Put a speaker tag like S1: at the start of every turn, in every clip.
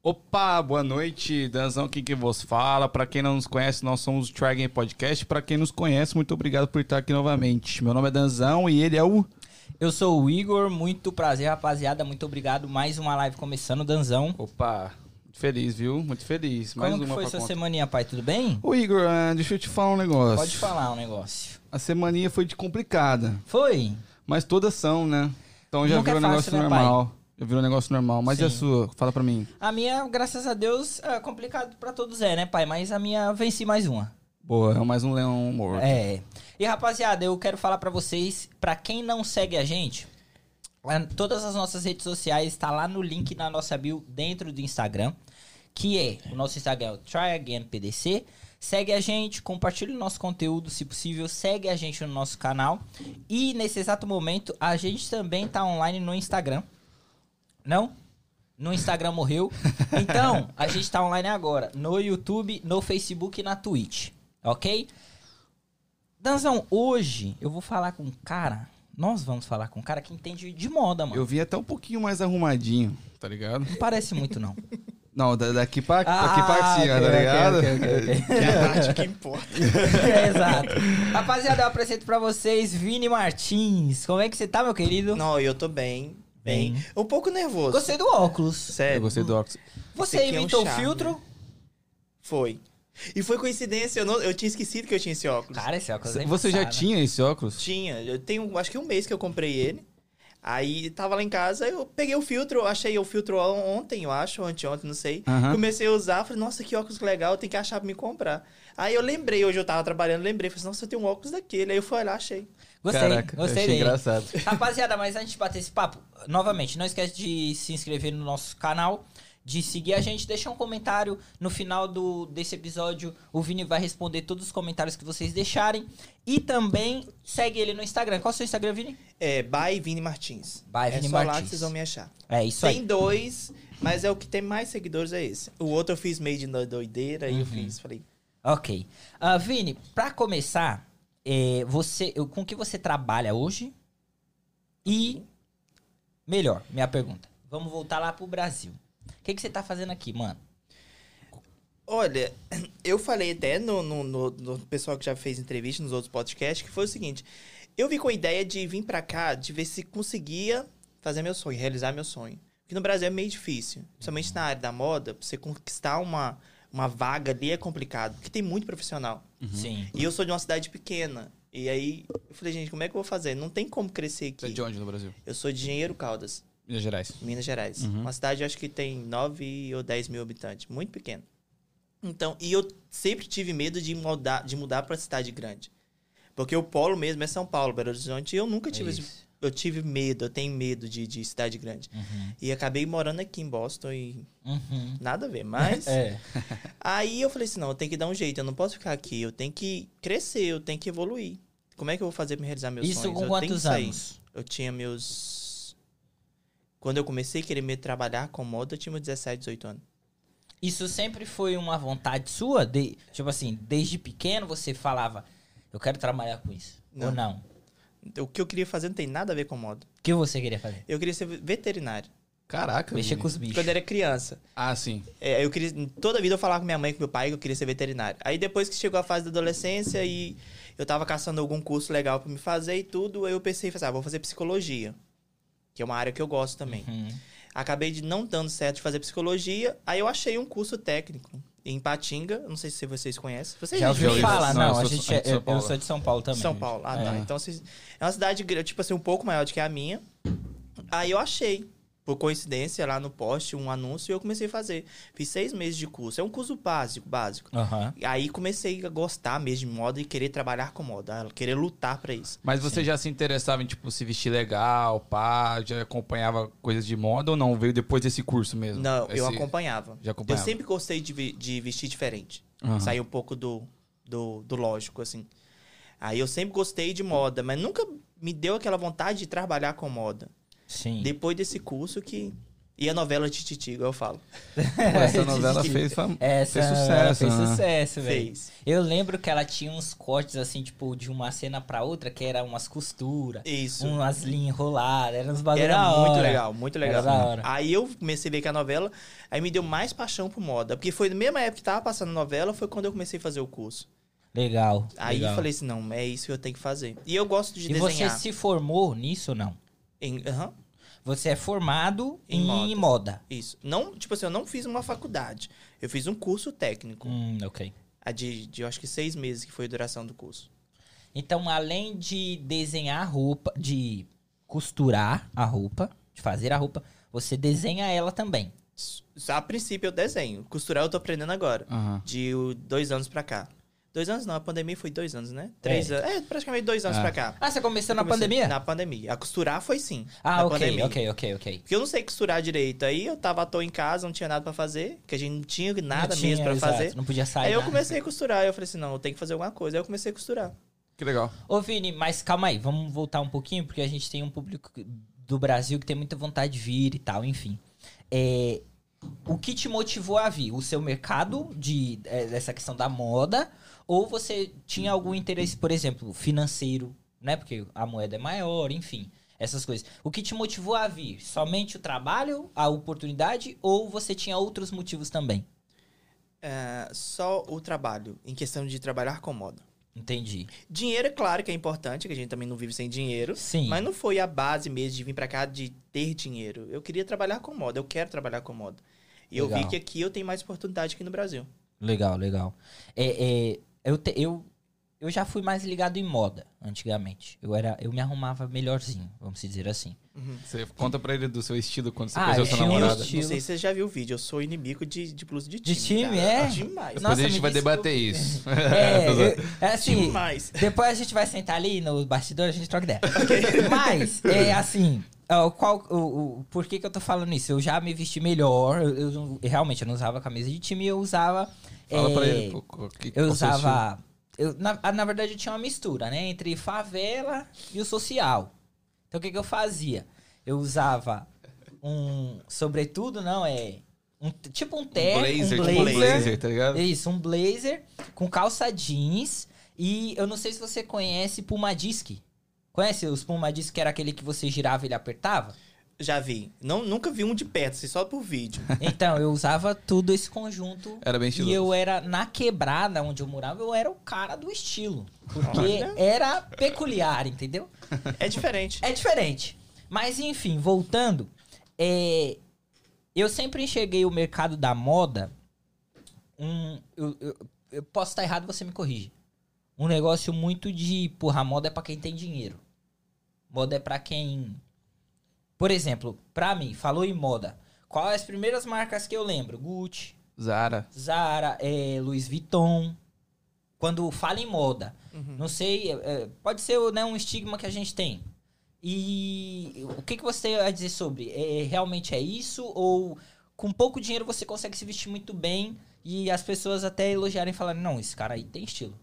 S1: Opa, boa noite, Danzão, quem que vos fala? Pra quem não nos conhece, nós somos o Try Game Podcast. Pra quem nos conhece, muito obrigado por estar aqui novamente. Meu nome é Danzão e ele é o...
S2: Eu sou o Igor, muito prazer, rapaziada. Muito obrigado. Mais uma live começando, Danzão.
S1: Opa, muito feliz, viu? Muito feliz. Mais
S2: Como que
S1: uma
S2: foi
S1: pra
S2: sua
S1: conta.
S2: semaninha, pai? Tudo bem?
S1: Ô Igor, ah, deixa eu te falar um negócio.
S2: Pode falar um negócio.
S1: A semaninha foi de complicada,
S2: Foi?
S1: mas todas são, né? Então já
S2: Nunca é
S1: virou um negócio
S2: fácil, né, pai?
S1: normal. Já virou um negócio normal. Mas e a
S2: Sim.
S1: sua? Fala pra mim.
S2: A minha, graças a Deus, é complicado pra todos é, né, pai? Mas a minha venci mais uma.
S1: Boa, é mais um leão morto.
S2: É. E rapaziada, eu quero falar pra vocês, pra quem não segue a gente, lá- todas as nossas redes sociais tá lá no link na nossa bio dentro do Instagram, que é o nosso Instagram é o tryagainpdc. Segue a gente, compartilha o nosso conteúdo, se possível, segue a gente no nosso canal. E nesse exato momento, a gente também tá online no Instagram. Não? No Instagram morreu. Então, a gente tá online agora. No YouTube, no Facebook e na Twitch. Ok? Danzão, hoje eu vou falar com um cara. Nós vamos falar com um cara que entende de moda, mano.
S1: Eu vim até um pouquinho mais arrumadinho, tá ligado?
S2: Não parece muito, não.
S1: Não, da- daqui pra, daqui
S2: Ah,
S1: pra cima,
S2: ok,
S1: tá
S2: ok,
S1: ligado?
S2: ok, ok, ok.
S3: Que é a arte que importa.
S2: É, exato. Rapaziada, eu apresento pra vocês Vini Martins. Como é que você tá, meu querido?
S3: Não, eu tô bem. Bem.
S2: Bem.
S3: Um pouco nervoso.
S2: Gostei do óculos.
S1: Eu
S3: Sério.
S1: gostei do óculos.
S2: Você
S3: Esse aqui é um
S2: inventou o
S3: charme.
S2: filtro?
S3: Foi. E foi coincidência, eu, não- eu tinha esquecido que eu tinha esse óculos.
S2: Cara, esse óculos é
S1: Você já
S2: embaçado.
S1: tinha esse óculos?
S3: Tinha. Eu tenho, acho que um mês que eu comprei ele. Aí tava lá em casa, eu peguei o filtro, eu achei o filtro on- ontem, eu acho, ou anteontem, não sei.
S1: Aham.
S3: Comecei a usar, falei, nossa, que óculos legal, tem que achar pra me comprar. Aí eu lembrei, hoje eu tava trabalhando, lembrei, falei, nossa, eu tenho um óculos daquele. Aí eu fui lá, achei.
S2: Gostei,
S1: Caraca,
S2: gostei
S1: achei
S2: dele.
S1: engraçado.
S2: Rapaziada, mas antes de bater esse papo, novamente, não esquece de se inscrever no nosso canal, de seguir a gente, deixar um comentário no final do, desse episódio. O Vini vai responder todos os comentários que vocês deixarem. E também segue ele no Instagram. Qual é o seu Instagram, Vini?
S3: É, by Vini Martins.
S2: By
S3: é
S2: Vini
S3: só lá
S2: Martins.
S3: que vocês vão me achar.
S2: É isso
S3: tem
S2: aí.
S3: dois, mas é o que tem mais seguidores é esse. O outro eu fiz meio de no- doideira
S1: Uhum.
S3: e eu fiz, falei,
S2: Ok. Ah, Vini, pra começar, é, você, eu- com que você trabalha hoje? E, melhor, minha pergunta. Vamos voltar lá pro Brasil. O que, que você tá fazendo aqui, mano?
S3: olha, eu falei até no, no, no- no pessoal que já fez entrevista nos outros podcasts, que foi o seguinte, eu vim com a ideia de vir pra cá, de ver se conseguia fazer meu sonho, realizar meu sonho. Porque no Brasil é meio difícil, principalmente na área da moda, pra você conquistar uma, uma vaga ali é complicado, porque tem muito profissional.
S2: Sim.
S3: E eu sou de uma cidade pequena, e aí eu falei, gente, como é que eu vou fazer? Não tem como crescer
S1: Você é
S3: aqui.
S1: de onde no Brasil?
S3: Eu sou de Dinheiro Caldas.
S1: Minas Gerais.
S3: Minas Gerais.
S1: Uhum.
S3: Uma cidade, eu acho que tem 9 ou 10 mil habitantes. Muito pequena. Então, e eu sempre tive medo de mudar, de mudar para cidade grande. Porque o polo mesmo é São Paulo, Belo Horizonte. E eu nunca tive. esse-
S2: É Isso.
S3: eu tive medo, eu tenho medo de, de cidade grande.
S2: Uhum.
S3: E acabei morando aqui em Boston e
S2: Uhum.
S3: nada a ver. Mas.
S2: É.
S3: Aí eu falei assim: não, eu tenho que dar um jeito, eu não posso ficar aqui. Eu tenho que crescer, eu tenho que evoluir. Como é que eu vou fazer pra me realizar meus
S2: Isso
S3: sonhos?
S2: com
S3: eu tenho que
S2: quantos
S3: sair.
S2: anos?
S3: Eu tinha meus. Quando eu comecei a querer me trabalhar com moda, eu tinha meus 17, 18 anos.
S2: Isso sempre foi uma vontade sua? De, tipo assim, desde pequeno você falava, eu quero trabalhar com isso.
S3: Não.
S2: Ou não?
S3: O que eu queria fazer não tem nada a ver com moda.
S2: O que você queria fazer?
S3: Eu queria ser veterinário.
S1: Caraca.
S2: Mexer
S1: Vini.
S2: com os
S3: Quando
S2: bichos.
S3: eu era criança,
S1: Ah, sim.
S3: é, eu queria. Toda vida eu falava com minha mãe, e com meu pai, que eu queria ser veterinário. Aí depois que chegou a fase da adolescência e eu tava caçando algum curso legal pra me fazer e tudo, aí eu pensei, falei assim, ah, vou fazer psicologia. Que é uma área que eu gosto também.
S2: Uhum.
S3: Acabei de não dando certo de fazer psicologia, aí eu achei um curso técnico em Patinga, não sei se vocês conhecem. Vocês
S2: Já
S1: ouviu
S2: ouviu
S1: isso?
S2: falar?
S1: Não,
S2: Não,
S1: eu
S2: a
S1: sou-
S2: gente
S1: eu sou
S2: é,
S1: de São
S2: eu, eu
S1: Paulo.
S2: sou de São Paulo também.
S3: São Paulo. Ah,
S2: É.
S3: tá. Então, vocês- é uma cidade, gr- tipo assim, um pouco maior do que a minha. Aí eu achei, por coincidência, lá no poste, um anúncio e eu comecei a fazer. Fiz seis meses de curso. É um curso básico, básico.
S2: Aham.
S3: Aí comecei a gostar mesmo de moda e querer trabalhar com moda, a querer lutar pra isso.
S1: Mas você já se interessava em, tipo, se vestir legal, pá, já acompanhava coisas de moda ou não? Veio depois desse curso mesmo?
S3: Não, eu
S1: Esse-
S3: acompanhava.
S1: Já
S3: Eu
S1: acompanhava.
S3: sempre gostei de, vi- de vestir diferente.
S1: Aham.
S3: Sair um pouco do, do, do lógico, assim. Aí eu sempre gostei de moda, mas nunca me deu aquela vontade de trabalhar com moda.
S2: Sim.
S3: Depois desse curso que E a novela Tititi, igual eu falo.
S1: Essa novela fez, fam...
S2: Essa
S1: fez sucesso.
S2: fez
S1: né?
S2: sucesso, velho.
S3: Fez.
S2: Eu lembro que ela tinha uns cortes, assim, tipo, de uma cena pra outra, que era umas costuras,
S3: Isso.
S2: umas linhas enroladas, era uns bagulho
S3: Era
S2: Um da
S3: muito
S2: hora.
S3: legal, muito
S2: Era
S3: legal.
S2: da hora.
S3: Aí eu comecei a ver que a novela, aí me deu mais paixão por moda. Porque foi na mesma época que tava passando novela, foi quando eu comecei a fazer o curso.
S2: Legal.
S3: Aí
S2: legal.
S3: eu falei assim, não, é isso que eu tenho que fazer. E eu gosto de
S2: E você
S3: desenhar.
S2: se formou nisso ou não?
S3: Em- aham,
S2: Você é formado em,
S3: Em
S2: moda.
S3: moda. isso. Não, tipo assim, eu não fiz uma faculdade. Eu fiz um curso técnico.
S2: Hum, ok.
S3: A de, de, eu acho que seis meses que foi a duração do curso.
S2: Então, além de desenhar a roupa, de costurar a roupa, de fazer a roupa, você desenha ela também.
S3: A princípio eu desenho. Costurar eu tô aprendendo agora.
S1: Aham.
S3: De o- dois anos pra cá. Dois anos não, a pandemia foi dois anos, né? Três anos. É, praticamente dois anos
S1: É.
S3: pra cá.
S2: Ah, você começou na
S3: Comecei-
S2: pandemia?
S3: Na pandemia. A costurar foi sim.
S2: Ah,
S3: na
S2: ok,
S3: pandemia.
S2: ok, ok, ok.
S3: Porque eu não sei costurar direito. Aí eu tava à toa em casa, não tinha nada pra fazer, que a gente não tinha nada
S2: Não tinha,
S3: mesmo pra
S2: exato,
S3: fazer.
S2: Não podia sair.
S3: Aí eu
S2: nada.
S3: comecei a costurar, eu falei assim, não, eu tenho que fazer alguma coisa. Aí eu comecei a costurar.
S1: Que legal.
S2: Ô, Vini, mas calma aí, vamos voltar um pouquinho, porque a gente tem um público do Brasil que tem muita vontade de vir e tal, enfim. É, o que te motivou a vir? O seu mercado de, é, dessa questão da moda? Ou você tinha algum interesse, por exemplo, financeiro, né? Porque a moeda é maior, enfim, essas coisas. O que te motivou a vir? Somente o trabalho, a oportunidade, ou você tinha outros motivos também?
S3: Ah, só o trabalho, em questão de trabalhar com moda.
S2: Entendi.
S3: Dinheiro, é claro que é importante, que a gente também não vive sem dinheiro.
S2: Sim.
S3: Mas não foi a base mesmo de vir pra cá de ter dinheiro. Eu queria trabalhar com moda, eu quero trabalhar com moda. E eu vi
S2: Legal.
S3: que aqui eu tenho mais oportunidade que no Brasil.
S2: Legal, legal. É, é, eu, te- eu, eu já fui mais ligado em moda antigamente. Eu, era, eu me arrumava melhorzinho, vamos dizer assim.
S1: Você conta pra ele do seu estilo quando você
S2: Ah,
S1: conheceu sua
S2: estilo-
S1: namorada.
S3: Não sei se você já viu o vídeo, eu sou inimigo de, de blusa de time.
S2: De time,
S3: cara.
S2: é? Nossa,
S3: Demais.
S1: Depois a
S2: me
S1: gente vai
S2: desculpa.
S1: debater isso.
S2: É, eu- é assim,
S3: Demais.
S2: depois a gente vai sentar ali no bastidor a gente troca ideia. Mas, é assim, ó, qual, o, o- por que, que eu tô falando isso? Eu já me vesti melhor, eu, eu não- realmente eu não usava camisa de time, eu usava.
S1: Fala
S2: é,
S1: pra ele. pô, qual- que- Um qual
S2: Eu
S1: seu estilo?
S2: usava. Eu, na, ah, na verdade, eu tinha uma mistura, né? Entre favela e o social. Então, o que, que eu fazia? Eu usava um. Sobretudo, não, é. um t- tipo um terno. Um blazer.
S1: tipo um blazer, tá ligado?
S2: Isso, um blazer com calça jeans. E eu não sei se você conhece Puma Disc. Conhece os Puma Disc, que era aquele que você girava e ele apertava?
S3: Já vi. Não, nunca vi um de perto, assim, só por vídeo.
S2: Então, eu usava tudo esse conjunto.
S1: Era bem
S2: E
S1: É, estiloso.
S2: eu era, na quebrada onde eu morava, eu era o cara do estilo. Porque
S3: Olha.
S2: era peculiar, entendeu?
S3: É diferente.
S2: É diferente. Mas, enfim, voltando, é, eu sempre enxerguei o mercado da moda. Um, eu, eu- eu posso estar errado, você me corrige. Um negócio muito de, porra, moda é pra quem tem dinheiro. Moda é pra quem. Por exemplo, pra mim, falou em moda. Qual as primeiras marcas que eu lembro? Gucci,
S1: Zara.
S2: Zara, é, Louis Vuitton. Quando fala em moda,
S3: Uhum.
S2: não sei, é, é, pode ser né, um estigma que a gente tem. E o que, que você tem a dizer sobre? É, realmente é isso? Ou com pouco dinheiro você consegue se vestir muito bem e as pessoas até elogiarem e falarem, não, esse cara aí tem estilo.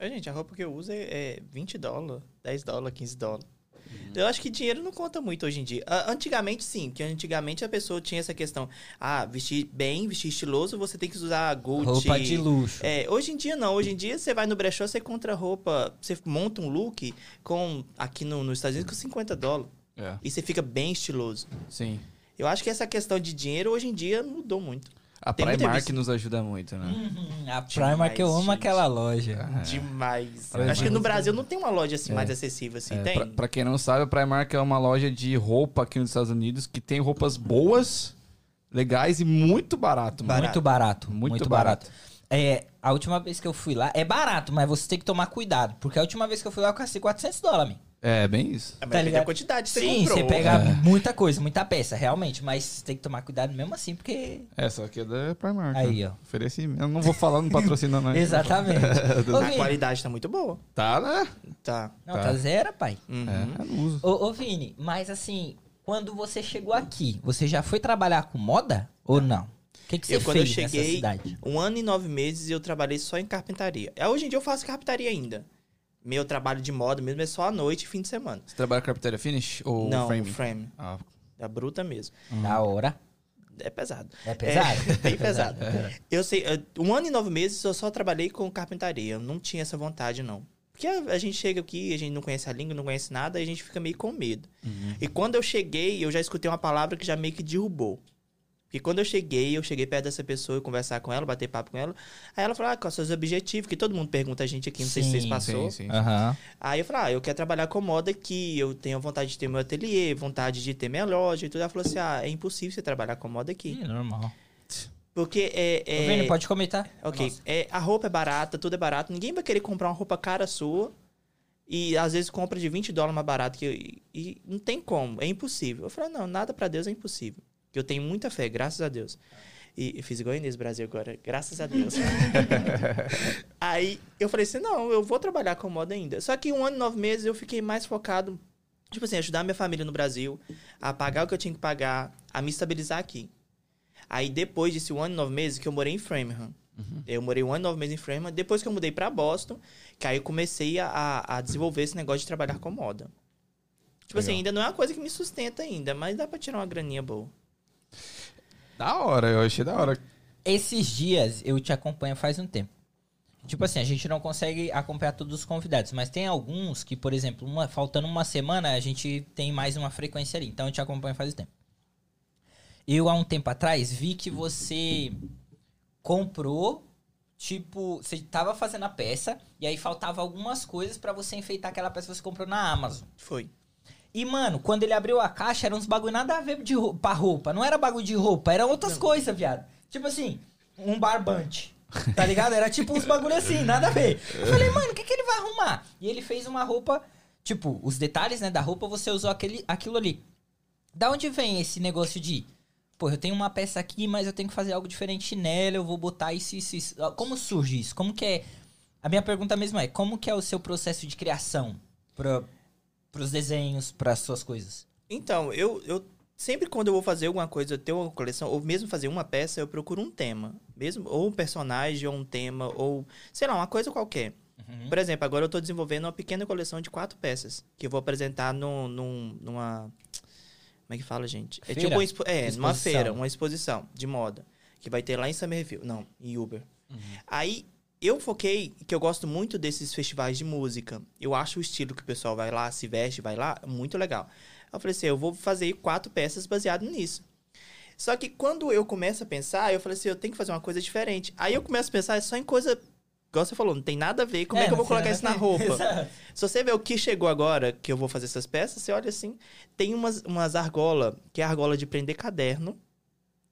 S3: Ô, Gente, a roupa que eu uso é, é 20 dólares, 10 dólares, 15 dólares.
S2: Uhum.
S3: Eu acho que dinheiro não conta muito hoje em dia. Ah, Antigamente, sim, porque antigamente a pessoa tinha essa questão. Ah, vestir bem, vestir estiloso, você tem que usar Gucci.
S2: Roupa de luxo.
S3: É, hoje em dia não. Hoje em dia você vai no brechó, você compra roupa, você monta um look com aqui no, nos Estados Unidos com 50 dólares.
S1: É.
S3: E você fica bem estiloso.
S1: Sim.
S3: Eu acho que essa questão de dinheiro hoje em dia mudou muito.
S1: A
S3: Tem muita
S1: Primark
S3: vista.
S1: nos ajuda muito, né?
S2: Uhum, a Primark, eu amo
S3: gente.
S2: aquela loja.
S3: Demais.
S1: Olha,
S3: Acho que no
S1: mas-
S3: Brasil não tem uma loja assim
S1: É.
S3: mais acessível assim,
S1: É,
S3: tem?
S1: pra, pra quem não sabe, a Primark é uma loja de roupa aqui nos Estados Unidos que tem roupas boas, legais e muito barato, mano.
S2: Muito barato, muito,
S1: Muito
S2: barato.
S1: barato.
S2: É, a última vez que eu fui lá, é barato, mas você tem que tomar cuidado, porque a última vez que eu fui lá eu gastei 400 dólares, amigo.
S1: É, bem isso.
S3: É, mas
S2: Tá
S3: depende
S2: ligado?
S3: da quantidade que você
S2: Sim,
S3: comprou.
S2: você pega
S1: É.
S2: muita coisa, muita peça, realmente, mas você tem que tomar cuidado mesmo assim, porque...
S1: Essa aqui é da Primark.
S2: Aí,
S1: né?
S2: ó.
S1: Ofereci mesmo. Eu não vou falar, não patrocina nós.
S2: Exatamente. Ô,
S3: A
S2: Vini,
S3: qualidade tá muito boa.
S1: Tá, né?
S3: Tá.
S2: não,
S1: tá.
S2: tá zero, pai.
S3: Uhum.
S1: É, eu não uso.
S2: Ô, ô, Vini, mas assim, quando você chegou aqui, você já foi trabalhar com moda ou não? O que, que você
S3: Eu,
S2: fez
S3: quando eu
S2: nessa
S3: cheguei-
S2: cidade?
S3: Um ano e nove meses eu trabalhei só em carpintaria. É, Hoje em dia eu faço carpintaria ainda. Meu trabalho de moda mesmo é só à noite e fim de semana.
S1: Você trabalha com carpintaria finish ou
S3: não,
S1: frame?
S3: frame.
S1: Ah,
S3: Da bruta mesmo.
S2: Da hora.
S3: É pesado.
S2: É pesado?
S3: É, bem pesado. Eu sei, eh, um ano e nove meses eu só trabalhei com carpintaria. Eu não tinha essa vontade, não. Porque a, a gente chega aqui, a gente não conhece a língua, não conhece nada, e a gente fica meio com medo. E quando eu cheguei, eu já escutei uma palavra que já meio que derrubou. Porque quando eu cheguei, eu cheguei perto dessa pessoa, conversar com ela, bater papo com ela. Aí ela falou, ah, quais são os seus objetivos? Que todo mundo pergunta a gente aqui, não sei se vocês
S2: Sim,
S3: passou.
S1: sim.
S2: Aham.
S3: Aí eu falei, ah, eu quero trabalhar com moda aqui, eu tenho vontade de ter meu ateliê, vontade de ter minha loja e tudo. Ela falou assim, ah, é impossível você trabalhar com moda aqui.
S2: Ih, normal.
S3: Porque é...
S2: Hum. Tô
S3: é
S2: vendo? Pode comentar.
S3: ok, é, a roupa é barata, tudo é barato. Ninguém vai querer comprar uma roupa cara sua e às vezes compra de 20 dólares mais barato. Que, e, e não tem como, é impossível. Eu falei, não, nada pra Deus é impossível. Que eu tenho muita fé, graças a Deus. E eu fiz igual a Inês Brasil agora, graças a Deus. Aí eu falei assim, não, eu vou trabalhar com moda ainda. Só que um ano e nove meses eu fiquei mais focado, tipo assim, ajudar minha família no Brasil, a pagar o que eu tinha que pagar, a me estabilizar aqui. Aí depois desse um ano e nove meses que eu morei em Framingham. Eu morei um ano e nove meses em Framingham. Depois que eu mudei pra Boston, que aí eu comecei a- a, a desenvolver esse negócio de trabalhar com moda. Tipo assim,
S1: Legal.
S3: ainda não é uma coisa que me sustenta ainda, mas dá pra tirar uma graninha boa.
S1: Da hora, eu achei da hora.
S2: Esses dias eu te acompanho faz um tempo. Tipo assim, a gente não consegue acompanhar todos os convidados, mas tem alguns que, por exemplo, uma- faltando uma semana, a gente tem mais uma frequência ali. Então eu te acompanho faz um tempo. Eu, há um tempo atrás, vi que você comprou, tipo, você tava fazendo a peça, e aí faltava algumas coisas pra você enfeitar aquela peça que você comprou na Amazon.
S3: Foi.
S2: E, mano, quando ele abriu a caixa, eram uns bagulho nada a ver de roupa, pra roupa. Não era bagulho de roupa, eram outras coisas, viado. Tipo assim, um barbante. Tá ligado? Era tipo uns bagulho assim, nada a ver. Eu falei, mano, o que, que ele vai arrumar? E ele fez uma roupa, tipo, os detalhes, né, da roupa, você usou aquele, aquilo ali. Da onde vem esse negócio de, pô, eu tenho uma peça aqui, mas eu tenho que fazer algo diferente nela, eu vou botar isso, isso, isso. Ah, Como surge isso? Como que é. A minha pergunta mesmo é, como que é o seu processo de criação pra, pros desenhos, pras suas coisas.
S3: Então, eu, eu sempre quando eu vou fazer alguma coisa, eu tenho uma coleção, ou mesmo fazer uma peça, eu procuro um tema. Mesmo, ou um personagem, ou um tema, ou sei lá, uma coisa qualquer.
S2: Uhum.
S3: Por exemplo, agora eu tô desenvolvendo uma pequena coleção de quatro peças, que eu vou apresentar num, num- numa. Como é que fala, gente? É
S2: Feira?
S3: tipo uma expo- é, numa
S2: Exposição.
S3: feira, uma exposição de moda. Que vai ter lá em Somerville. Não, em Uber.
S2: Uhum.
S3: Aí eu foquei que eu gosto muito desses festivais de música. Eu acho o estilo que o pessoal vai lá, se veste, vai lá, muito legal. Eu falei assim, eu vou fazer quatro peças baseado nisso. Só que quando eu começo a pensar, eu falei assim, eu tenho que fazer uma coisa diferente. Aí eu começo a pensar é só em coisa, igual você falou, não tem nada a ver, como é, que eu
S2: não
S3: vou
S2: sei
S3: colocar
S2: nada
S3: isso na
S2: a ver.
S3: roupa?
S2: Exato.
S3: Se você ver o que chegou agora, que eu vou fazer essas peças, você olha assim, tem umas, umas argolas, que é argola de prender caderno,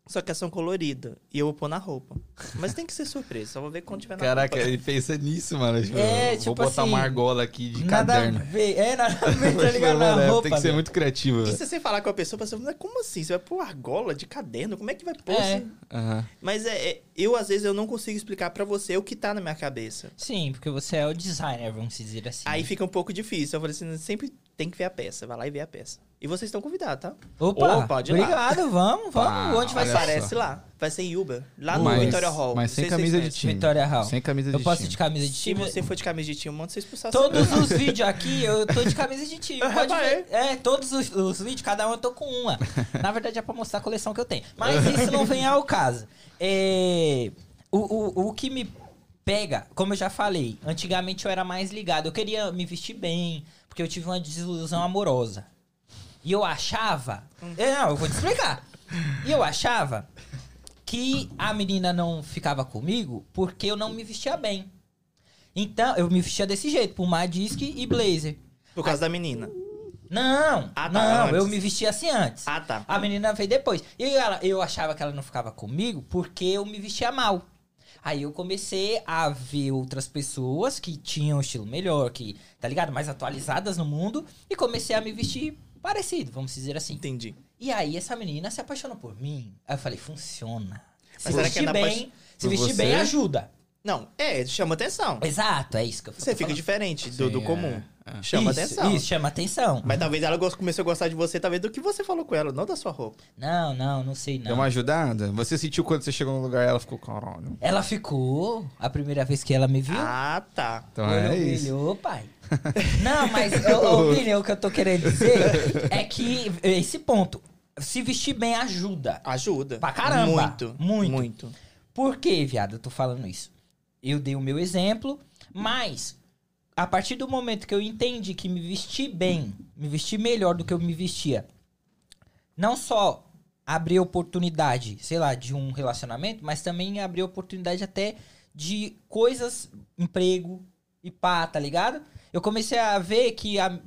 S3: só que elas são coloridas, e eu vou pôr na roupa. Mas tem que ser surpresa, só vou ver quando tiver na
S1: Caraca,
S3: roupa.
S1: ele pensa nisso, mano. Tipo,
S2: É,
S1: vou
S2: tipo
S1: botar
S2: assim,
S1: uma argola aqui de
S2: nada
S1: caderno.
S2: a ver. É, nada a ver, tá
S1: Mas,
S2: ligado?
S1: mano,
S2: Na
S1: é,
S2: roupa, né?
S1: tem que ser
S2: velho.
S1: muito criativo.
S3: E
S1: velho.
S3: se você falar com a pessoa, a pessoa fala, como assim? Você vai pôr argola de caderno? Como é que vai pôr
S2: É.
S3: assim?
S1: Aham.
S3: Mas é, é- eu, às vezes, eu não consigo explicar pra você o que tá na minha cabeça.
S2: Sim, porque você é o designer, vamos dizer assim.
S3: Aí fica um pouco difícil. Eu falei assim, sempre tem que ver a peça. Vai lá e vê a peça. E vocês estão convidados, tá?
S2: Opa,
S3: Opa, de lá.
S2: obrigado, vamos, vamos.
S1: Pá,
S2: Onde vai
S1: Ah, olha
S2: ser?
S3: Aparece
S1: só.
S3: lá. Vai ser em Uber. Lá no
S1: Mas-
S3: Victoria Hall.
S1: Mas sem
S3: Não sei se
S1: camisa de
S3: vocês
S1: time.
S2: Vitória Hall.
S1: Sem camisa
S2: Eu
S1: de
S2: posso ir
S1: time.
S2: de camisa de
S3: Se
S2: time?
S3: você for de camisa de time, manda você expulsar você
S2: Todos
S3: mesmo.
S2: os vídeos aqui, eu tô de camisa de time. Pode ver. É, todos os, os vídeos, cada um eu tô com uma. Na verdade é pra mostrar a coleção que eu tenho. Mas isso não vem ao caso. É, o, o, o que me pega, como eu já falei, antigamente eu era mais ligado. Eu queria me vestir bem, porque eu tive uma desilusão amorosa. E eu achava. É, Não, eu vou te explicar. E eu achava que a menina não ficava comigo porque eu não me vestia bem. Então, eu me vestia desse jeito, pumar disque e blazer.
S3: Por causa da menina.
S2: Não,
S3: Ah, tá,
S2: não,
S3: antes.
S2: eu me vestia assim antes.
S3: Ah, tá.
S2: A menina veio depois. E ela, eu achava que ela não ficava comigo porque eu me vestia mal. Aí eu comecei a ver outras pessoas que tinham um estilo melhor, que, tá ligado? Mais atualizadas no mundo. E comecei a me vestir parecido, vamos dizer assim.
S3: Entendi.
S2: E aí essa menina se apaixonou por mim. Aí eu falei, funciona. Se
S3: Mas será que
S2: vestir
S3: é da
S2: bem,
S3: paixão-
S2: se
S1: Por
S2: vestir
S1: você?
S2: bem ajuda.
S3: Não, é, chama atenção.
S2: Exato, é isso que eu
S3: Você
S2: tô
S3: fica
S2: falando.
S3: diferente do, do
S1: Sim, é,
S3: comum.
S1: é.
S3: Chama
S2: Isso,
S3: atenção.
S2: Isso, chama atenção.
S3: Mas talvez ela gost- começou a gostar de você, talvez do que você falou com ela, não da sua roupa.
S2: Não, não, não sei não.
S1: Deu É uma ajudada? Você sentiu quando você chegou no lugar e ela ficou, caralho.
S2: Ela ficou a primeira vez que ela me viu.
S3: Ah, tá.
S1: Então
S2: Olhou,
S1: é isso.
S2: brilhou, pai. Não, mas ô, ô, Billy, o que eu tô querendo dizer é que esse ponto. Se vestir bem ajuda.
S3: Ajuda.
S2: Pra caramba.
S3: Muito.
S2: Muito.
S3: Muito.
S2: Por que, viado, eu tô falando isso? Eu dei o meu exemplo, mas a partir do momento que eu entendi que me vestir bem, me vestir melhor do que eu me vestia, não só abrir oportunidade, sei lá, de um relacionamento, mas também abrir oportunidade até de coisas, emprego e pá, tá ligado? Eu comecei a ver que a-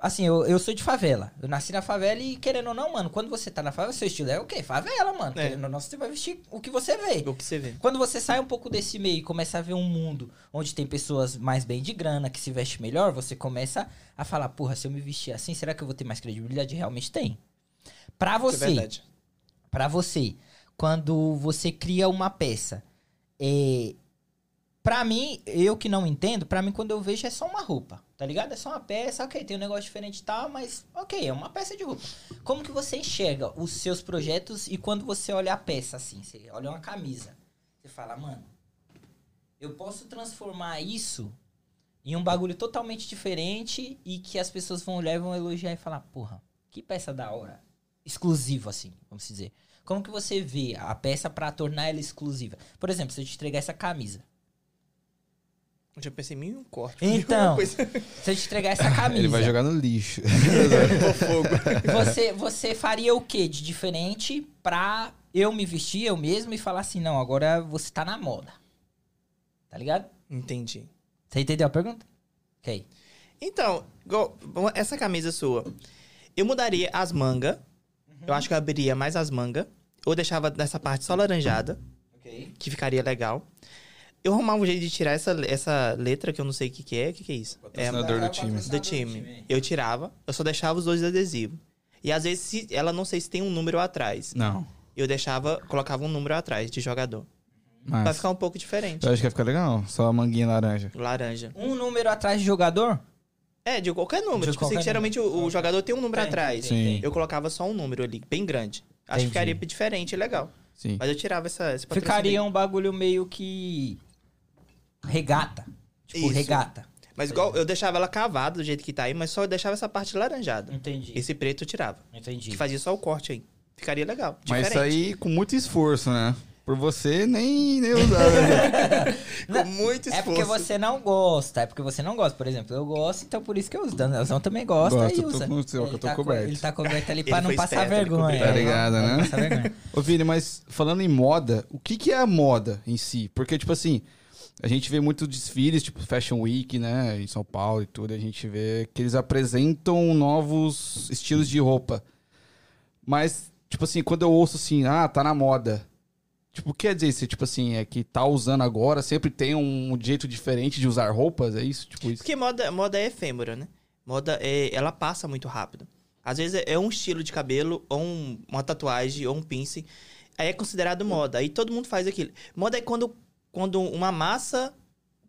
S2: Assim, eu, eu sou de favela. Eu nasci na favela e, querendo ou não, mano, quando você tá na favela, seu estilo é o quê? Favela, mano.
S3: É.
S2: Querendo ou não, você vai vestir o que você vê.
S3: O que você vê.
S2: Quando você sai um pouco desse meio e começa a ver um mundo onde tem pessoas mais bem de grana, que se veste melhor, você começa a falar, porra, se eu me vestir assim, será que eu vou ter mais credibilidade? Realmente tem. Pra
S3: Isso é
S2: você,
S3: verdade.
S2: pra você, quando você cria uma peça, é... Pra mim, eu que não entendo, pra mim quando eu vejo é só uma roupa, tá ligado? É só uma peça, ok, tem um negócio diferente e tal, mas ok, é uma peça de roupa. Como que você enxerga os seus projetos e quando você olha a peça assim, você olha uma camisa, você fala, mano, eu posso transformar isso em um bagulho totalmente diferente e que as pessoas vão olhar e vão elogiar e falar, porra, que peça da hora. Exclusivo, assim, vamos dizer. Como que você vê a peça pra tornar ela exclusiva? Por exemplo, se eu te entregar essa camisa.
S3: Eu já pensei em mil e um corte.
S2: Então.
S3: Mil e uma coisa.
S2: Se eu te entregar essa camisa.
S1: Ele vai jogar no lixo.
S3: Pô, fogo.
S2: Você, você faria o que de diferente pra eu me vestir eu mesmo e falar assim, não, agora você tá na moda. Tá ligado?
S3: Entendi.
S2: Você entendeu a pergunta? Ok.
S3: Então, igual, bom, essa camisa sua, eu mudaria as mangas. Eu acho que eu abriria mais as mangas. Ou deixava nessa parte só laranjada,
S2: Ok.
S3: que ficaria legal. Eu arrumava um jeito de tirar essa, essa letra que eu não sei o que, que é. O que, que é isso? É,
S1: Patrocinador do time.
S3: do time. Eu tirava, eu só deixava os dois adesivos. E às vezes, se ela não sei se tem um número atrás.
S1: Não.
S3: Eu deixava, colocava um número atrás de jogador. Pra
S1: Mas.
S3: ficar um pouco diferente.
S1: Eu acho que vai ficar legal. Só a manguinha laranja.
S3: Laranja.
S2: Um número atrás de jogador?
S3: É, de qualquer número.
S2: De
S3: tipo, assim,
S2: qualquer
S3: geralmente o, o jogador tem um número
S2: Uhum. Tem,
S3: atrás.
S1: tem, tem. Sim.
S3: Eu colocava só um número ali, bem grande. Acho
S2: Entendi.
S3: que ficaria diferente, legal.
S1: Sim.
S3: Mas eu tirava essa, esse patrocínio.
S2: Ficaria um bagulho meio que. Regata. Tipo,
S3: Isso.
S2: regata.
S3: Mas igual, eu deixava ela cavada do jeito que tá aí, mas só deixava essa parte laranjada.
S2: Entendi.
S3: Esse preto eu tirava.
S2: Entendi.
S3: Que fazia só o corte aí. Ficaria legal.
S1: Mas
S3: Diferente.
S1: isso aí com muito esforço, né? Por você nem, nem usar. né?
S3: Com muito
S2: É
S3: esforço.
S2: porque você não gosta, é porque você não gosta. Por exemplo, eu gosto, então por isso que eu uso. Danelzão também gosta
S1: Gosto,
S2: e
S1: eu tô
S2: usa.
S1: com o seu, que eu tô
S2: tá co-
S1: coberto.
S2: ele tá coberto ali
S3: Ele
S2: pra não
S3: foi
S2: passar
S3: esperto, ele
S2: vergonha.
S3: cobriu.
S1: Tá ligado,
S2: Pra não
S1: né?
S2: passar vergonha.
S1: Ô, Vini, mas falando em moda, o que, que é a moda em si? Porque, tipo assim, a gente vê muitos desfiles, tipo Fashion Week, né? Em São Paulo e tudo, a gente vê que eles apresentam novos estilos de roupa. Mas, tipo assim, quando eu ouço assim, ah, tá na moda. Tipo, o que quer dizer isso? Tipo assim, é que tá usando agora, sempre tem um jeito diferente de usar roupas, é isso? Tipo, isso.
S3: Porque moda, moda é efêmera, né? Moda, é, ela passa muito rápido. Às vezes é- é um estilo de cabelo, ou um- uma tatuagem, ou um pince. Aí é considerado moda. Aí todo mundo faz aquilo. Moda é quando, quando uma massa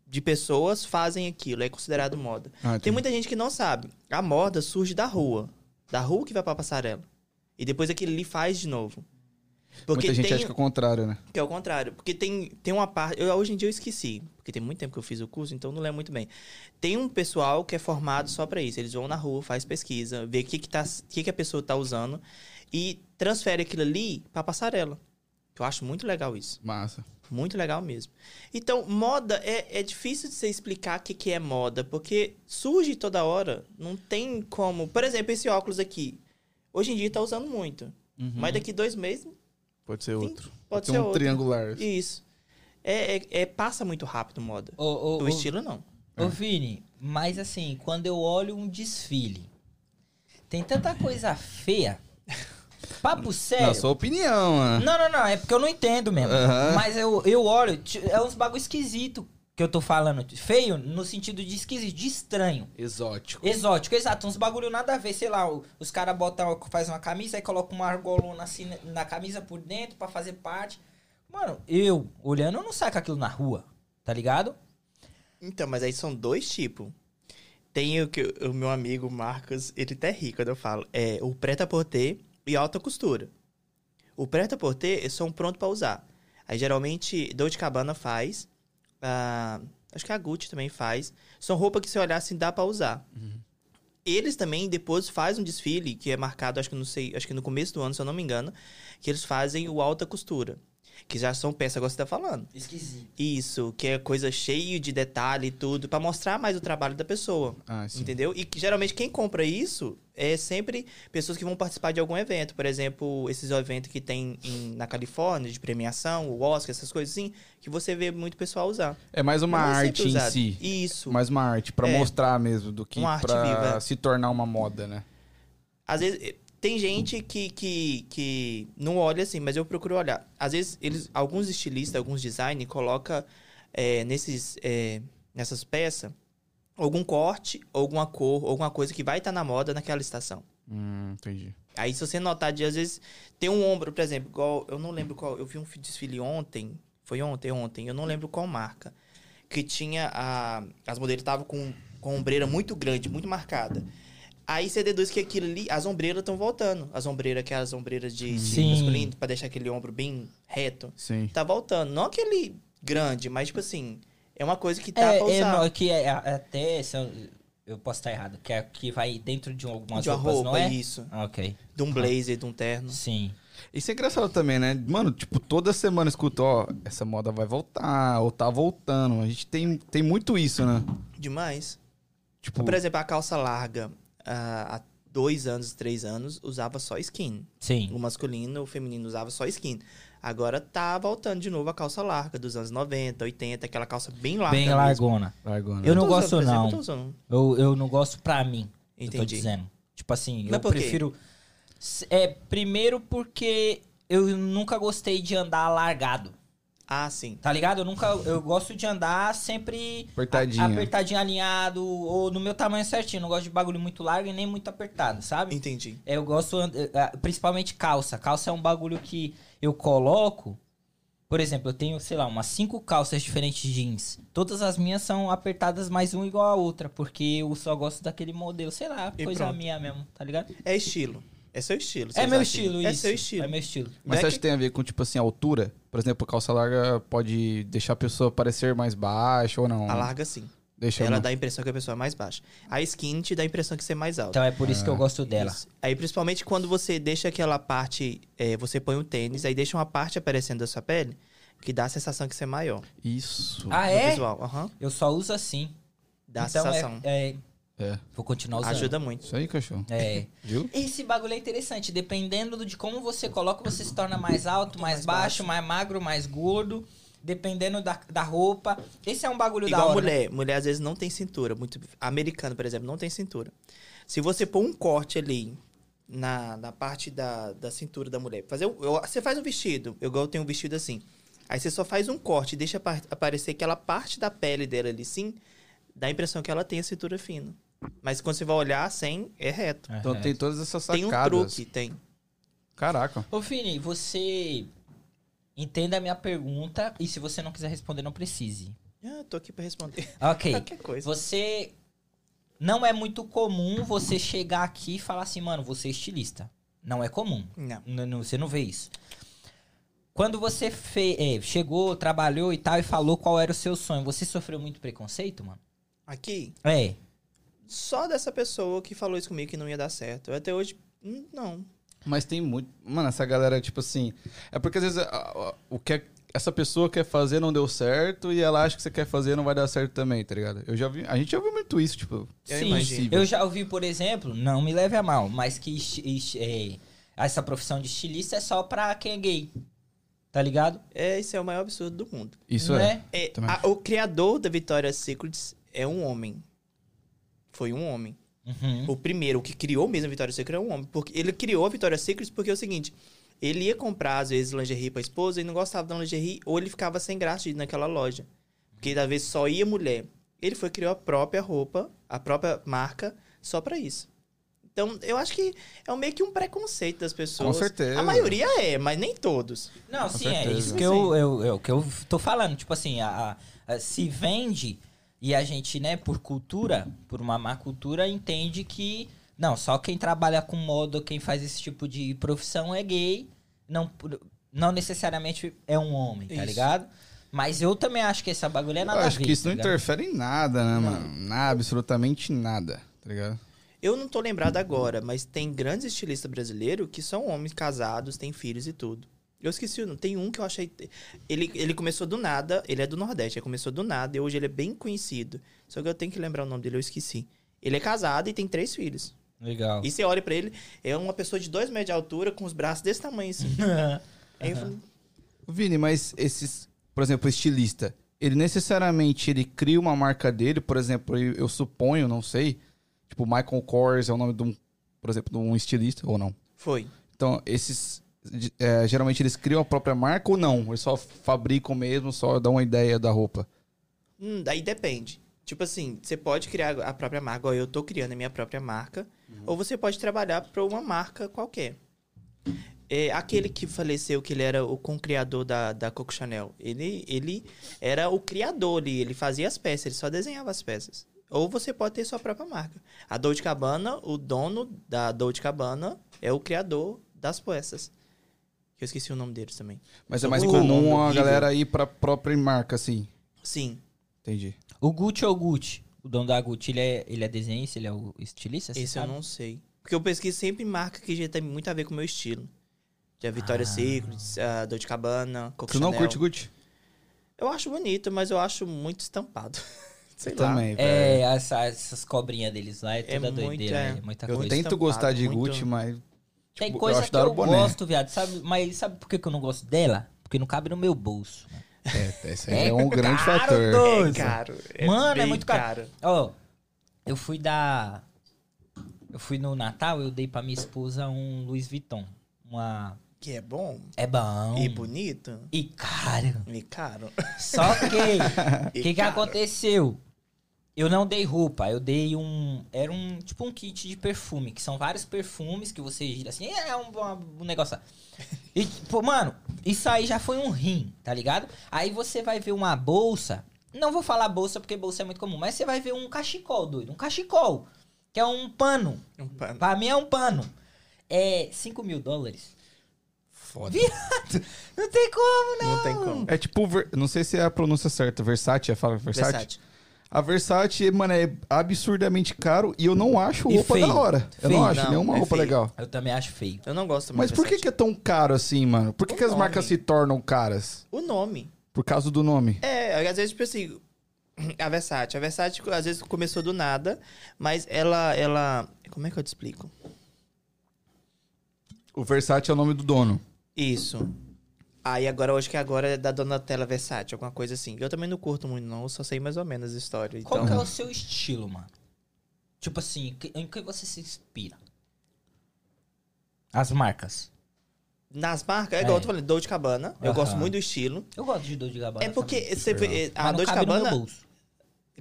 S3: de pessoas fazem aquilo. É considerado moda.
S1: Ah,
S3: Tem
S1: entendi.
S3: muita gente que não sabe. A moda surge da rua. Da rua que vai pra passarela. E depois aquilo ali faz de novo. Porque
S1: Muita gente
S3: tem...
S1: acha que é o contrário, né?
S3: Que é o contrário. Porque tem, tem uma parte. Eu, hoje em dia eu esqueci. Porque tem muito tempo que eu fiz o curso, então eu não lembro muito bem. Tem um pessoal que é formado só pra isso. Eles vão na rua, faz pesquisa, vê o que, que, tá, o que, que a pessoa tá usando e transfere aquilo ali pra passarela. Eu acho muito legal isso.
S1: Massa.
S3: Muito legal mesmo. Então, moda é, é difícil de você explicar o que, que é moda, porque surge toda hora. Não tem como. Por exemplo, esse óculos aqui. Hoje em dia tá usando muito. Mas daqui dois meses
S1: Pode ser outro.
S3: pode,
S1: Pode,
S3: ser
S1: ser um
S3: outro.
S1: triangular.
S3: Isso. É, é- é- passa muito rápido moda.
S2: Ô, ô,
S3: O
S2: ô,
S3: estilo né? não.
S2: Ô, Vini, mas assim, quando eu olho um desfile, tem tanta coisa feia. Papo sério.
S3: é.
S1: Na sua opinião, né?
S2: Não, não, não. É porque eu não entendo mesmo.
S1: Aham.
S2: Mas eu, eu olho, ti- é uns bagulho esquisito que eu tô falando. Feio no sentido de esquisito, de estranho.
S1: Exótico.
S2: Exótico, exato. Uns bagulho nada a ver. Sei lá, o- os caras botam, fazem uma camisa e colocam uma argolona assim na- na camisa por dentro pra fazer parte. Mano, eu, olhando, eu não saco aquilo na rua, tá ligado?
S3: Então, mas aí são dois tipos. Tem o que o meu amigo Marcos, ele até ri quando eu falo. É o preta-porter e a alta costura. O preta-porter são pronto pra usar. Aí geralmente Dolce Cabana faz. ah, acho que a Gucci também faz. São roupas que se olhar assim dá pra usar. Eles também depois fazem um desfile que é marcado, acho que não sei, acho que no começo do ano, se eu não me engano, que eles fazem o alta costura, que já são peças, agora você tá falando.
S2: Esquisito.
S3: Isso, que é coisa cheia de detalhe e tudo, pra mostrar mais o trabalho da pessoa.
S1: Ah, sim.
S3: Entendeu? E que, geralmente quem compra isso é sempre pessoas que vão participar de algum evento. Por exemplo, esses eventos que tem em- na Califórnia, de premiação, o Oscar, essas coisas assim, que você vê muito pessoal usar.
S1: É mais uma
S3: Não é sempre
S1: arte em
S3: usado.
S1: si.
S3: Isso.
S1: Mais uma arte, pra
S3: É.
S1: mostrar mesmo, do que
S3: Uma arte
S1: pra
S3: viva.
S1: se tornar uma moda, né?
S3: Às vezes, eh, tem gente que, que, que não olha assim, mas eu procuro olhar. Às vezes, eles, alguns estilistas, alguns design colocam nesses, eh, nessas peças algum corte, alguma cor, alguma coisa que vai estar na moda naquela estação.
S1: Hum, entendi.
S3: Aí se você notar de às vezes tem um ombro, por exemplo, igual eu não lembro qual, eu vi um desfile ontem, foi ontem, ontem, eu não lembro qual marca, que tinha a as modelos estavam com com ombreira muito grande, muito marcada. Aí você deduz que aquilo ali, as ombreiras estão voltando. As ombreiras, aquelas ombreiras de, de
S2: Sim.
S3: masculino, pra deixar aquele ombro bem reto.
S1: Sim.
S3: Tá voltando. Não aquele grande, mas tipo assim, é uma coisa que tá
S2: É,
S3: pra
S2: é,
S3: usar.
S2: não, que é, é até. se eu, eu posso estar errado. Que é que vai dentro de um, algumas
S3: de uma
S2: roupas,
S3: roupa,
S2: não é?
S3: isso.
S2: Ah, Ok.
S3: De um blazer, de um terno.
S2: Sim.
S1: Isso é engraçado também, né? Mano, tipo, toda semana eu escuto, ó, essa moda vai voltar, ou tá voltando. A gente tem, tem muito isso, né?
S3: Demais.
S1: Tipo,
S2: Hum.
S3: Por exemplo, a calça larga, ah, há dois anos, três anos, usava só skin.
S2: Sim.
S3: O masculino, o feminino usava só skin. Agora tá voltando de novo a calça larga dos anos 90, 80, aquela calça bem larga.
S2: Bem
S3: Uhum. Ah, tá mesmo.
S2: largona.
S1: largou, né?
S2: Eu não
S3: tô
S2: gosto,
S3: usando, por exemplo,
S2: não.
S3: eu tô usando.
S2: Eu, eu não gosto pra mim. Eu tô
S3: Entendi.
S2: dizendo. Tipo assim,
S3: Mas
S2: eu
S3: por quê?
S2: prefiro. S- É, primeiro porque eu nunca gostei de andar largado.
S3: Ah, sim.
S2: Tá ligado? Eu nunca. Eu gosto de andar sempre.
S1: Apertadinho.
S2: a- Apertadinho, alinhado. Ou no meu tamanho certinho. Não gosto de bagulho muito largo e nem muito apertado, sabe?
S3: Entendi.
S2: Eu gosto, and- eh, ah, principalmente calça. Calça é um bagulho que eu coloco. Por exemplo, eu tenho, sei lá, umas cinco calças diferentes de jeans. Todas as minhas são apertadas mais uma igual a outra, porque eu só gosto daquele modelo, sei lá,
S3: E
S2: coisa
S3: pronto.
S2: minha mesmo, tá ligado?
S3: É estilo. É seu estilo. você
S2: É
S3: usar
S2: meu
S3: assim.
S2: estilo,
S3: É
S2: isso.
S3: seu estilo.
S2: É meu estilo.
S1: Mas
S3: Não
S1: você
S3: é
S1: acha que tem a ver com, tipo assim, a altura? Por exemplo, calça larga pode deixar a pessoa parecer mais baixa ou não?
S3: A larga, sim.
S1: Deixa
S3: Ela
S1: não.
S3: dá a impressão que a pessoa é mais baixa. A skin te dá a impressão que você é mais alta.
S2: Então é por isso que eu gosto dela.
S3: Isso. Aí, principalmente quando você deixa aquela parte, é, você põe o tênis, aí deixa uma parte aparecendo da sua pele, que dá a sensação que você é maior.
S1: Isso.
S2: Ah,
S3: no
S2: é?
S3: visual. Aham.
S2: Eu só uso assim.
S3: Dá
S2: então
S3: a
S2: é-
S3: sensação.
S2: é,
S1: É.
S2: vou continuar usando.
S3: Ajuda muito.
S1: Isso aí, cachorro.
S2: É.
S1: Viu?
S2: Esse bagulho é interessante. Dependendo do- de como você coloca, você se torna mais alto, mais, baixo, mais magro, mais gordo. Dependendo da, da roupa. Esse é um bagulho da
S3: Igual
S2: hora. né?
S3: mulher. Mulher às vezes não tem cintura. Muito americano, por exemplo, não tem cintura. Se você pôr um corte ali na, na parte da, da cintura da mulher, fazer, um- eu- você faz um vestido. Eu, igual eu tenho um vestido assim. Aí você só faz um corte e deixa apa- aparecer aquela parte da pele dela ali, sim. Dá a impressão que ela tem a cintura fina. Mas quando você vai olhar, sem, é reto.
S1: Então tem todas essas
S3: Tem um
S1: sacadas.
S3: truque, tem.
S1: Caraca.
S2: Ô, Fini, você. Entenda a minha pergunta. E se você não quiser responder, não precise.
S3: Ah, tô aqui pra responder
S2: Ok.
S3: qualquer coisa.
S2: Você. Não é muito comum você chegar aqui e falar assim, mano, você é estilista. Não é comum.
S3: Não.
S2: N- não- você não vê isso. Quando você fe- é, chegou, trabalhou e tal, e falou qual era o seu sonho, você sofreu muito preconceito, mano?
S3: Aqui,
S2: É.
S3: só dessa pessoa que falou isso comigo que não ia dar certo. Eu até hoje, hum, não.
S1: Mas tem muito. Mano, essa galera, tipo assim. É porque às vezes a- a- o que a- essa pessoa quer fazer não deu certo e ela acha que você quer fazer não vai dar certo também, tá ligado? Eu já vi. A gente já viu muito isso, tipo.
S3: Eu
S2: Sim,
S3: imagino.
S2: eu já ouvi, por exemplo, não me leve a mal, mas que esti- esti- é, essa profissão de estilista é só pra quem é gay. Tá ligado?
S3: É, isso é o maior absurdo do mundo.
S1: Isso é.
S2: né?
S3: É,
S1: Também.
S3: a- o criador da Vitória Secrets é um homem. Foi um homem.
S2: é. Uhum.
S1: Hum?
S3: O primeiro, o que criou mesmo a Vitória Secrets é um homem. Porque ele criou a Vitória Secrets porque é o seguinte: ele ia comprar, às vezes, lingerie pra esposa e não gostava da lingerie, ou ele ficava sem graça de ir naquela loja. Porque às vezes só ia mulher. Ele foi criou a própria roupa, a própria marca, só pra isso. Então, eu acho que é um- meio que um preconceito das pessoas.
S1: certeza.
S3: A maioria é, mas nem todos.
S2: Não,
S1: Com
S2: sim, é
S1: certeza.
S2: isso que eu, eu, eu- que eu tô falando. Tipo assim, a, a- a- se vende e a gente, né, por cultura, por uma má cultura, entende que. Não, só quem trabalha com moda, quem faz esse tipo de profissão é gay. Não, por- não necessariamente é um homem, tá
S3: Isso.
S2: ligado? Mas eu também acho que essa bagulho é
S1: Eu
S2: nada a
S1: acho
S2: ver,
S1: que isso
S2: tá
S1: não
S2: ligado?
S1: interfere em nada, né, mano? Nada, absolutamente nada, tá ligado?
S3: Eu não tô lembrado agora, mas tem grandes estilistas brasileiros que são homens casados, têm filhos e tudo. Eu esqueci, o nome. tem um que eu achei. Ele, ele começou do nada, ele é do Nordeste, ele começou do nada e hoje ele é bem conhecido. Só que eu tenho que lembrar o nome dele, eu esqueci. Ele é casado e tem três filhos.
S2: Legal.
S3: E você olha pra ele, é uma pessoa de dois metros de altura, com os braços desse tamanho assim. Aí eu falei,
S1: Vini, mas esses, por exemplo, o estilista, ele necessariamente ele cria uma marca dele, por exemplo, eu, eu suponho, não sei, tipo Michael Kors é o nome de um, por exemplo, de um estilista ou não.
S3: foi.
S1: Então, esses de- é, geralmente eles criam a própria marca ou não? Eles só fabricam mesmo, só dão uma ideia da roupa.
S3: Hum, daí depende. Tipo assim, você pode criar a própria marca, ou eu tô criando a minha própria marca, ou você pode trabalhar para uma marca qualquer. É, aquele que faleceu, que ele era o co-criador da, da Coco Chanel, ele, ele era o criador ali, ele fazia as peças, ele só desenhava as peças. Ou você pode ter sua própria marca. A Dolce Cabana, o dono da Dolce Cabana é o criador das peças. Eu esqueci o nome deles também.
S1: Mas é
S3: Só
S1: mais
S3: Então, o-
S1: comum
S3: o
S1: a
S3: nível.
S1: galera ir pra própria marca, assim.
S3: Sim.
S1: Entendi.
S2: O Gucci ou Gucci? O dono da Gucci, ele é, ele é desenhista, ele é o estilista? você
S3: Esse
S2: sabe?
S3: eu não sei. Porque eu pesquiso sempre marca que já tem muito a ver com o meu estilo. Já Vitória
S2: Ah.
S3: Secrets, a Dolce Cabana, Coco
S1: Tu não
S3: Chanel.
S1: curte Gucci?
S3: Eu acho bonito, mas eu acho muito estampado. Sei
S1: Eu
S3: lá.
S1: Também, velho.
S2: É, essa- essas cobrinhas deles lá é
S3: É
S2: toda
S3: muito,
S2: doideira,
S3: é.
S2: é muita
S1: Eu
S2: coisa.
S3: muito
S1: tento gostar de
S3: estampado,
S1: Gucci,
S3: muito-
S1: mas.
S2: Tem
S1: tipo, eu
S2: coisa
S1: acho
S2: que
S1: da hora
S2: eu
S1: o boné.
S2: gosto, viado, sabe? Mas sabe por que, que eu não gosto dela? Porque não cabe no meu bolso. né?
S1: É, esse aí é um grande
S2: caro,
S1: fator.
S2: doido.
S3: É caro.
S2: Mano, é
S3: bem
S2: muito caro. Ó, eu fui dar. Eu fui no Natal, eu dei pra minha esposa um Louis Vuitton. Uma.
S3: Que é bom
S2: É bom.
S3: e bonito
S2: E caro.
S3: e caro.
S2: Só que.
S3: E
S2: O que, que
S3: caro.
S2: aconteceu? Eu não dei roupa, eu dei um. Era um tipo um kit de perfume, que são vários perfumes que você gira assim, é um, um negócio. lá. E, pô, mano, isso aí já foi um rim, tá ligado? Aí você vai ver uma bolsa. Não vou falar bolsa porque bolsa é muito comum, mas você vai ver um cachecol, doido. Um cachecol. Que é um pano.
S3: Um pano.
S2: Pra mim é um pano. É 5 mil dólares.
S1: É Foda.
S2: Viado! Não tem como,
S3: Não, tem como.
S1: É tipo, ver- não sei se é a pronúncia certa, Versace, fala Versace.
S3: Versátil.
S1: A Versace, mano, é absurdamente caro e eu não acho
S2: E
S1: roupa
S2: feio.
S1: da hora. Eu
S2: Feio.
S1: não acho
S3: Não,
S1: nenhuma
S3: é
S1: roupa
S3: feio.
S1: legal.
S2: Eu também acho feio.
S3: Eu não gosto muito
S1: Mas por que,
S3: Versátil.
S1: que é tão caro assim, mano? Por que,
S3: O
S1: que as
S3: nome.
S1: marcas se tornam caras?
S3: O nome.
S1: Por causa do nome.
S3: É, às vezes, tipo assim, a Versátil. A Versátil, às vezes, começou do nada, mas ela, ela... Como é que eu te explico?
S1: O Versace é o nome do dono.
S3: Isso. Aí agora, hoje que agora é da Donatella Versace, alguma coisa assim. Eu também não curto muito, não. Eu só sei mais ou menos a história.
S2: Qual
S3: Então,
S2: que é o seu estilo, mano? Tipo assim, que- em que você se inspira? As marcas.
S3: nas marcas, é igual
S2: É.
S3: eu tô falando, Dolce Cabana. Eu
S2: Aham.
S3: gosto muito do estilo.
S2: Eu gosto de Dolce Gabbana.
S3: É porque
S2: também.
S3: você vê,
S2: Mas
S3: a
S2: não
S3: Dolce
S2: cabe no meu
S3: Cabana...
S2: bolso.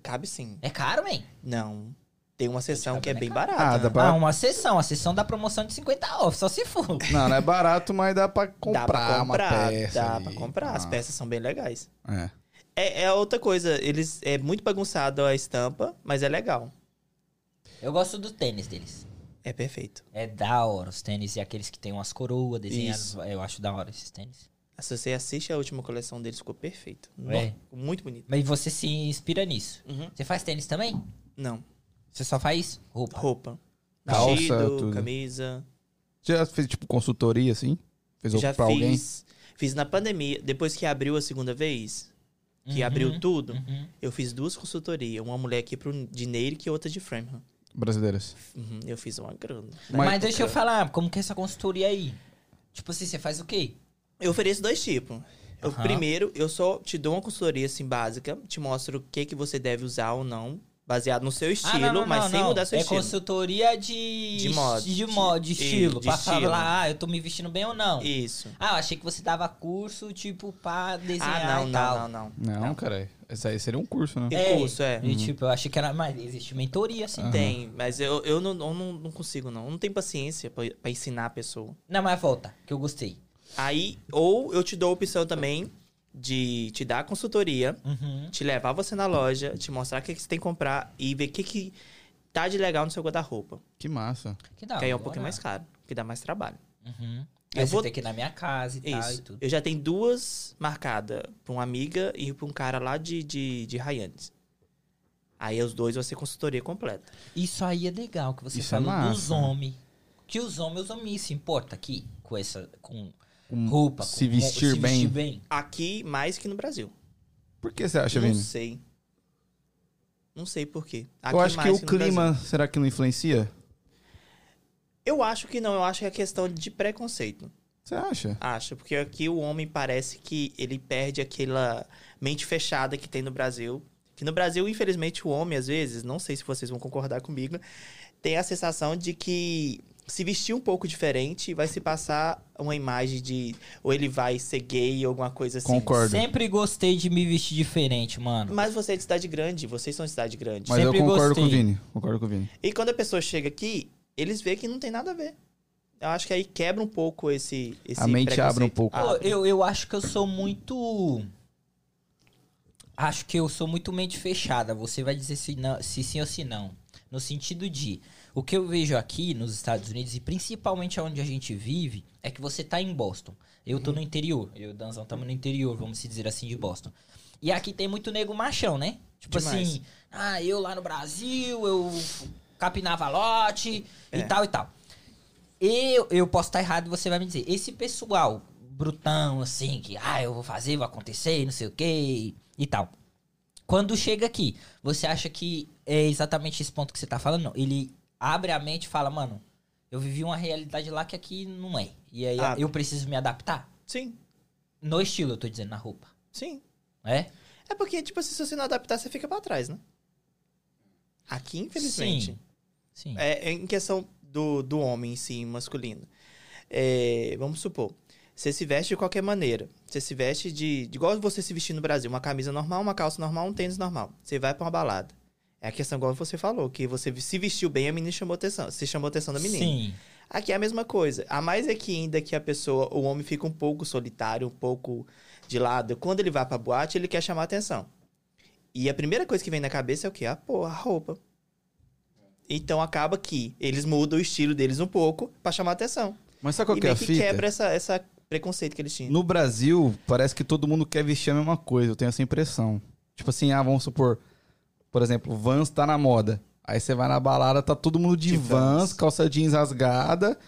S3: Cabe sim.
S2: É caro, man.
S3: Não. Tem uma seção que é
S2: Cabana
S3: bem
S2: é caro.
S1: Ah,
S3: barata.
S1: dá
S3: né?
S1: pra...
S2: Ah, uma sessão. A sessão da promoção de 50 off, só se for.
S1: Não, não é barato, mas dá pra comprar,
S3: Dá pra
S1: uma
S3: comprar.
S1: peça.
S3: Dá
S1: ali.
S3: pra comprar. As
S1: Ah,
S3: peças são bem legais.
S1: É.
S3: É, é outra coisa. Eles... É muito bagunçado a estampa, mas é legal.
S2: Eu gosto do tênis deles.
S3: É perfeito.
S2: É da hora os tênis e aqueles que tem umas coroas desenhadas.
S3: Isso.
S2: Eu acho da hora esses tênis.
S3: Ah, Se você assiste a última coleção deles, ficou perfeito.
S2: É.
S3: No- Muito bonito.
S2: Mas você se inspira nisso.
S3: Uhum.
S2: Você faz tênis também?
S3: Não.
S2: Você só faz roupa?
S3: Roupa.
S1: Calça,
S3: Vestido,
S1: tudo.
S3: camisa.
S1: Já fez, tipo, consultoria, assim? Fez
S3: já
S1: roupa pra alguém?
S3: fiz. Fiz na pandemia, depois que abriu a segunda vez, que
S2: Uhum,
S3: abriu tudo,
S2: uhum.
S3: eu fiz duas consultorias. Uma mulher aqui pro de Neire e outra de Framingham.
S1: Brasileiras.
S3: Uhum, eu fiz uma grana.
S1: Mas-
S2: Mas, deixa eu falar, como que é essa consultoria aí? Tipo assim, você faz o quê?
S3: Eu ofereço dois tipos. Eu,
S2: Aham.
S3: primeiro, eu só te dou uma consultoria assim básica, te mostro o que, que você deve usar ou não, baseado no
S2: Ah,
S3: seu estilo, mas sem mudar seu
S2: é
S3: estilo.
S2: consultoria de...
S3: De moda.
S2: De, moda, de
S3: De-
S2: estilo.
S3: de
S2: pra
S3: estilo.
S2: falar, ah, eu tô me vestindo bem ou não.
S3: Isso.
S2: Ah, eu achei que você dava curso, tipo, pra desenhar
S3: ah, não,
S2: e
S3: não,
S2: tal.
S3: não, não.
S1: Não, cara. Isso aí seria um curso, né?
S3: Tem
S2: É.
S3: curso, é.
S2: E, tipo, eu achei que era... Mas existe mentoria, assim.
S3: Tem, mas eu, eu, não, eu não, não consigo, não. Eu não tenho paciência pra, pra ensinar a pessoa.
S2: Não, mas volta, que eu gostei.
S3: Aí, ou eu te dou a opção também de te dar a consultoria,
S2: Uhum.
S3: te levar você na loja, te mostrar o que, que você tem que comprar e ver o que, que tá de legal no seu guarda-roupa.
S1: Que massa.
S2: Que da
S3: que aí é um
S2: hora.
S3: pouquinho mais caro, que dá mais trabalho.
S2: Uhum.
S3: Eu
S2: Aí você
S3: vou-
S2: tem que ir na minha casa Tá, e tal e
S3: Isso.
S2: tudo.
S3: Eu já tenho duas marcadas pra uma amiga e pra um cara lá de, de, de Hyannis. Aí os dois vai ser consultoria completa.
S2: Isso aí é legal que você
S1: Isso é
S2: falou
S1: massa.
S2: dos homens. Que os homens, os homens se importa aqui com essa com
S3: Hum,
S1: Com
S2: roupa,
S1: se
S2: com-
S1: vestir
S2: se
S1: bem.
S2: vestir bem.
S3: Aqui mais que no Brasil.
S1: Por que você acha,
S3: não
S1: Vini?
S3: sei. Não sei por quê.
S1: Eu
S3: Aqui
S1: acho que
S3: mais
S1: o
S3: no Brasil.
S1: clima, será que não influencia?
S3: Eu acho que não, eu acho que é questão de preconceito.
S1: Você acha?
S3: Acho, porque aqui o homem parece que ele perde aquela mente fechada que tem no Brasil. Que no Brasil, infelizmente, o homem, às vezes, não sei se vocês vão concordar comigo, tem a sensação de que se vestir um pouco diferente vai se passar uma imagem de. Ou ele vai ser gay ou alguma coisa assim.
S1: Concordo.
S2: Sempre gostei de me vestir diferente, mano.
S3: Mas você é de cidade grande, vocês são de cidade grande.
S1: Mas eu
S2: sempre
S1: concordo
S2: gostei.
S1: com o Vini. Concordo com o Vini.
S3: E quando a pessoa chega aqui, eles veem que não tem nada a ver. Eu acho que aí quebra um pouco esse. esse
S1: A mente abre um
S3: preconceito.
S1: pouco.
S2: Pô, eu, eu acho que eu sou muito. Acho que eu sou muito mente fechada. Você vai dizer se, não, se sim ou se não. No sentido de. O que eu vejo aqui nos Estados Unidos, e principalmente onde a gente vive, é que você tá em Boston. Eu
S3: Uhum.
S2: tô no interior. Eu e o Danzão estamos no interior, vamos se dizer assim, de Boston. E aqui tem muito nego machão, né? Tipo
S3: Demais.
S2: assim, ah, eu lá no Brasil, eu capinava lote e
S3: É.
S2: tal e tal. Eu, eu posso estar errado e você vai me dizer. Esse pessoal brutão, assim, que ah, eu vou fazer, vai acontecer, não sei o que e tal. Quando chega aqui, você acha que é exatamente esse ponto que você tá falando? Não. Ele abre a mente e fala, mano, eu vivi uma realidade lá que aqui não é. E aí
S3: Ah.
S2: eu preciso me adaptar?
S3: Sim,
S2: No estilo, eu tô dizendo, na roupa.
S3: sim.
S2: É?
S3: É porque, tipo, se você não adaptar, você fica pra trás, né? Aqui, infelizmente.
S2: Sim. Sim.
S3: É, em questão do, do homem em si, masculino. É, vamos supor, você se veste de qualquer maneira. Você se veste de, de- Igual você se vestir no Brasil. Uma camisa normal, uma calça normal, um tênis normal. Você vai pra uma balada. É a questão igual você falou, que você se vestiu bem, a menina chamou atenção. Você chamou atenção da menina.
S2: Sim.
S3: Aqui é a mesma coisa. A mais é que ainda que a pessoa, o homem fica um pouco solitário, um pouco de lado. Quando ele vai pra boate, ele quer chamar atenção. E a primeira coisa que vem na cabeça é o quê? Ah, pô, a roupa. Então acaba que eles mudam o estilo deles um pouco pra chamar atenção.
S1: Mas sabe qual
S3: e
S1: que é
S3: meio
S1: a
S3: que
S1: fita?
S3: quebra essa, essa preconceito que eles tinham.
S1: No Brasil, parece que todo mundo quer vestir a mesma coisa, eu tenho essa impressão. Tipo assim, ah, vamos supor, por exemplo, Vans tá na moda. Aí você vai na balada, tá todo mundo de,
S3: De
S1: Vans,
S3: Vans.
S1: calça jeans rasgada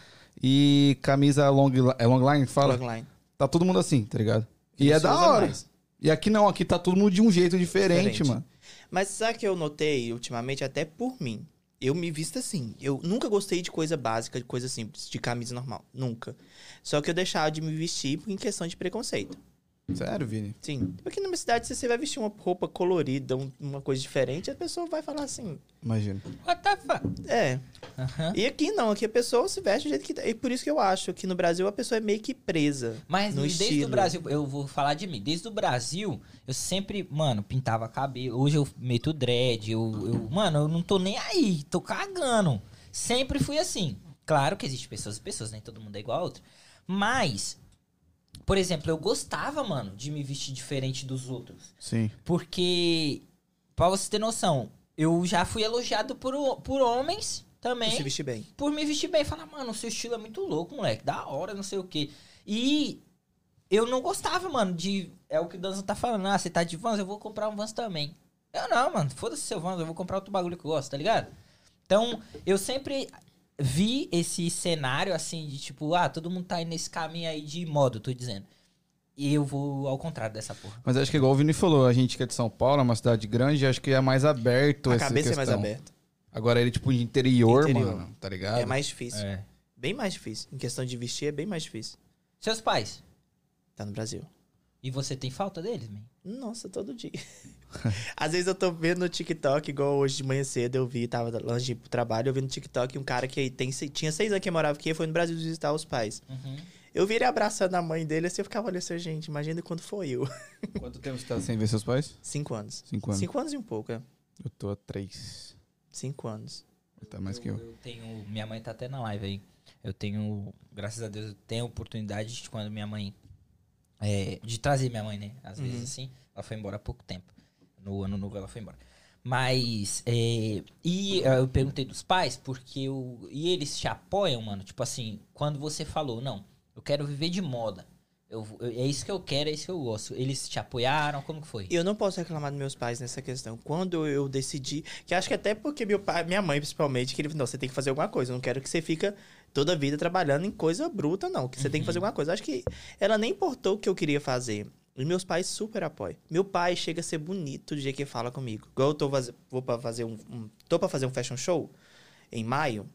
S1: e camisa long, li- é long line, que fala?
S3: Online.
S1: Tá todo mundo assim, tá ligado? E
S3: Não
S1: é
S3: se
S1: da
S3: usa
S1: hora.
S3: mais.
S1: E aqui não, aqui tá todo mundo de um jeito diferente,
S3: Diferente.
S1: mano.
S3: Mas sabe o que eu notei ultimamente, até por mim? Eu me visto assim. Eu nunca gostei de coisa básica, de coisa simples, de camisa normal. Nunca. Só que eu deixava de me vestir em questão de preconceito.
S1: Sério, Vini?
S3: Sim. Porque numa cidade, se você vai vestir uma roupa colorida, um- uma coisa diferente, a pessoa vai falar assim.
S1: Imagina.
S2: What the fuck?
S3: É.
S2: Aham.
S3: E aqui não, aqui a pessoa se veste do jeito que. tá. E por isso que eu acho que no Brasil a pessoa é meio que presa.
S2: Mas
S3: no
S2: desde
S3: estilo.
S2: o Brasil, eu vou falar de mim. Desde o Brasil, eu sempre, mano, pintava cabelo. Hoje eu meto dread. Eu, eu- mano, eu não tô nem aí. Tô cagando. Sempre fui assim. Claro que existe pessoas e pessoas, nem todo mundo é igual a outro. Mas, por exemplo, eu gostava, mano, de me vestir diferente dos outros.
S1: Sim.
S2: Porque, pra você ter noção, eu já fui elogiado por, o- por homens também
S3: E se vestir bem.
S2: por me vestir bem. Falar, mano, seu estilo é muito louco, moleque. Da hora, não sei o quê. E eu não gostava, mano, de. É o que o Danza tá falando. Ah, você tá de Vans, eu vou comprar um Vans também. Eu não, mano. Foda-se seu Vans, eu vou comprar outro bagulho que eu gosto, tá ligado? Então, eu sempre vi esse cenário assim de tipo, ah, todo mundo tá aí nesse caminho aí de moda, eu tô dizendo. E eu vou ao contrário dessa porra.
S1: Mas acho que igual o Vini falou, a gente que é de São Paulo, é uma cidade grande, acho que é mais aberto
S3: a
S1: essa
S3: cabeça é mais
S1: questão.
S3: aberta.
S1: Agora ele, tipo, de interior,
S3: Interior.
S1: mano, tá ligado?
S3: É mais difícil.
S2: É.
S3: Bem mais difícil. Em questão de vestir, é bem mais difícil.
S2: Seus pais.
S3: Tá no Brasil.
S2: E você tem falta deles, man?
S3: Nossa, todo dia. Às vezes eu tô vendo no TikTok, igual hoje de manhã cedo eu vi, tava longe de ir pro trabalho, eu vi no TikTok um cara que tem, se- tinha seis anos que morava aqui, foi no Brasil visitar os pais. Eu vi ele abraçando a mãe dele, assim, eu ficava olhando assim, gente, imagina quando foi eu.
S1: Quanto tempo você tá sem ver seus pais?
S3: Cinco anos.
S1: Cinco anos.
S3: Cinco anos e um pouco, é.
S1: Eu tô a três.
S3: Cinco anos.
S1: Tá mais que eu.
S2: tenho. Minha mãe tá até na live aí. Eu tenho. Graças a Deus, eu tenho a oportunidade de quando minha mãe. é, de trazer minha mãe, né? Às vezes
S3: Uhum.
S2: assim. Ela foi embora há pouco tempo. No ano novo ela foi embora. Mas. é, e é, eu perguntei dos pais, porque eu. E eles te apoiam, mano. Tipo assim, quando você falou, não, eu quero viver de moda. Eu, eu- é isso que eu quero, é isso que eu gosto. Eles te apoiaram, como que foi?
S3: Eu não posso reclamar dos meus pais nessa questão. Quando eu decidi, que acho que até porque meu pai, minha mãe principalmente, que ele falou, não, você tem que fazer alguma coisa, eu não quero que você fica toda a vida trabalhando em coisa bruta não, que você tem que
S1: Uhum.
S3: fazer alguma coisa. Acho que ela nem importou o que eu queria fazer. Os meus pais super apoiam. Meu pai chega a ser bonito do jeito que ele fala comigo. Igual eu tô faz- vou para fazer um, um tô para fazer um fashion show em maio.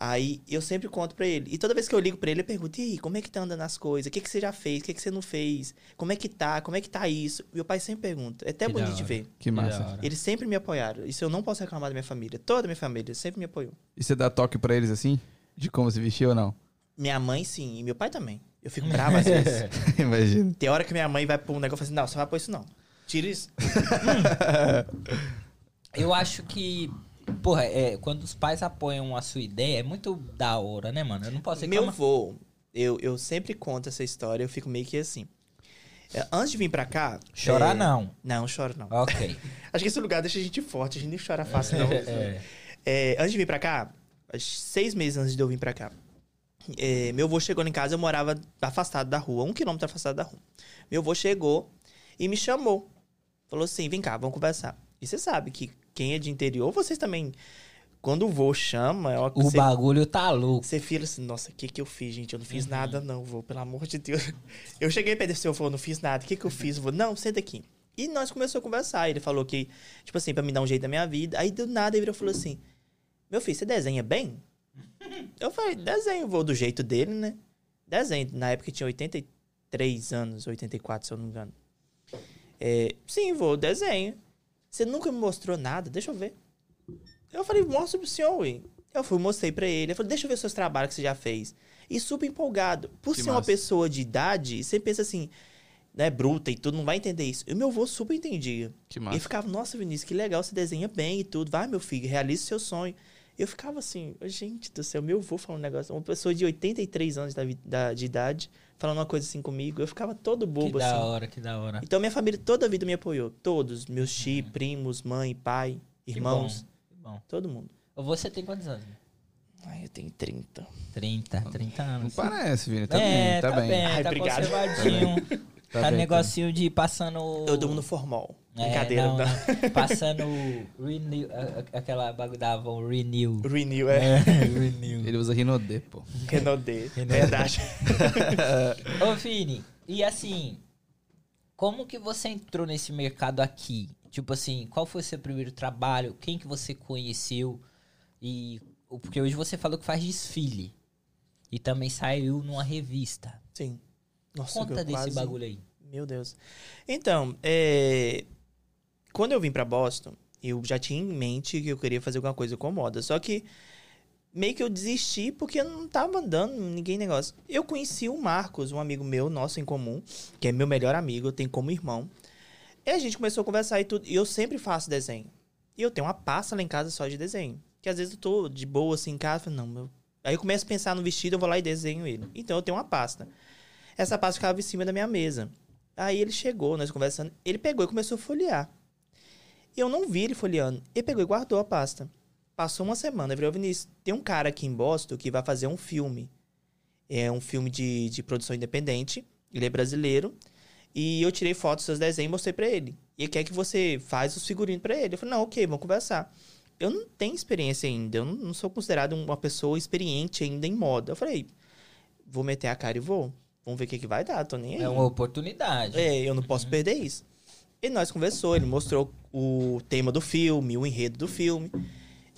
S3: Aí eu sempre conto pra ele. E toda vez que eu ligo pra ele, eu pergunto: e aí, como é que tá andando as coisas? O que, que você já fez? O que, que você não fez? Como é que tá? Como é que tá isso? Meu pai sempre pergunta. É até
S2: Que da
S3: bonito de
S2: hora.
S3: ver.
S1: Que massa.
S3: Eles sempre me apoiaram. Isso eu não posso reclamar da minha família. Toda a minha família sempre me apoiou.
S1: E você dá toque pra eles assim? De como se vestir ou não?
S3: Minha mãe, sim, e meu pai também. Eu fico brava às vezes.
S1: Imagina.
S3: Tem hora que minha mãe vai pra um negócio e fala assim: não, você não vai pôr isso não. Tira isso.
S2: Eu acho que. Porra, é, quando os pais apoiam a sua ideia, é muito da hora, né, mano? Eu não posso
S3: Meu
S2: reclamar.
S3: vô, eu, eu sempre conto essa história, eu fico meio que assim. É, Antes de vir pra cá.
S2: Chorar
S3: é,
S2: não.
S3: Não, choro não.
S2: Ok.
S3: Acho que esse lugar deixa a gente forte, a gente nem chora fácil, não. Então, É, antes de vir pra cá, acho que seis meses antes de eu vir pra cá, é, meu avô chegou lá em casa, eu morava afastado da rua, um quilômetro afastado da rua. Meu avô chegou e me chamou. Falou assim, vem cá, vamos conversar. E você sabe que quem é de interior, vocês também... Quando o vô chama, é uma
S2: O
S3: você-
S2: bagulho tá louco.
S3: você fica assim, nossa, o que que eu fiz, gente? Eu não fiz nada, não, vô, pelo amor de Deus. Eu cheguei perto desse seu vô, não fiz nada, o que que eu fiz, vô? Não, senta aqui. E nós começamos a conversar, ele falou que, tipo assim, pra me dar um jeito da minha vida. Aí do nada ele virou e falou assim, meu filho, você desenha bem? Eu falei, desenho, vô, do jeito dele, né? Desenho, na época eu tinha 83 anos, 84, se eu não me engano. É, sim, vô, desenho. Você nunca me mostrou nada, deixa eu ver. Eu falei, mostra pro senhor, ué. Eu fui, mostrei pra ele. Ele falou, deixa eu ver os seus trabalhos que você já fez. E super empolgado. Por
S1: Que
S3: ser uma
S1: massa.
S3: pessoa de idade, você pensa assim, né, bruta e tudo, não vai entender isso. E meu avô super entendia.
S1: Que
S3: Ele ficava, nossa, Vinícius, que legal, você desenha bem e tudo. Vai, meu filho, realize seu sonho. Eu ficava assim, gente do céu, meu avô falando um negócio. Uma pessoa de 83 anos da vi- da- de idade falando uma coisa assim comigo. Eu ficava todo
S2: Que
S3: bobo, assim.
S2: da hora, que da hora.
S3: Então minha família toda a vida me apoiou. Todos. Meus tios, primos, mãe, pai, irmãos.
S2: Uhum. Que bom, que bom.
S3: Todo mundo.
S2: Você tem quantos anos?
S3: Ai, eu tenho 30.
S2: 30, 30
S1: Não
S2: anos.
S1: parece, Vini. Tá
S2: é,
S1: bem, assim? tá, bem.
S3: Ai,
S2: tá
S3: obrigado.
S2: conservadinho.
S1: Tá
S2: Tá,
S1: bem,
S2: negocinho de ir passando.
S3: Eu durmo no formal.
S2: É,
S3: Brincadeira. tá?
S2: não,
S3: Não,
S2: não. Passando o renew, a- a- aquela bagulho da Avon Renew.
S3: Renew, é.
S2: renew.
S1: Ele usa Rinodê, pô.
S3: Renaudê.
S2: Renaudê.
S3: Verdade.
S2: Ô, Vini, e assim, como que você entrou nesse mercado aqui? Tipo assim, qual foi o seu primeiro trabalho? Quem que você conheceu? E porque hoje você falou que faz desfile e também saiu numa revista.
S3: Sim. Nossa, que
S2: Conta
S3: eu
S2: desse
S3: quase-
S2: bagulho aí.
S3: Meu Deus. Então, é, quando eu vim pra Boston, eu já tinha em mente que eu queria fazer alguma coisa com moda. Só que meio que eu desisti porque eu não tava andando ninguém negócio. Eu conheci o Marcos, um amigo meu, nosso em comum, que é meu melhor amigo, eu tenho como irmão. E a gente começou a conversar e tudo. E eu sempre faço desenho. E eu tenho uma pasta lá em casa só de desenho. Que às vezes eu tô de boa assim em casa, falo, não, meu. Aí eu começo a pensar no vestido, eu vou lá e desenho ele. Então eu tenho uma pasta. Essa pasta ficava em cima da minha mesa. Aí ele chegou, nós conversando, ele pegou e começou a folhear. E eu não vi ele folheando. Ele pegou e guardou a pasta. Passou uma semana, virou Vinícius. Tem um cara aqui em Boston que vai fazer um filme. É um filme de, de produção independente. Ele é brasileiro. E eu tirei fotos dos seus desenhos e mostrei pra ele. E ele quer que você faz os figurinos pra ele. Eu falei, não, ok, vamos conversar. Eu não tenho experiência ainda. Eu não- não sou considerado uma pessoa experiente ainda em moda. Eu falei, vou meter a cara e vou. Vamos ver o que, que vai dar, tô nem aí.
S2: É uma oportunidade.
S3: É, eu não posso perder isso. E nós conversou, ele mostrou o tema do filme, o enredo do filme.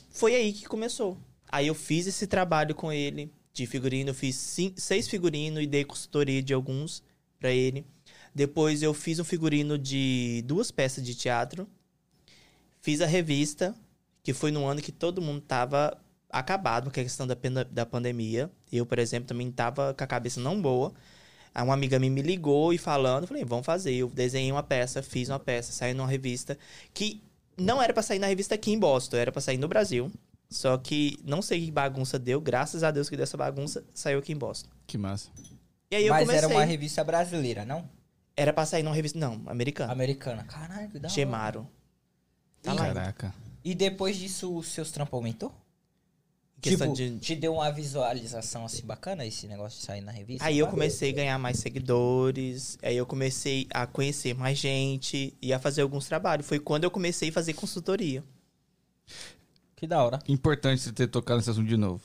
S3: Foi aí que começou. Aí eu fiz esse trabalho com ele de figurino, eu fiz cin- seis figurinos e dei consultoria de alguns pra ele. Depois eu fiz um figurino de duas peças de teatro. Fiz a revista, que foi no ano que todo mundo tava acabado com a questão da, pena- da pandemia. Eu, por exemplo, também tava com a cabeça não boa. Aí uma amiga minha me ligou e falando, eu falei, vamos fazer. Eu desenhei uma peça, fiz uma peça, saiu numa revista que não era pra sair na revista aqui em Boston, era pra sair no Brasil. Só que não sei que bagunça deu, graças a Deus que dessa bagunça saiu aqui em Boston.
S1: Que massa.
S3: E aí eu
S2: Mas
S3: comecei.
S2: era uma revista brasileira, não?
S3: Era pra sair numa revista, não, americana.
S2: Americana. Caralho, que da hora.
S3: Gemaro. Tá lá ainda.
S1: Caraca.
S2: E depois disso, os seus trampos aumentou?
S3: Questão
S2: Tipo,
S3: de-
S2: te deu uma visualização assim bacana esse negócio de sair na revista?
S3: Aí eu
S2: pá?
S3: comecei a ganhar mais seguidores, aí eu comecei a conhecer mais gente e a fazer alguns trabalhos. Foi quando eu comecei a fazer consultoria.
S2: Que da hora.
S1: Importante você ter tocado nesse assunto de novo.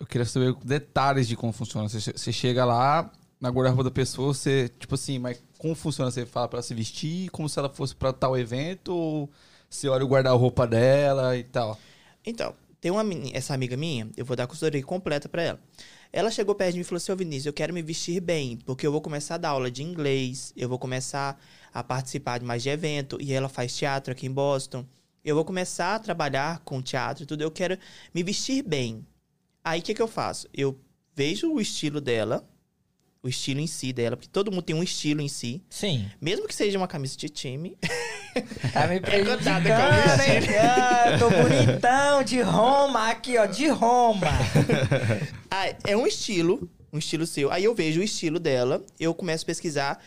S1: Eu queria saber detalhes de como funciona. Você, che- você chega lá, na guarda-roupa da pessoa, você, tipo assim, mas como funciona? Você fala pra ela se vestir, como se ela fosse pra tal evento, ou você olha o guarda-roupa dela e tal.
S3: Então, tem uma meni- essa amiga minha, eu vou dar a consultoria completa pra ela. Ela chegou perto de mim e falou assim, ô Vinícius, eu quero me vestir bem, porque eu vou começar a dar aula de inglês, eu vou começar a participar de mais de evento, e ela faz teatro aqui em Boston. Eu vou começar a trabalhar com teatro e tudo, eu quero me vestir bem. Aí o que, que eu faço? Eu vejo o estilo dela, o estilo em si dela, porque todo mundo tem um estilo em si.
S2: Sim.
S3: Mesmo que seja uma camisa de time,
S2: Tá me prejudicando,
S3: contado com
S2: hein? Ah, eu tô bonitão, de Roma aqui, ó, de Roma.
S3: Ah, é um estilo, um estilo seu. Aí eu vejo o estilo dela, eu começo a pesquisar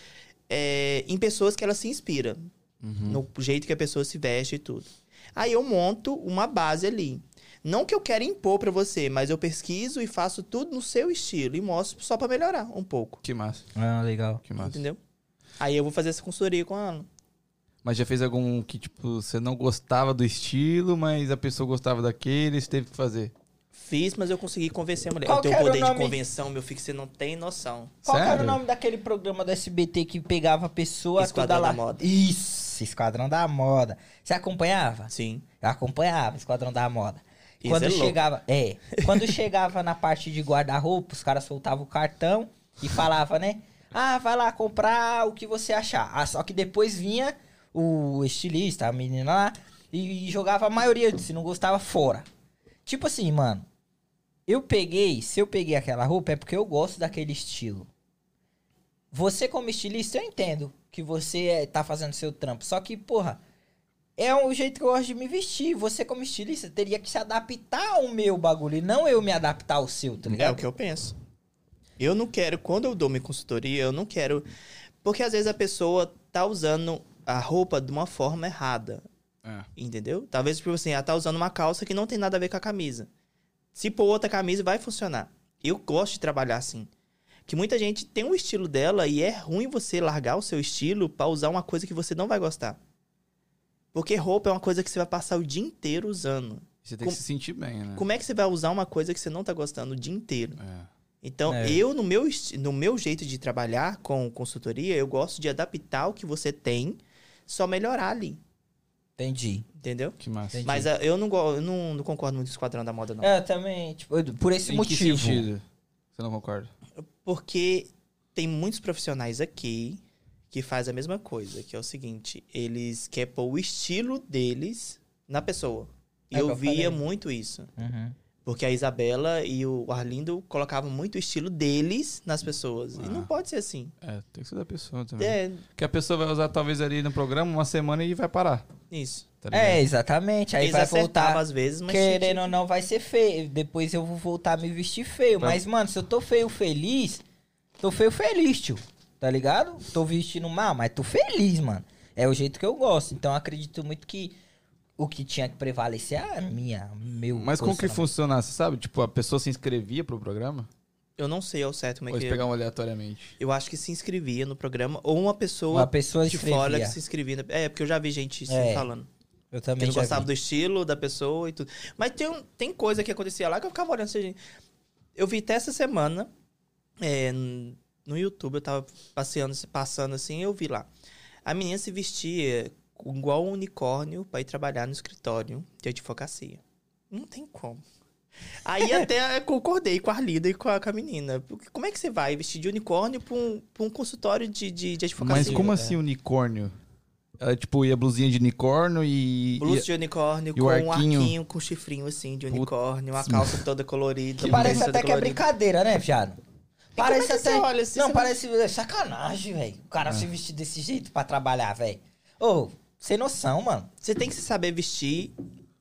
S3: é, em pessoas que ela se inspira, no jeito que a pessoa se veste e tudo. Aí eu monto uma base ali. Não que eu quero impor pra você, mas eu pesquiso e faço tudo no seu estilo e mostro só pra melhorar um pouco,
S1: Que massa,
S2: Ah, legal.
S1: que massa.
S3: entendeu? Aí eu vou fazer essa consultoria com ela.
S1: Mas já fez algum que, tipo, você não gostava do estilo, mas a pessoa gostava daquele, você teve que fazer.
S3: Fiz, mas eu consegui convencer a mulher.
S2: Qual
S3: eu tenho
S2: que era o
S3: poder de
S2: nome?
S3: convenção, meu filho, que você não tem noção.
S2: Qual que era o
S1: Sério?
S2: nome daquele programa do SBT que pegava a pessoa...
S3: Esquadrão
S2: toda
S3: da Moda.
S2: Isso, Esquadrão da Moda. Você acompanhava?
S3: Sim.
S2: Eu acompanhava Esquadrão da Moda.
S3: Isso
S2: quando
S3: é louco.
S2: chegava, é, quando chegava na parte de guarda-roupa, os caras soltavam o cartão e falava, né? Ah, vai lá comprar o que você achar. Ah, só que depois vinha o estilista, a menina lá, e, e jogava a maioria, se não gostava, fora. Tipo assim, mano, eu peguei, se eu peguei aquela roupa é porque eu gosto daquele estilo. Você como estilista, eu entendo que você é, tá fazendo seu trampo, só que, porra, é um jeito que eu gosto de me vestir. Você, como estilista, teria que se adaptar ao meu bagulho e não eu me adaptar ao seu, tá
S3: É
S2: ligado?
S3: o que eu penso. Eu não quero, quando eu dou minha consultoria, eu não quero. Porque às vezes a pessoa tá usando a roupa de uma forma errada.
S1: É.
S3: Entendeu? Talvez, tipo assim, ela tá usando uma calça que não tem nada a ver com a camisa. Se pôr outra camisa, vai funcionar. Eu gosto de trabalhar assim. Que muita gente tem um estilo dela e é ruim você largar o seu estilo pra usar uma coisa que você não vai gostar. Porque roupa é uma coisa que você vai passar o dia inteiro usando.
S2: Hum.
S1: Você tem
S3: Com-
S1: que se sentir bem, né?
S3: Como é que você vai usar uma coisa que você não tá gostando o dia inteiro?
S1: É.
S3: Então,
S2: É.
S3: eu, no meu, esti- no meu jeito de trabalhar com consultoria, eu gosto de adaptar o que você tem, só melhorar ali,
S2: Entendi.
S3: entendeu?
S1: Que massa.
S2: Entendi.
S3: Mas ah, eu não, go- eu não, não concordo muito com o Esquadrão da Moda, não.
S2: É, Eu também, tipo, eu- por esse
S1: Em que
S2: motivo.
S1: sentido? Você não concorda?
S3: Porque tem muitos profissionais aqui que faz a mesma coisa, que é o seguinte, eles querem pôr o estilo deles na pessoa. E
S2: É o que
S3: eu
S2: eu falei.
S3: via muito isso.
S2: Uhum.
S3: Porque a Isabela e o Arlindo colocavam muito o estilo deles nas pessoas. E
S1: Ah.
S3: não pode ser assim.
S1: É, tem que ser da pessoa também.
S3: É,
S1: Que a pessoa vai usar talvez ali no programa uma semana e vai parar.
S3: isso.
S1: Tá ligado?
S2: É, exatamente. Aí
S3: Eles
S2: vai
S3: acertavam
S2: voltar.
S3: às vezes, mas tinha que-
S2: Querendo ou não, vai ser feio. Depois eu vou voltar a me vestir feio.
S1: Vai-
S2: Mas, mano, se eu tô feio feliz, tô feio feliz, tio. Tá ligado? Tô vestindo mal, mas tô feliz, mano. É o jeito que eu gosto. Então eu acredito muito que o que tinha que prevalecer é a minha, meu.
S1: Mas como que
S2: posicionamento.
S1: funcionava? Você sabe? Tipo, a pessoa se inscrevia pro programa?
S3: Eu não sei ao certo como
S1: Ou
S3: é
S1: eles
S3: que.
S1: pegavam aleatoriamente?
S3: Eu acho que se inscrevia no programa, ou uma pessoa,
S2: Uma pessoa
S3: de fora que
S2: escrevia.
S3: se inscrevia. na- É, porque eu já vi gente se
S2: É,
S3: falando.
S2: Eu
S3: Que
S2: também
S3: não
S2: já
S3: gostava
S2: vi.
S3: do estilo da pessoa e tudo. Mas tem, um- tem coisa que acontecia lá que eu ficava olhando assim, gente. Eu vi até essa semana, é, n- no YouTube, eu tava passeando, passando assim, eu vi lá. A menina se vestia igual um unicórnio pra ir trabalhar no escritório de advocacia. Não tem como. Aí até eu concordei com a Arlida e com a, com a menina. Porque como é que você vai vestir de unicórnio pra um, pra um consultório de, de, de advocacia?
S1: Mas como
S2: é.
S1: assim unicórnio? Ela, tipo, ia blusinha de unicórnio e...
S3: Blusa de unicórnio,
S1: e
S3: com
S1: o
S3: um
S1: arquinho?
S3: arquinho, com um chifrinho assim de
S1: Putz,
S3: unicórnio, uma
S1: mano.
S3: calça toda colorida. uma
S2: Parece
S3: camisa
S2: até
S3: toda
S2: que é
S3: colorida.
S2: brincadeira, né, viado? Parece
S3: como é que você Ah.
S2: até.
S3: olha assim,
S2: não,
S3: você
S2: parece é sacanagem, velho. O cara se vestir desse jeito pra trabalhar, velho. Ô, sem noção, mano.
S3: Você tem que se saber vestir.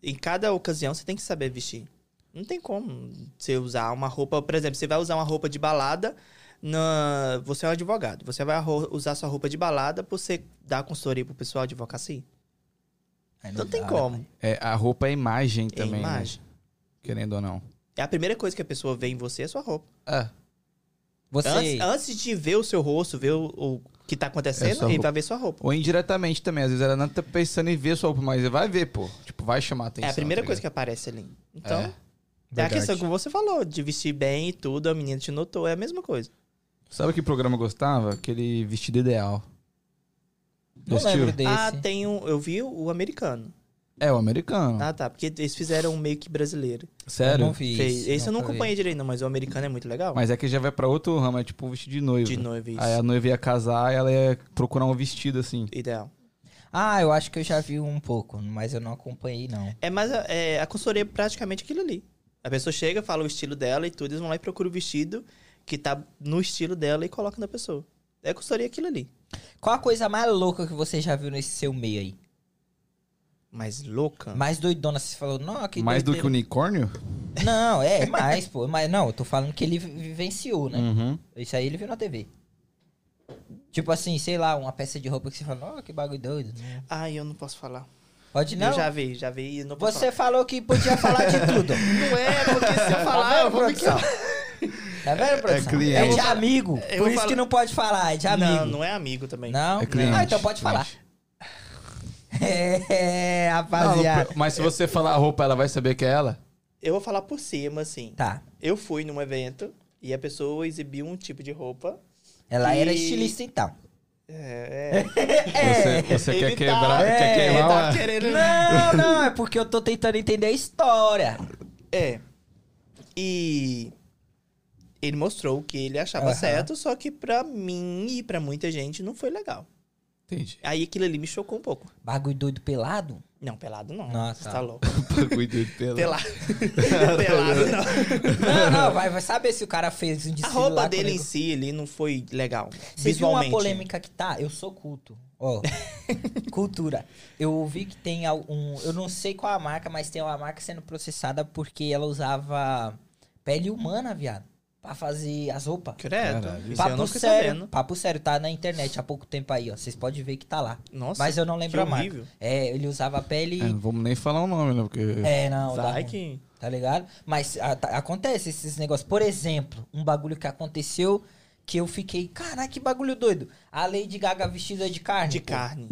S3: Em cada ocasião, você tem que saber vestir. Não tem como você usar uma roupa... Por exemplo, você vai usar uma roupa de balada... Na... Você é um advogado. Você vai ro- usar sua roupa de balada pra você dar consultoria pro pessoal de advocacia?
S2: Aí
S3: Não
S2: dá,
S3: tem
S2: né?
S3: como.
S1: É, a roupa é imagem
S3: É
S1: também, né?
S3: imagem.
S1: Querendo ou não.
S3: É a primeira coisa que a pessoa vê em você é a sua roupa.
S1: É.
S2: Você.
S3: Antes, antes de ver o seu rosto, ver o, o que tá
S1: É
S3: acontecendo,
S1: sua
S3: ele
S1: roupa.
S3: vai ver sua roupa.
S1: Ou indiretamente também. Às vezes ela não tá pensando em ver sua roupa, mas vai ver, pô. Tipo, vai chamar atenção.
S3: é a primeira
S1: tá
S3: coisa que
S1: ligado?
S3: aparece ali. Então,
S1: É.
S3: é, a
S4: Verdade.
S3: questão que você falou, de vestir bem e tudo, a menina te notou, é a mesma coisa.
S1: Sabe que programa eu gostava? Aquele vestido ideal.
S2: Não
S1: Assistiu?
S2: lembro desse.
S3: Ah, tem um. Eu vi o americano.
S1: É, o americano.
S3: Ah, tá. Porque eles fizeram um meio que brasileiro.
S1: Sério?
S2: Eu não vi
S3: Fez.
S2: isso,
S3: Esse eu não
S2: nunca vi.
S3: acompanhei direito, não, mas o americano é muito legal.
S1: Mas é que já vai pra outro ramo, é tipo um vestido de noiva.
S3: de noiva, isso.
S1: Aí é a noiva ia casar e ela ia procurar um vestido assim.
S3: Ideal.
S2: Ah, eu acho que eu já vi um pouco, mas eu não acompanhei, não.
S3: É, mas a- é, a consultoria é praticamente aquilo ali. A pessoa chega, fala o estilo dela e tudo, eles vão lá e procuram o vestido que tá no estilo dela e colocam na pessoa. É a consultoria aquilo ali.
S2: Qual a coisa mais louca que você já viu nesse seu meio aí?
S3: Mas louca.
S2: Mais doidona, você falou, não, que
S1: Mais do que
S2: doideira.
S1: unicórnio?
S2: Não, é, mais, pô. Mas não, eu tô falando que ele vi- vivenciou, né?
S1: Uhum.
S2: Isso aí ele viu na TV. Tipo assim, sei lá, uma peça de roupa que você falou, oh, que bagulho doido. né?
S3: Ai, eu não posso falar.
S2: Pode não.
S3: Eu já vi, já vi e não posso
S2: Você falou que podia falar de tudo.
S3: falar. Não é, porque se eu
S2: Tá
S3: falar,
S2: vendo,
S3: eu vou me
S2: produção? Tá vendo, produção?
S1: cliente.
S2: É de amigo. Por
S3: Eu vou
S2: isso que
S3: falar-
S2: não pode falar, é de amigo.
S3: Não, não é amigo também.
S2: Não?
S1: É cliente.
S2: Ah, então pode falar.
S1: Cliente.
S2: É,
S1: Não, não,
S2: rapaziada.
S1: mas se você falar a roupa, ela vai saber que é ela?
S3: Eu vou falar por cima, assim.
S2: Tá.
S3: Eu fui num evento e a pessoa exibiu um tipo de roupa.
S2: Ela era
S3: E-
S2: estilista então.
S3: É,
S1: Você,
S3: é.
S1: você
S3: Ele
S1: quer
S3: tá-
S1: quebrar,
S2: é,
S1: quer
S3: Ele
S1: queimar
S3: tava
S1: uma-
S3: querendo.
S2: Não, não, é porque eu tô tentando entender a história.
S3: É. E ele mostrou o que ele achava
S2: Aham.
S3: certo, só que pra mim e pra muita gente não foi legal.
S1: Entendi.
S3: Aí aquilo ali me chocou um pouco.
S2: Bagulho doido pelado?
S3: Não, pelado não.
S2: Nossa.
S3: Você tá louco.
S1: Bagulho doido pela-
S3: Pelado. pelado não.
S2: Não, não, vai, vai saber se o cara fez um
S3: A
S2: desfile
S3: roupa
S2: lá
S3: dele em
S2: comigo.
S3: si ali não foi legal.
S2: Você viu
S3: visualmente.
S2: uma polêmica que tá? Eu sou culto. Ó, cultura. Eu ouvi que tem al- um... Eu não sei qual a marca, mas tem uma marca sendo processada porque ela usava pele humana, viado. Pra fazer as roupas.
S3: Credo.
S1: Caralho.
S3: Isso aí eu
S2: Papo
S3: não fiquei
S2: sério,
S3: sabendo.
S2: papo sério, tá na internet há pouco tempo aí, ó. Vocês podem ver que tá lá.
S3: Nossa,
S2: Mas eu não lembro
S3: que
S2: a marca.
S3: horrível.
S2: É, ele usava pele.
S1: É, não vamos nem falar o nome, né? Porque...
S2: É, não, dá
S3: Vai
S2: ruim,
S3: que...
S2: tá ligado? Mas a- tá- acontece esses negócios. Por exemplo, um bagulho que aconteceu que eu fiquei, caraca, que bagulho doido. A Lady Gaga vestida de carne.
S3: De
S2: pô.
S3: carne.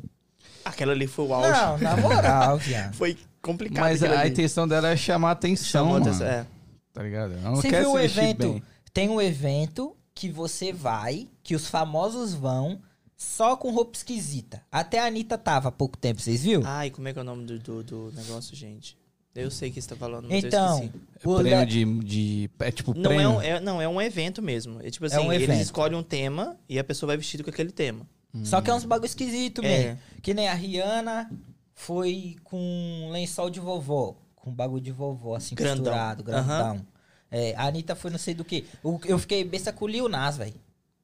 S3: Aquela ali foi o auge.
S2: Não, na moral, viado.
S3: Foi complicado
S1: Mas
S3: aquilo
S1: a, a
S3: ali.
S1: intenção dela é chamar atenção,
S3: Chamou
S1: mano.
S3: atenção, é.
S1: Tá ligado? Ela não
S2: Você
S1: quer
S2: viu
S1: se
S2: o
S1: vestir
S2: evento?
S1: bem.
S2: Tem um evento que você vai, que os famosos vão, só com roupa esquisita. Até a Anitta tava há pouco tempo, vocês viram?
S3: Ai, como é que é o nome do, do, do negócio, gente? Eu sei o que você tá falando, mas eu
S2: Então,
S3: esqueci.
S2: o
S1: Prêmio
S2: Le-
S1: de, de... É tipo
S3: Não
S1: prêmio.
S3: é, um, é- não, é um evento mesmo. É tipo assim,
S2: Então, um evento.
S3: eles escolhem um tema e a pessoa vai vestida com aquele tema.
S2: só que é uns bagulho esquisito
S3: É.
S2: mesmo. Que nem a Rihanna foi com lençol de vovó. Com bagulho de vovó, assim,
S3: Grandão.
S2: costurado, grandão. É, a Anitta foi não sei do que. Eu fiquei besta com o Lil Nas, velho.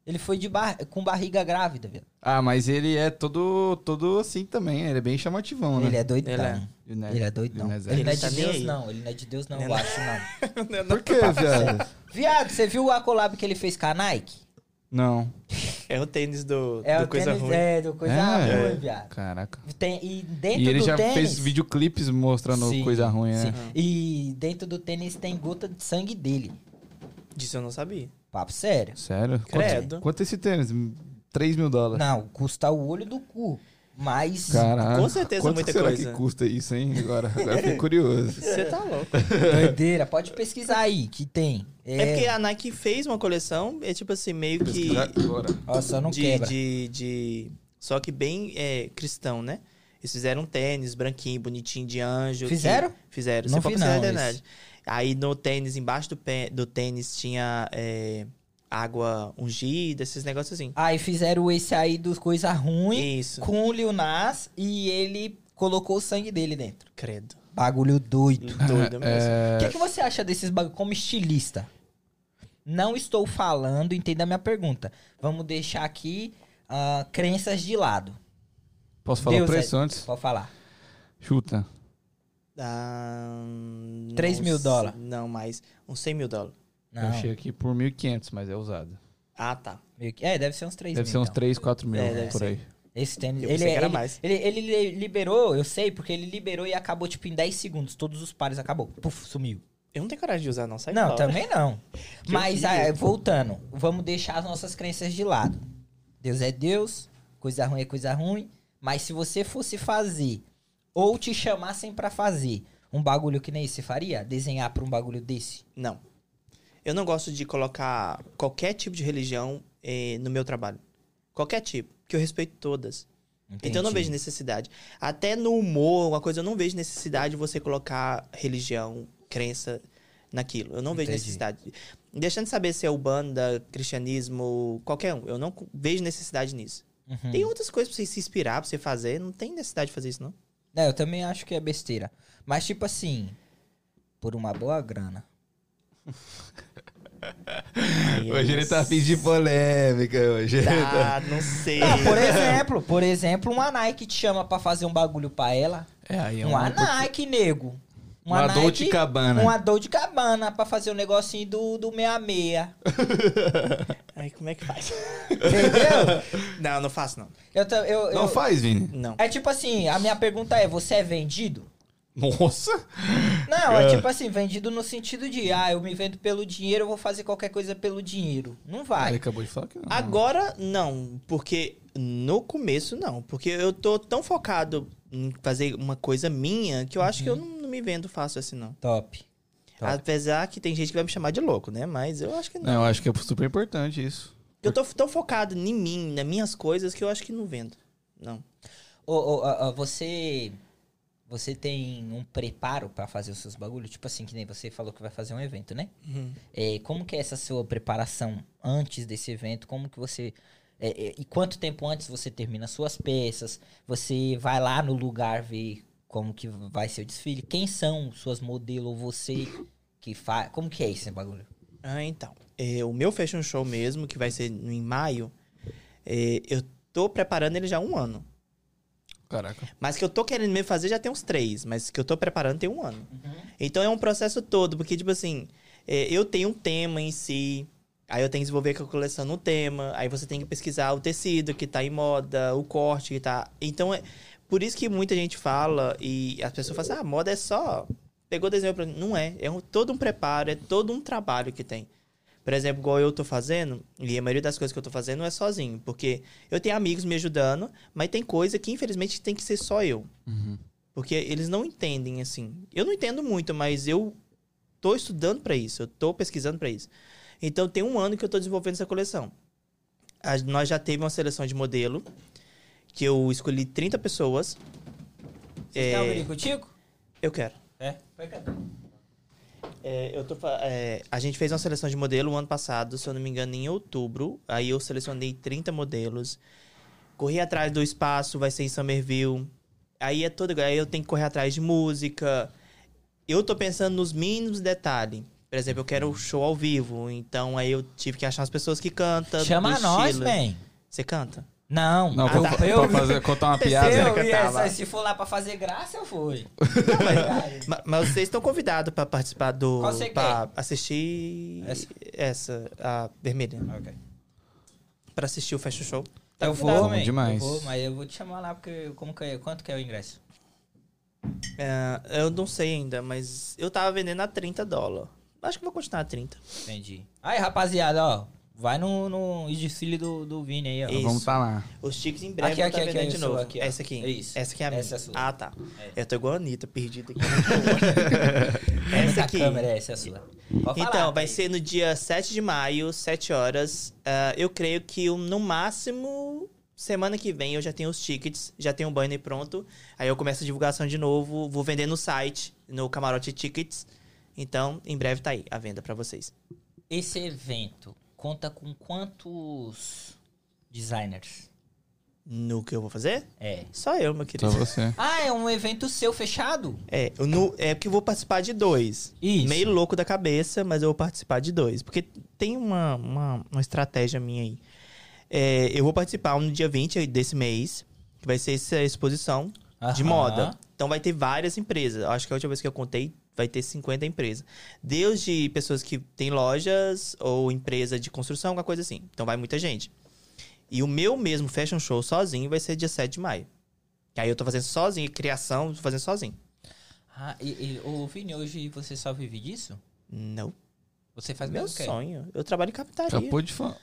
S2: Ele foi de bar... com barriga grávida, velho.
S1: Ah, mas ele é todo, todo assim também. Ele é bem chamativão, né?
S2: Ele é doidão.
S3: Ele é.
S1: Ele
S2: Ele é doidão.
S1: Ele
S2: Ele,
S1: não é
S2: não é
S3: Ele
S2: de
S3: tá nem
S2: Deus,
S3: aí.
S2: não. Ele não é de Deus, não,
S3: Ele
S2: eu
S3: não-
S2: acho, não.
S1: Zé.
S3: É.
S1: Por que, viado?
S2: Viado, você viu a collab que ele fez com a Nike?
S1: Não.
S3: É o tênis do,
S2: É
S3: do
S2: o
S3: coisa
S2: tênis,
S3: ruim.
S2: é, do coisa
S1: É.
S2: ruim, viado.
S1: Caraca.
S2: Tem- e dentro
S1: E ele
S2: do
S1: já
S2: tênis,
S1: fez videoclipes mostrando
S2: Sim,
S1: coisa ruim,
S2: Sim.
S1: né?
S2: E dentro do tênis tem gota de sangue dele.
S3: Disso eu não sabia.
S2: Papo sério.
S1: Sério? Quanto-
S3: Credo.
S1: Quanto, é esse tênis? 3 mil dólares.
S2: Não, custa o olho do cu. Mas.
S1: Caraca.
S3: Com certeza
S1: Quanto
S3: muita
S1: será
S3: coisa.
S1: que custa isso, hein? Agora, agora eu fiquei curioso.
S3: Você tá louco.
S2: Doideira, pode pesquisar aí, que tem.
S3: É. porque
S2: É,
S3: a Nike fez uma coleção, é tipo assim, meio que.
S1: Pesquisar agora.
S2: ó, só Então não
S3: de,
S2: quebra.
S3: de, de- Só que bem é, cristão, né? Eles fizeram um tênis branquinho, bonitinho, de anjo. que-
S2: Fizeram?
S3: Fizeram.
S2: Não
S3: Você pode
S2: vi
S3: considerar
S2: não
S3: a internet. Aí no tênis, embaixo do, pé- do tênis, tinha é, água ungida, esses negócios assim.
S2: Aí fizeram esse aí dos coisa ruim
S3: Isso.
S2: com o Lil Nas e ele colocou o sangue dele dentro.
S3: Credo.
S2: Bagulho doido.
S3: Doido mesmo.
S2: O
S1: É,
S2: que, que você acha desses bagulho como estilista? Não estou falando, entenda a minha pergunta. Vamos deixar aqui ah, crenças de lado.
S1: posso falar o
S2: Deus é-
S1: preço antes?
S2: Pode falar.
S1: Chuta.
S3: Ah,
S2: Três
S3: não
S2: mil
S3: sei-
S2: dólar.
S3: Não, mais. Uns 100 mil dólares.
S1: Eu
S2: Não.
S1: achei aqui por 1.500, mas é usado.
S3: Ah, tá.
S2: meio que- É, deve ser uns 3
S1: Deve
S2: mil.
S1: ser uns
S2: então.
S1: 3, 4 mil
S3: É, deve
S1: por
S3: ser.
S1: aí.
S2: Esse tênis.
S3: Eu
S2: Ele,
S3: pensei que era
S2: ele-
S3: mais.
S2: ele- ele li- liberou, eu sei, porque ele liberou e acabou, tipo, em 10 segundos. Todos os pares acabou. Puf, sumiu.
S3: Eu não tenho coragem de usar, não. Sai
S2: Não,
S3: fora.
S2: também não.
S3: Tá Que
S2: Mas
S3: horrível.
S2: ah, voltando, vamos deixar as nossas crenças de lado. Deus é Deus, coisa ruim é coisa ruim. Mas se você fosse fazer, ou te chamassem pra fazer, um bagulho que nem esse faria, desenhar pra um bagulho desse.
S3: Não. Eu não gosto de colocar qualquer tipo de religião eh, no meu trabalho. Qualquer tipo. Que eu respeito todas. Então eu não
S2: Entendi.
S3: vejo necessidade. Até no humor, alguma coisa, eu não vejo necessidade de você colocar religião, crença naquilo. Eu não vejo
S2: Entendi.
S3: necessidade. Deixando de saber se é Ubanda, cristianismo, qualquer um. Eu não co- vejo necessidade nisso.
S1: Hum.
S2: Uhum.
S3: Tem outras coisas pra você se inspirar, pra você fazer. Não tem necessidade de fazer isso, não.
S2: É, eu também acho que é besteira. Mas, tipo assim, por uma boa grana.
S1: Hoje ele tá afim de polêmica, hoje. ele tá-
S3: Ah, não sei.
S2: Ah, por exemplo, por exemplo, uma Nike te chama pra fazer um bagulho pra ela.
S1: É, aí é
S3: Um
S2: Uma
S1: uma,
S2: Nike, nego. Um
S1: uma Dolce Cabana.
S2: Uma dor de cabana pra fazer o negocinho do, do 66.
S3: Aí como é que faz?
S2: Entendeu?
S3: não, não faço, não.
S2: Eu, ta- eu,
S1: Não
S2: eu-
S1: faz, Vini.
S3: Não.
S2: É tipo assim, a minha pergunta é, você é vendido?
S1: Nossa!
S2: Não, é tipo assim, vendido no sentido de, ah, eu me vendo pelo dinheiro, eu vou fazer qualquer coisa pelo dinheiro. Não
S1: Ele
S2: vai.
S1: acabou de falar que não.
S3: Ah, Agora, não, porque no começo, não. Porque eu tô tão focado em fazer uma coisa minha que eu acho que eu não, não me vendo fácil assim, não.
S2: Top. Uhum. Tá.
S3: Apesar que tem gente que vai me chamar de louco, né? Mas eu acho que não.
S1: Não, eu acho que é super importante isso.
S3: Eu tô tão focado em mim, nas minhas coisas, que eu acho que não vendo. Não.
S2: Ô, ô, ó, ó, você você tem um preparo pra fazer os seus bagulhos? Tipo assim, que nem você falou que vai fazer um evento, né?
S3: Uhum.
S2: É, como que é essa sua preparação antes desse evento? Como que você... é, é, e quanto tempo antes você termina suas peças? Você vai lá no lugar ver como que vai ser o desfile? Quem são suas modelos? Ou Você que faz... Como que é esse bagulho?
S3: Ah, então. É, o meu fashion show mesmo, que vai ser no- em maio, é, eu tô preparando ele já há um ano.
S1: Caraca.
S3: Mas que eu tô querendo mesmo fazer já tem uns três, mas que eu tô preparando tem um ano. Então é um processo todo, porque, tipo assim, é, eu tenho um tema em si, aí eu tenho que desenvolver com a coleção no tema, aí você tem que pesquisar o tecido que tá em moda, o corte que tá. Então é. Por isso que muita gente fala e as pessoas falam assim, ah, moda é só. Pegou desenho pra. Não é. É um- todo um preparo, é todo um trabalho que tem. Por exemplo, igual eu tô fazendo, e a maioria das coisas que eu tô fazendo não é sozinho, porque eu tenho amigos me ajudando, mas tem coisa que infelizmente tem que ser só eu. Porque eles não entendem, assim. Eu não entendo muito, mas eu tô estudando pra isso, eu tô pesquisando pra isso. Então tem um ano que eu tô desenvolvendo essa coleção. A- nós já teve uma seleção de modelo, que eu escolhi 30 pessoas.
S2: Você quer
S3: É.
S2: ouvir contigo?
S3: Eu quero.
S2: É. Vai, cara.
S3: É, eu tô fa- é, a gente fez uma seleção de modelo o ano passado, se eu não me engano, em outubro. Aí eu selecionei 30 modelos. Corri atrás do espaço, vai ser em Somerville. Aí é todo. Aí eu tenho que correr atrás de música. Eu tô pensando nos mínimos detalhes. Por exemplo, eu quero um show ao vivo. Então aí eu tive que achar as pessoas que cantam.
S2: Chama
S3: do
S2: nós,
S3: estilo.
S2: man.
S3: Você canta? Ah,
S2: Não.
S1: Não,
S2: eu,
S3: tá.
S1: pra, pra
S2: eu,
S1: fazer, contar uma piada.
S3: Terceiro.
S2: eu,
S3: né?
S2: e essa,
S3: Cantava.
S2: se for lá pra fazer graça, eu Tá fui.
S3: Ma- Mas vocês estão convidados pra participar do.
S2: Qual você
S3: pra assistir.
S2: Essa?
S3: essa, a vermelha.
S2: Ok. Então
S3: Pra assistir o Fashion Show.
S2: Eu
S1: convidado.
S2: vou, man.
S1: Tá Demais.
S2: Eu vou, mas eu vou te chamar lá, porque como que é, quanto que é o ingresso?
S3: É, eu não sei ainda, mas eu tava vendendo a 30 dólares. Acho que vou continuar a 30.
S2: Entendi. Aí, rapaziada, ó. Vai no, no desfile do, do Vini aí, ó.
S3: Isso.
S1: Vamos tá lá.
S3: Os tiques em breve
S2: Aqui,
S3: eu
S2: aqui,
S3: tá
S2: aqui,
S3: vendendo
S2: eu
S3: de
S2: sou
S3: novo.
S2: aqui, ó.
S3: essa aqui.
S2: É isso.
S3: Essa aqui é a minha.
S2: Essa é sua.
S3: ah, tá.
S2: É.
S3: Eu tô igual a Anitta, perdida aqui.
S2: Vai
S3: essa
S2: na
S3: aqui.
S2: Câmera, essa é a sua. Pode
S3: Então,
S2: falar,
S3: vai
S2: aí.
S3: ser no dia 7 de maio, 7 horas. Ah, eu creio que eu, no máximo semana que vem eu já tenho os tickets, já tenho o banner pronto. Aí eu começo a divulgação de novo, vou vender no site, no camarote tickets. Então, em breve tá aí a venda pra vocês.
S2: Esse evento conta com quantos designers?
S3: No que eu vou fazer?
S2: É.
S3: Só eu, meu
S1: Só
S3: querido.
S1: você.
S2: Ah, é um evento seu fechado?
S3: É, eu não- é porque eu vou participar de dois.
S2: Isso.
S3: Meio louco da cabeça, mas eu vou participar de dois. Porque tem uma, uma, uma estratégia minha aí. É, eu vou participar no dia 20 desse mês, que vai ser essa exposição de
S2: Aham.
S3: moda. Então vai ter várias empresas. Acho que a última vez que eu contei, vai ter 50 empresas. Desde pessoas que têm lojas ou empresa de construção, alguma coisa assim. Então vai muita gente. E o meu mesmo fashion show sozinho vai ser dia 7 de maio. Que aí eu tô fazendo sozinho, criação, tô fazendo sozinho.
S2: Ah, e, e, ô, Vini, hoje você só vive disso?
S3: Não.
S2: Você faz
S3: Meu
S2: mais o quê?
S3: sonho. Eu trabalho em capitaria.
S1: Acabou de falar.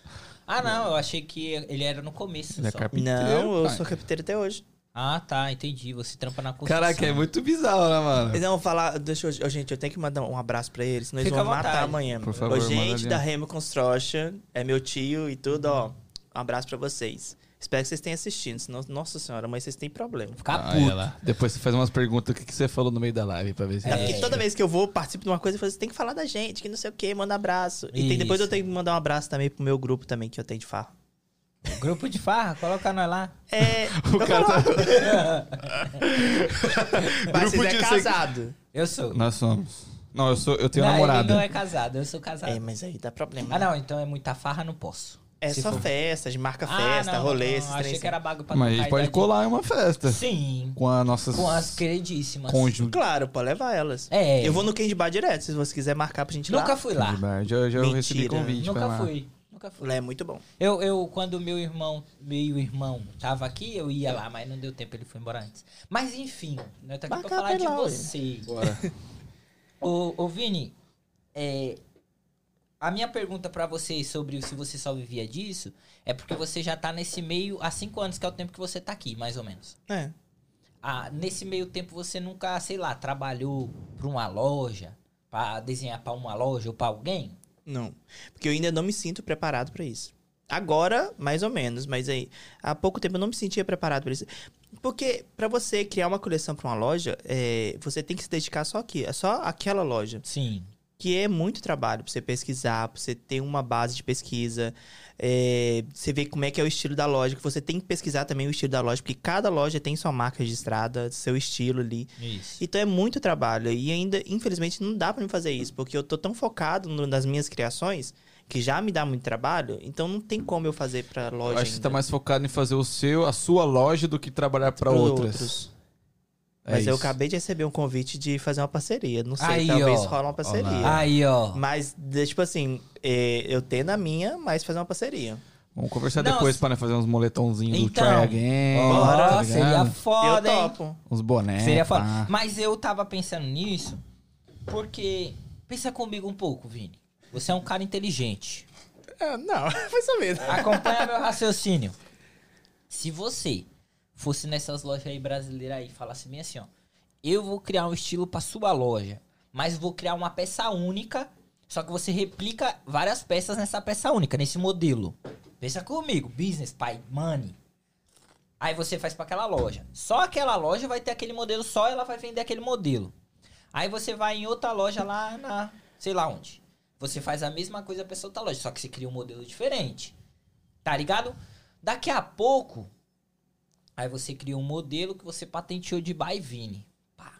S2: Ah, não, eu achei que ele era no começo
S1: Ele é
S2: só.
S1: carpinteiro,
S3: Não, eu
S1: pai.
S3: sou capiteiro até hoje.
S2: Ah, tá, entendi. Você trampa na construção.
S1: Caraca, é muito bizarro, né, mano?
S2: É.
S3: Eles vão falar, deixa eu, ô, gente, eu tenho que mandar um abraço pra eles, senão eles
S2: Fica
S3: vão
S2: à vontade.
S3: matar amanhã.
S1: Por favor,
S3: Ô,
S1: manda
S3: gente
S1: ali.
S3: da Remo Construction, é meu tio e tudo, ó. Um abraço pra vocês. Espero que vocês tenham assistindo, senão, nossa senhora, mas vocês têm problema.
S2: Ficar
S1: Ah,
S2: puto.
S1: ela. Depois você faz umas perguntas, o que, que você falou no meio da live pra ver se...
S3: É,
S2: É.
S3: porque toda vez que eu vou, participo de uma coisa, eu falo, você tem que falar da gente, que não sei o que, manda abraço. E tem- depois
S2: Isso.
S3: eu tenho que mandar um abraço também pro meu grupo também, que eu tenho de farra.
S2: Grupo de farra, coloca nós lá.
S3: É,
S1: O cara tá...
S3: mas vocês é
S1: de-
S3: casado.
S2: Eu sou.
S1: Nós somos. Não, eu, sou, eu tenho
S2: não,
S1: namorada.
S2: Ele não é casado, eu sou casado.
S3: É, mas aí dá problema.
S2: Ah, não, então é muita farra, não posso.
S3: É
S2: Se
S3: só
S2: for-
S3: festa, de marca
S2: Ah,
S3: festa,
S2: não,
S3: rolê,
S2: não,
S3: esses
S2: Achei
S3: trem assim.
S2: que era bago pra
S1: Mas a
S2: tocar
S1: gente pode
S2: idade.
S1: colar em uma festa.
S2: Sim,
S1: Com as nossas
S2: né? com as queridíssimas.
S1: cônjuges.
S3: Claro, pode levar elas.
S2: É.
S3: Eu vou no Candy Bar direto, se você quiser marcar pra gente ir
S2: Nunca
S3: lá.
S2: fui lá.
S1: Já, já eu recebi
S3: Mentira.
S1: convite pra
S2: Nunca
S1: lá.
S2: fui. Nunca fui.
S3: Lá é muito bom.
S2: Eu, eu, quando meu irmão, meio irmão, tava aqui, eu ia lá, mas não deu tempo, ele foi embora antes. Mas enfim, nós tá aqui
S3: Marca
S2: pra falar
S3: pra
S2: de
S3: lá, ué.
S2: você.
S1: Bora.
S2: Ô, ô Vini, é, a minha pergunta pra você sobre se você só vivia disso é porque você já tá nesse meio há cinco anos, que é o tempo que você tá aqui, mais ou menos.
S3: É.
S2: Ah, nesse meio tempo você nunca, sei lá, trabalhou pra uma loja, pra desenhar pra uma loja ou pra alguém?
S3: Não. Porque eu ainda não me sinto preparado pra isso. Agora, mais ou menos, mas aí há pouco tempo eu não me sentia preparado pra isso. Porque pra você criar uma coleção pra uma loja, é, você tem que se dedicar só aqui, é só aquela loja.
S2: Sim.
S3: que é muito trabalho pra você pesquisar, pra você ter uma base de pesquisa, é, você ver como é que é o estilo da loja, que você tem que pesquisar também o estilo da loja, porque cada loja tem sua marca registrada, seu estilo ali.
S2: Isso.
S3: Então é muito trabalho e ainda, infelizmente, não dá pra mim fazer isso, porque eu tô tão focado no- nas minhas criações que já me dá muito trabalho, então não tem como eu fazer pra
S1: Eu
S3: loja
S1: acho que você tá
S3: ainda.
S1: mais focado em fazer o seu, a sua loja do que trabalhar pra
S3: Pros
S1: outras.
S3: outros.
S1: É
S3: Mas eu
S1: isso.
S3: acabei de receber um convite de fazer uma parceria, não sei,
S2: Aí,
S3: talvez
S2: ó.
S3: rola uma parceria.
S1: Olá.
S2: Aí, ó.
S3: Mas, de- tipo assim, é, eu tendo a minha, mas fazer uma parceria.
S1: Vamos conversar
S2: Não,
S1: depois
S2: se-
S1: pra nós fazer uns moletomzinhos
S2: Então,
S1: do Try Again.
S2: Bora,
S1: tá ligado?
S2: seria
S3: eu
S2: foda, hein?
S3: topo.
S1: Uns bonés.
S2: Seria foda.
S1: pá.
S2: Mas eu tava pensando nisso porque. Pensa comigo um pouco, Vini. Você é um cara inteligente.
S3: É, não, foi só
S1: né?
S3: mesmo.
S2: Acompanha meu raciocínio. Se você fosse nessas lojas aí brasileiras aí e falasse bem assim, ó. Eu vou criar um estilo pra sua loja, mas vou criar uma peça única. Só que você replica várias peças nessa peça única, nesse modelo. Pensa comigo, business, pai, money. Aí você faz pra aquela loja. Só aquela loja vai ter aquele modelo só, ela vai vender aquele modelo. Aí você vai em outra loja lá na, sei lá onde. Você faz a mesma coisa pra essa outra loja, só que você cria um modelo diferente. Tá ligado? Daqui a pouco, aí você cria um modelo que você patenteou de by Vini. Pá.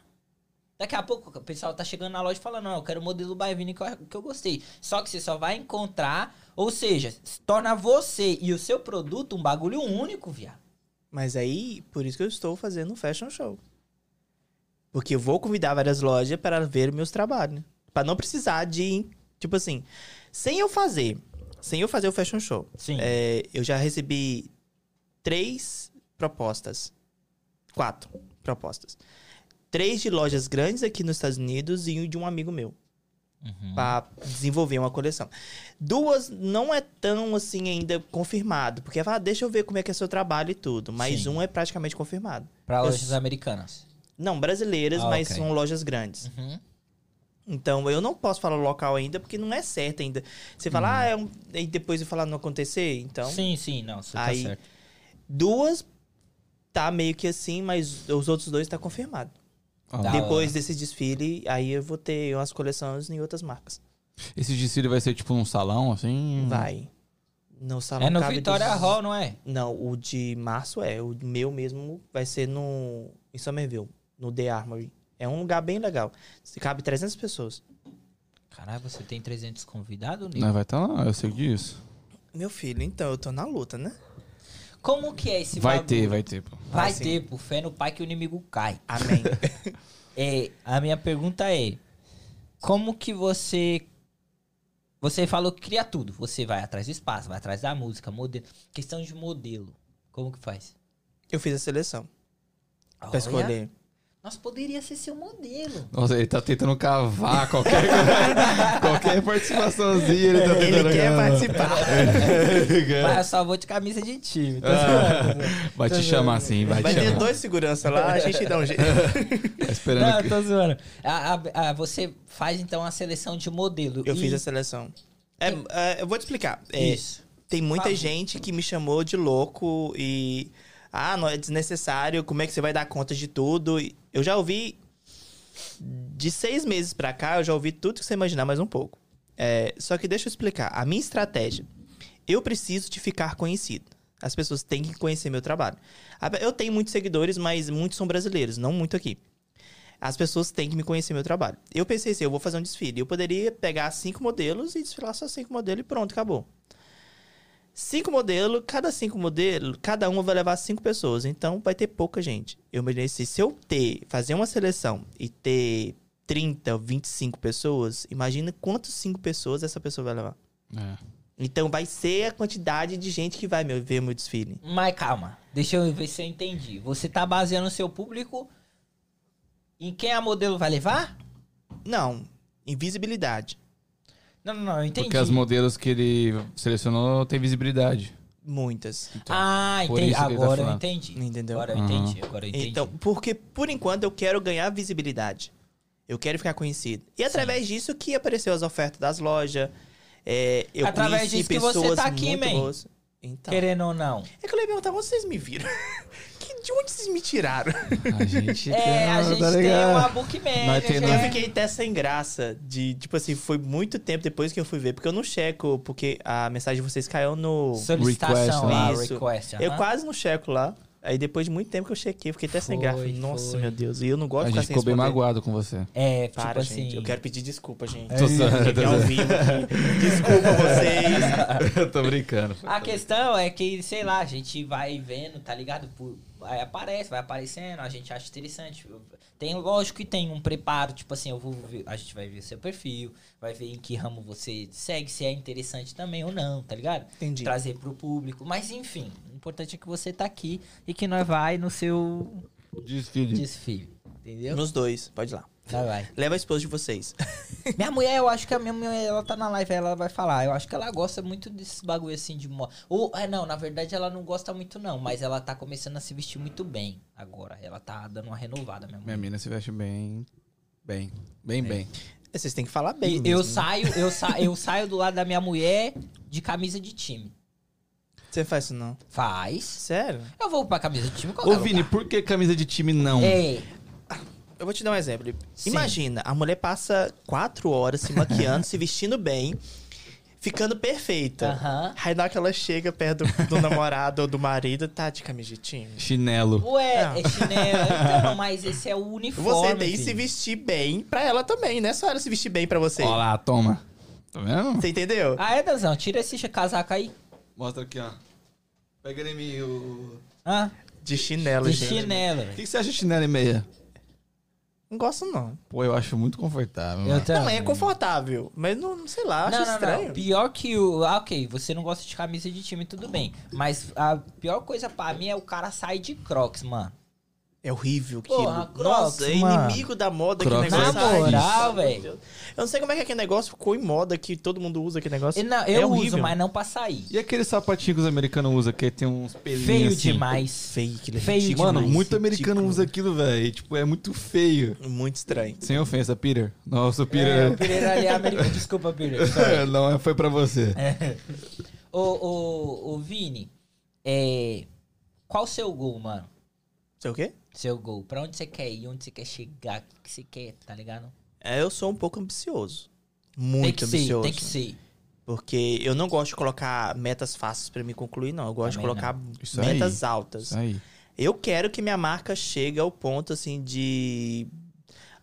S2: Daqui a pouco o pessoal tá chegando na loja e falando, não, eu quero o modelo by Vini que eu, que eu gostei. Só que você só vai encontrar, ou seja, se torna você e o seu produto um bagulho único, viado.
S3: Mas aí, por isso que eu estou fazendo um fashion show. Porque eu vou convidar várias lojas para ver meus trabalhos. Para não precisar de, tipo assim, sem eu fazer, sem eu fazer o fashion show.
S2: Sim.
S3: É, eu já recebi três propostas. Quatro propostas. Três de lojas grandes aqui nos Estados Unidos e um de um amigo meu.
S2: Uhum.
S3: Pra desenvolver uma coleção. Duas não é tão assim ainda confirmado, porque ah, deixa eu ver como é que é seu trabalho e tudo, mas
S2: Sim.
S3: um é praticamente confirmado.
S2: Pra
S3: Eu-
S2: lojas americanas.
S3: Não, brasileiras,
S2: Ah,
S3: mas
S2: ok.
S3: são lojas grandes.
S2: Uhum.
S3: Então eu não posso falar o local ainda porque não é certo ainda. Você fala, ah, é um... e depois eu falar não acontecer, então
S2: Uhum. sim, sim, não, você
S3: aí-
S2: tá certo.
S3: duas tá meio que assim, mas os outros dois tá confirmado.
S1: Ó,
S2: Tá. Da
S3: depois
S2: hora.
S3: desse desfile, aí eu vou ter umas coleções em outras marcas.
S1: Esse desfile vai ser tipo num salão, assim?
S3: Vai. No salão
S2: Hum. É no
S3: cabe
S2: Vitória
S3: 200.
S2: Hall, não é?
S3: Não, o de março é. O meu mesmo vai ser no em Somerville, no The Armory. É um lugar bem legal. Se Cabe 300 pessoas.
S2: Caralho, você tem 300 convidados, Nico?
S1: Não, vai estar lá, eu sei disso.
S3: Meu filho, então eu tô na luta, né?
S2: Como que é esse
S1: vai
S2: bagulho?
S1: ter, vai ter. pô.
S2: Vai
S3: Ah, sim.
S2: ter, por fé no pai que o inimigo cai.
S3: Amém.
S2: É, a minha pergunta é: como que você. Você falou que cria tudo. Você vai atrás do espaço, vai atrás da música, modelo. Questão de modelo. Como que faz?
S3: eu fiz a seleção
S2: Olha.
S3: pra escolher.
S2: Nós poderia ser seu modelo.
S1: Nossa, ele tá tentando cavar qualquer coisa. qualquer participaçãozinha. Ele, tá
S3: Ele
S1: tentando
S3: quer
S1: cavar.
S3: participar.
S1: Ele quer.
S2: Mas eu só vou de camisa de time. tá zoando, tá zoando.
S1: Ah, vai te chamar sim, vai,
S3: Vai
S1: te
S3: ter
S1: chamar.
S3: dois segurança lá, a gente dá um jeito.
S1: Tá esperando
S2: Não, eu
S1: que-
S2: tô zoando. A- a- a- você faz então a seleção de modelo.
S3: Eu
S2: E-
S3: fiz a seleção. É, é, eu vou te explicar. É,
S2: Isso.
S3: Tem muita
S2: Fala.
S3: gente que me chamou de louco e. Ah, não, é desnecessário, como é que você vai dar conta de tudo? E Eu já ouvi. De seis meses pra cá, eu já ouvi tudo que você imaginar, mais um pouco. É, só que deixa eu explicar. A minha estratégia. Eu preciso de ficar conhecido. As pessoas têm que conhecer meu trabalho. A- Eu tenho muitos seguidores, mas muitos são brasileiros, não muito aqui. As pessoas têm que me conhecer meu trabalho. Eu pensei assim, eu vou fazer um desfile. Eu poderia pegar cinco modelos e desfilar só cinco modelos e pronto, acabou. Cinco modelos, cada cinco modelos, cada uma vai levar cinco pessoas. Então vai ter pouca gente. Eu imaginei assim, se eu ter, fazer uma seleção e ter 30, 25 pessoas, imagina quantas cinco pessoas essa pessoa vai levar.
S1: É.
S3: Então vai ser a quantidade de gente que vai meu- ver meu desfile.
S2: Mas calma, deixa eu ver se eu entendi. Você tá baseando o seu público em quem a modelo vai levar?
S3: Não, invisibilidade.
S2: Não, não, não, eu entendi.
S1: Porque as modelos que ele selecionou tem visibilidade.
S3: Muitas.
S2: Ah,
S1: Por
S2: entendi.
S1: isso que ele tá
S2: Agora eu
S1: falando.
S2: entendi.
S3: Entendeu?
S2: Agora eu
S1: Uhum.
S2: entendi. Agora eu entendi.
S3: Então, porque por enquanto eu quero ganhar visibilidade. Eu quero ficar conhecido. E através disso que apareceu as ofertas das lojas. É, eu
S2: Através
S3: conheci
S2: disso que você
S3: pessoas
S2: tá aqui,
S3: muito
S2: man.
S3: boas. Então.
S2: Querendo ou não.
S3: É que eu ia perguntar, onde vocês me viram? Que- de onde vocês me tiraram?
S1: A gente
S2: É, a
S1: uma-
S2: gente
S1: tá
S2: tem
S1: ligado?
S2: uma bookman.
S1: Nós tem-
S2: a
S1: É.
S3: Eu
S2: gente-
S3: fiquei até sem graça. De, tipo assim, foi muito tempo depois que eu fui ver. Porque eu não checo, porque a mensagem de vocês caiu no...
S1: né?
S2: Solicitação
S1: Request,
S2: lá,
S3: né? Isso.
S2: request.
S3: Eu
S2: aham.
S3: quase não checo lá. Aí depois de muito tempo que eu chequei, eu fiquei até sem
S2: Foi,
S3: graça. Nossa,
S2: foi.
S3: meu Deus. E eu não
S1: A
S3: gosto de
S1: gente
S3: ficar sem
S1: ficou bem
S3: responder.
S1: magoado com você.
S2: É,
S3: Para,
S2: tipo
S3: gente.
S2: assim.
S3: Eu quero pedir desculpa, gente.
S1: Tô zoando,
S3: Fiquei
S1: tô
S3: ao
S1: zoando.
S3: vivo aqui. Desculpa vocês.
S1: Eu tô brincando.
S2: A questão é que, sei lá, a gente vai vendo, tá ligado? Por- Aí aparece, vai aparecendo, a gente acha interessante. Tem, lógico que tem um preparo, tipo assim, eu vou ver- a gente vai ver seu perfil, vai ver em que ramo você segue, se é interessante também ou não, tá ligado?
S3: Entendi.
S2: Trazer pro público. Mas enfim, o importante é que você tá aqui e que nós vai no seu
S1: Desfile.
S2: desfile. Entendeu?
S3: Nos dois, pode ir lá.
S2: Vai, vai.
S3: Leva a esposa de vocês.
S2: Minha mulher, eu acho que a minha mulher, ela tá na live, ela vai falar. Eu acho que ela gosta muito desses bagulho assim de moda. Ou, é, não, na verdade ela não gosta muito não, mas ela tá começando a se vestir muito bem agora. Ela tá dando uma renovada, minha
S1: Minha
S2: mulher.
S1: mina se veste bem. Bem. Bem, bem.
S3: Vocês têm que falar
S2: E
S3: é bem.
S2: eu
S3: mesmo. né?
S2: saio, eu, sa eu saio do lado da minha mulher de camisa de time.
S3: Você faz isso não?
S2: Faz.
S3: Sério?
S2: Eu vou pra camisa de time qual
S1: Ô, Vini, por que camisa de time não?
S2: É,
S3: Eu vou te dar um exemplo.
S2: Sim.
S3: Imagina, a mulher passa quatro horas se maquiando, se vestindo bem, ficando perfeita.
S2: aham.
S3: Aí na hora que ela chega perto do, do namorado ou do marido, tá de camisa de time.
S1: Chinelo.
S2: Ué, é chinelo. Então, mas esse é o uniforme.
S3: Você tem que se
S2: filho.
S3: vestir bem pra ela também, não é só ela se vestir bem pra você.
S1: Ó lá, toma. Tá vendo?
S3: Você entendeu?
S2: Ah, é, Danzão? Tira esse casaco aí.
S1: Mostra aqui, ó. Pega em mim o...
S2: Ah,
S3: De chinelo,
S2: de
S3: gente.
S2: chinelo. velho.
S1: O que, que você acha de chinelo e meia?
S3: Não gosto, não.
S1: Pô, eu acho muito confortável.
S2: Eu
S1: mano.
S3: Não, é
S2: também.
S3: confortável. Mas não, não sei lá, acho estranho.
S2: Pior que o. Ah, ok, você não gosta de camisa de time, tudo bem. Mas a pior coisa pra mim é o cara sair de Crocs, mano.
S3: É horrível aquilo.
S2: Porra, Crocs,
S3: Nossa, é
S2: mano.
S3: inimigo da moda
S1: Crocs
S3: que
S1: é
S3: negócio.
S1: Na
S2: moral,
S3: Meu
S2: velho.
S3: Deus. Eu não sei como é que aquele negócio ficou em moda que todo mundo usa aquele negócio.
S2: Eu, não,
S3: é
S2: eu
S3: horrível.
S2: uso, mas não pra sair.
S1: E aquele sapatinho que os americanos usam, que tem uns pelinhos
S2: Feio
S1: assim?
S2: demais.
S3: Feio, aquilo é
S2: Feio
S3: ridículo.
S1: Mano,
S2: demais.
S1: muito americano usa aquilo, velho. Tipo, é muito feio.
S3: Muito estranho.
S1: Sem ofensa, Peter. Nossa, o
S2: É,
S1: Peter.
S2: o Pereira ali, é americano. desculpa, Pereira. sorry.
S1: não, é- foi pra você.
S2: Ô, ô, ô, Vini, é, qual o seu gol, mano?
S3: Sei o quê?
S2: Seu gol. Pra onde você quer ir? Onde você quer chegar? O que você quer, tá ligado?
S3: É, eu sou um pouco ambicioso.
S2: tem que
S3: Muito ambicioso.
S2: ser, tem que ser.
S3: Porque eu não gosto de colocar metas fáceis pra me concluir, não. Eu gosto
S2: Também
S3: de colocar
S1: Isso aí.
S3: metas altas.
S1: Isso aí.
S3: Eu quero que minha marca chegue ao ponto assim de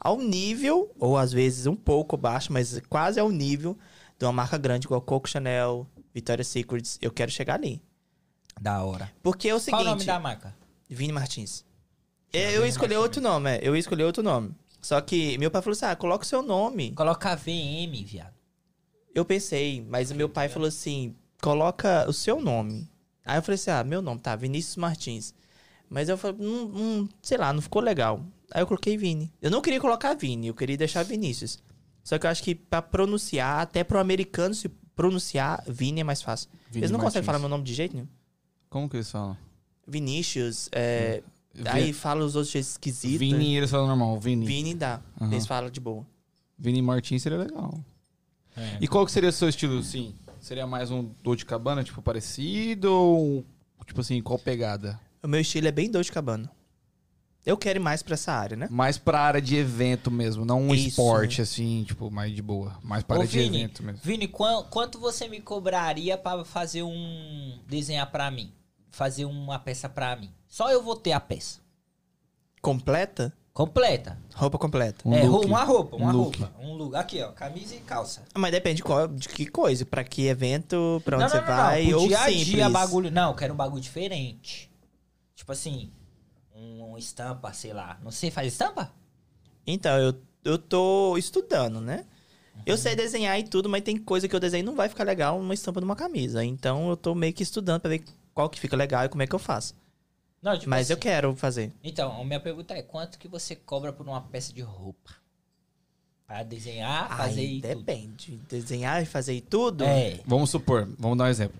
S3: ao nível ou às vezes um pouco abaixo, mas quase ao nível de uma marca grande igual Coco Chanel, Victoria's Secrets. Eu quero chegar ali.
S2: Da hora.
S3: Porque é o
S2: qual o
S3: seguinte,
S2: nome da marca?
S3: Vini Martins. Eu, eu escolhi outro nome, é, eu escolhi outro nome. Só que meu pai falou assim: "Ah, coloca o seu nome".
S2: Coloca VM, viado.
S3: Eu pensei, mas meu pai falou assim: "Coloca o seu nome". Aí eu falei assim: "Ah, meu nome tá Vinícius Martins". Mas eu falei, hum, hum, sei lá, não ficou legal. Aí eu coloquei Vini. Eu não queria colocar Vini, eu queria deixar Vinícius. Só que eu acho que pra pronunciar, até pro americano se pronunciar, Vini é mais fácil.
S1: Vini
S3: Eles não conseguem
S1: Martins.
S3: falar meu nome de jeito nenhum.
S1: Como que eles falam?
S3: Vinícius, é,
S1: Vi-
S3: aí fala os outros jeitos esquisitos.
S1: Hum, Vini, eles falam normal. Vini. Vini,
S3: Vini dá.
S1: Aham.
S3: Eles falam de boa.
S1: Martins seria legal.
S2: É.
S1: E qual que seria o seu estilo, sim? Seria mais um dor de cabana, tipo, parecido? Ou, um- tipo assim, qual pegada?
S3: O meu estilo é bem doido de cabana. Eu quero ir mais pra essa área, né?
S1: Mais pra área de evento mesmo, não um
S3: Isso.
S1: esporte, assim, tipo, mais de boa. Mais para
S2: Ô,
S1: área de
S2: Vini,
S1: evento mesmo.
S2: Vini, quan- quanto você me cobraria pra fazer um. desenhar pra mim? Fazer uma peça pra mim? Só eu vou ter a peça.
S3: Completa?
S2: Completa.
S3: Roupa completa.
S1: Um
S2: é,
S1: look.
S2: ro- uma roupa, uma
S1: Um look.
S2: roupa. Um look. Aqui, ó. Camisa e calça.
S3: Ah, Mas depende qual- de que coisa, pra que evento, pra onde
S2: não,
S3: você
S2: não, não,
S3: vai,
S2: não. Pro
S3: ou
S2: dia
S3: simples.
S2: a dia bagulho. Não, eu quero um bagulho diferente. Tipo assim, um, uma estampa, sei lá. Não sei, faz estampa?
S3: Então, eu, eu tô estudando, né? Eu sei desenhar e tudo, mas tem coisa que eu desenho e não vai ficar legal uma estampa numa camisa. Então eu tô meio que estudando pra ver qual que fica legal e como é que eu faço.
S2: Não, tipo
S3: Mas eu
S2: assim.
S3: quero fazer.
S2: Então, a minha pergunta é: quanto que você cobra por uma peça de roupa? Pra desenhar, fazer
S3: Aí
S2: e tudo.
S3: depende. Desenhar e fazer e tudo?
S2: É.
S1: Vamos supor, vamos dar um exemplo.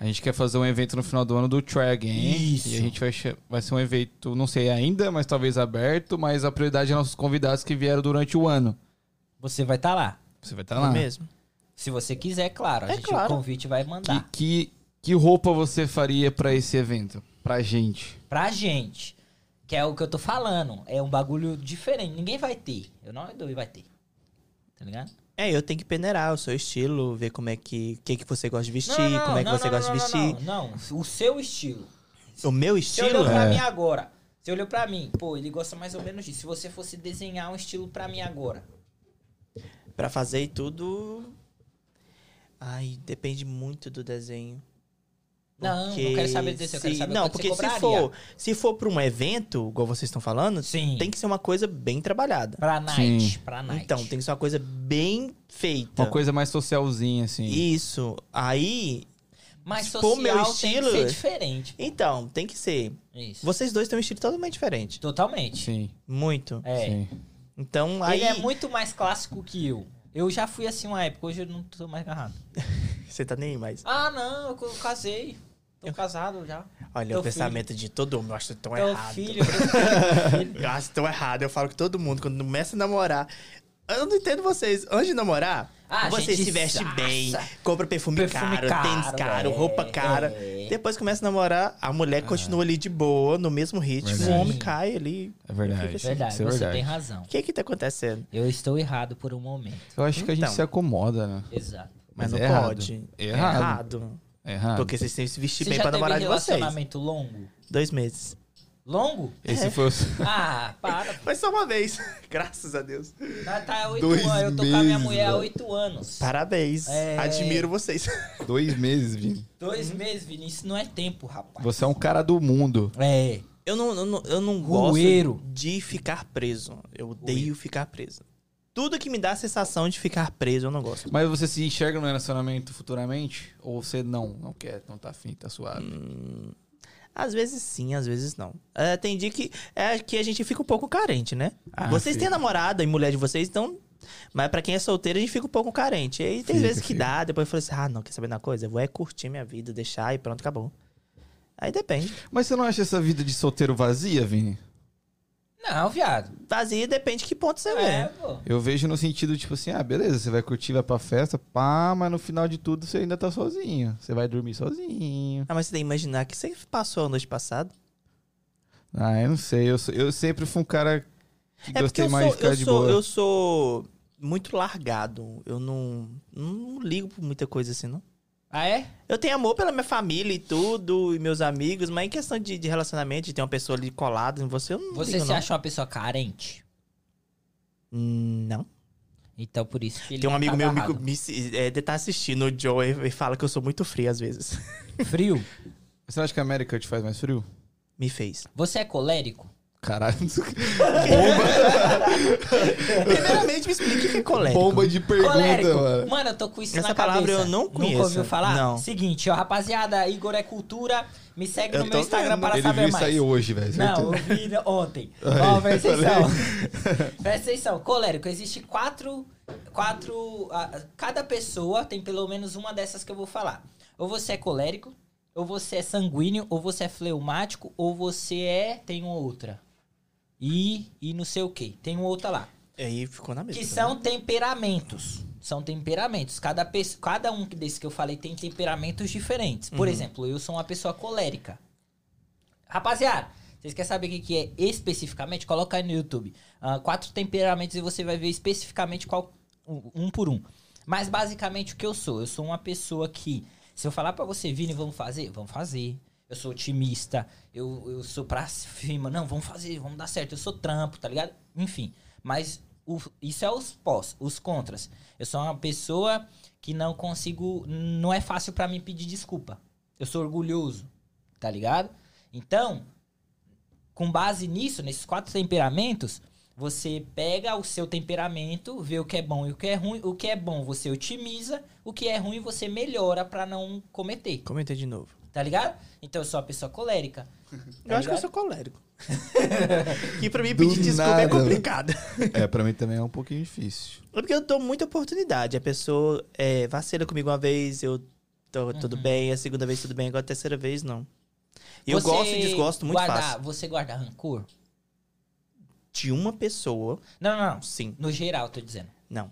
S1: A gente quer fazer um evento no final do ano do Try Game.
S2: Isso.
S1: E a gente vai, che- vai ser um evento, não sei ainda, mas talvez aberto, mas a prioridade é nossos convidados que vieram durante o ano.
S2: Você vai estar lá.
S1: Você vai estar
S3: Não
S1: lá.
S3: É mesmo?
S2: Se você quiser, claro. A
S3: É
S2: gente
S3: claro.
S2: o convite vai
S1: Que,
S2: mandar.
S1: que, que roupa você faria pra esse evento? Pra gente.
S2: Pra gente. Que é o que eu tô falando. É um bagulho diferente. Ninguém vai ter. Eu não dou e vai ter. Tá ligado?
S3: É, eu tenho que peneirar o seu estilo, ver como é que. O que, que você gosta de vestir,
S2: Não, não,
S3: como é que
S2: não,
S3: você
S2: não,
S3: gosta de
S2: não,
S3: vestir.
S2: não, Não, não. O seu estilo.
S3: O meu
S2: Você olhou
S3: estilo?
S2: pra
S1: É.
S2: mim agora. Você olhou pra mim. Pô, ele gosta mais ou menos disso. Se você fosse desenhar um estilo pra mim agora.
S3: Pra fazer e tudo. Ai, depende muito do desenho.
S2: Não, não quero saber disso, eu quero
S3: se-
S2: saber
S3: Não,
S2: quanto
S3: porque
S2: você cobraria.
S3: se for, se for pra um evento, igual vocês estão falando,
S2: Sim.
S3: tem que ser uma coisa bem trabalhada.
S2: Pra night.
S1: Sim.
S2: Pra night.
S3: Então, tem que ser uma coisa bem feita.
S1: Uma coisa mais socialzinha, assim.
S3: Isso. Aí.
S2: Mas
S3: Se
S2: social
S3: for meu estilo- é.
S2: tem que ser diferente.
S3: Então, tem que ser.
S2: Isso.
S3: Vocês dois têm um estilo totalmente diferente.
S2: Totalmente.
S1: Sim,
S3: Muito.
S2: É.
S1: sim.
S3: Então, aí.
S2: Ele é muito mais clássico que eu. Eu já fui assim uma época, hoje eu não tô mais agarrado.
S3: Você tá nem aí mais.
S2: Ah, não, eu co- casei. Tô casado já.
S3: Olha,
S2: Teu
S3: o pensamento de todo mundo. Eu acho tão
S2: Teu
S3: errado.
S2: filho, teu filho.
S3: Eu acho tão errado. Eu falo com todo mundo quando começa a namorar. Eu não entendo vocês. Antes de namorar,
S2: Ah,
S3: você
S2: gente,
S3: se veste
S2: nossa.
S3: bem, compra perfume,
S2: Perfume
S3: caro,
S2: caro,
S3: tênis caro,
S2: é,
S3: roupa cara.
S2: é.
S3: Depois começa a namorar, a mulher continua ali de boa, no mesmo ritmo.
S1: Verdade.
S3: O homem cai ali.
S1: É verdade.
S3: Isso
S2: Verdade,
S1: Isso é
S2: você
S1: verdade.
S2: tem razão.
S3: O que que tá acontecendo?
S2: Eu estou errado por um momento.
S1: Eu acho que a gente
S3: Então.
S1: se acomoda, né?
S2: Exato.
S1: Mas,
S3: não
S1: é errado.
S3: pode.
S1: É errado.
S3: errado.
S1: É errado.
S3: Porque vocês têm que se vestir
S2: Você
S3: bem
S2: já
S3: pra
S2: teve
S3: namorar de vocês.
S2: relacionamento longo?
S3: Dois meses.
S2: Longo?
S1: Esse foi o...
S2: Ah, para.
S3: Mas só uma vez. Graças a Deus.
S2: Tá, tá há oito
S1: Dois
S2: anos. Eu tô com a minha
S1: meses,
S2: mulher há
S1: velho.
S2: oito anos.
S3: Parabéns.
S2: É.
S3: Admiro vocês.
S1: Dois meses, Vini.
S2: Dois meses, Vini. Isso não é tempo, rapaz.
S1: Você é um cara do mundo.
S2: É.
S3: Eu não, eu não, eu não
S2: Rueiro.
S3: gosto de ficar preso. Eu odeio ficar preso. Tudo que me dá a sensação de ficar preso, eu não gosto.
S1: Mas você se enxerga no relacionamento futuramente? Ou você não? Não quer, não tá afim, tá suave.
S3: Às vezes sim, às vezes não. É, tem dia que, é, que a gente fica um pouco carente, né?
S1: Ah,
S3: vocês
S1: fica.
S3: têm namorada e mulher de vocês, então. Mas pra quem é solteiro, a gente fica um pouco carente. E aí tem
S1: Fica,
S3: vezes que
S1: fica.
S3: dá, depois fala assim: ah, não, quer saber da coisa? Eu vou é curtir minha vida, deixar e pronto, acabou. Aí depende.
S1: Mas você não acha essa vida de solteiro vazia, Vini?
S2: Não, viado.
S3: Vazia depende de que ponto você
S2: É,
S3: vê. né?
S2: pô.
S1: Eu vejo no sentido, tipo assim, ah, beleza, você vai curtir, vai pra festa, pá, mas no final de tudo você ainda tá sozinho. Você vai dormir sozinho.
S3: Ah, mas você tem que imaginar que você passou a noite passada.
S1: Ah, eu não sei, eu, sou- eu sempre fui um cara que
S3: É porque
S1: gostei
S3: eu
S1: mais
S3: sou,
S1: de ficar
S3: eu,
S1: de
S3: sou,
S1: boa.
S3: eu sou muito largado. Eu não, não ligo por muita coisa assim, não.
S2: Ah, é?
S3: Eu tenho amor pela minha família e tudo, e meus amigos, mas em questão de, de relacionamento, de ter uma pessoa ali colada em você, eu não
S2: Você
S3: ligo,
S2: se
S3: não.
S2: acha uma pessoa carente?
S3: Hum, Não.
S2: Então por isso que ele
S3: Tem um
S2: não
S3: amigo
S2: tá
S3: meu me,
S2: agarrado.
S3: me, se- é, de tá assistindo o Joe e fala que eu sou muito frio às vezes.
S2: Frio.
S1: Você não acha que a América te faz mais frio?
S3: me fez.
S2: Você é colérico?
S1: Caralho.
S3: Primeiramente, me explique o que é colérico.
S1: Bomba de pergunta,
S2: Colérico.
S1: mano.
S2: Mano, eu tô com isso
S3: Essa
S2: na
S3: palavra
S2: cabeça.
S3: eu não conheço.
S2: Nunca ouviu falar?
S3: Não.
S2: Seguinte, ó, rapaziada, Igor é cultura. Me segue
S3: Eu
S2: no
S3: tô
S2: meu Instagram
S3: vendo.
S2: para
S1: Ele viu
S2: saber
S1: isso
S2: mais.
S1: aí hoje, velho.
S2: Não, eu vi ontem. Ó, presta atenção. presta atenção. Colérico, existe quatro... quatro ah, cada pessoa tem pelo menos uma dessas que eu vou falar. Ou você é colérico, ou você é sanguíneo, ou você é fleumático, ou você é... Tem uma outra. E... E não sei o quê. Tem uma outra lá.
S3: Aí ficou na mesa.
S2: Que
S3: né?
S2: são temperamentos. São temperamentos. Cada, pesso- cada um desses que eu falei tem temperamentos diferentes. Por exemplo, eu sou uma pessoa colérica. Rapaziada, vocês querem saber o que, que é especificamente? Coloca aí no YouTube. Ah, quatro temperamentos e você vai ver especificamente qual um, um por um. Mas basicamente o que eu sou? Eu sou uma pessoa que, se eu falar pra você, Vini, vamos fazer? Vamos fazer. Eu sou otimista, eu, eu sou pra cima, não, vamos fazer, vamos dar certo. Eu sou trampo, tá ligado? Enfim. Mas o- isso é os pós, os contras. Eu sou uma pessoa que não consigo. Não é fácil pra mim pedir desculpa. Eu sou orgulhoso, tá ligado? Então, com base nisso, nesses quatro temperamentos, você pega o seu temperamento, vê o que é bom e o que é ruim. O que é bom você otimiza, o que é ruim você melhora pra não cometer,
S3: Comenta de novo.
S2: tá ligado? Então eu sou uma pessoa colérica.
S3: Eu acho que eu
S2: Tá ligado?
S3: sou colérico. e pra mim
S1: Do
S3: pedir desculpa é
S1: nada.
S3: complicado.
S1: É, pra mim também é um pouquinho difícil.
S3: É porque eu dou muita oportunidade. A pessoa é, vacila comigo uma vez, eu tô
S2: Uhum.
S3: tudo bem, a segunda vez tudo bem, agora a terceira vez não. E eu
S2: Você
S3: gosto e desgosto muito
S2: guardar,
S3: fácil.
S2: Você guarda rancor?
S3: De uma pessoa,
S2: Não, não, não.
S3: sim,
S2: No geral, tô dizendo.
S3: não.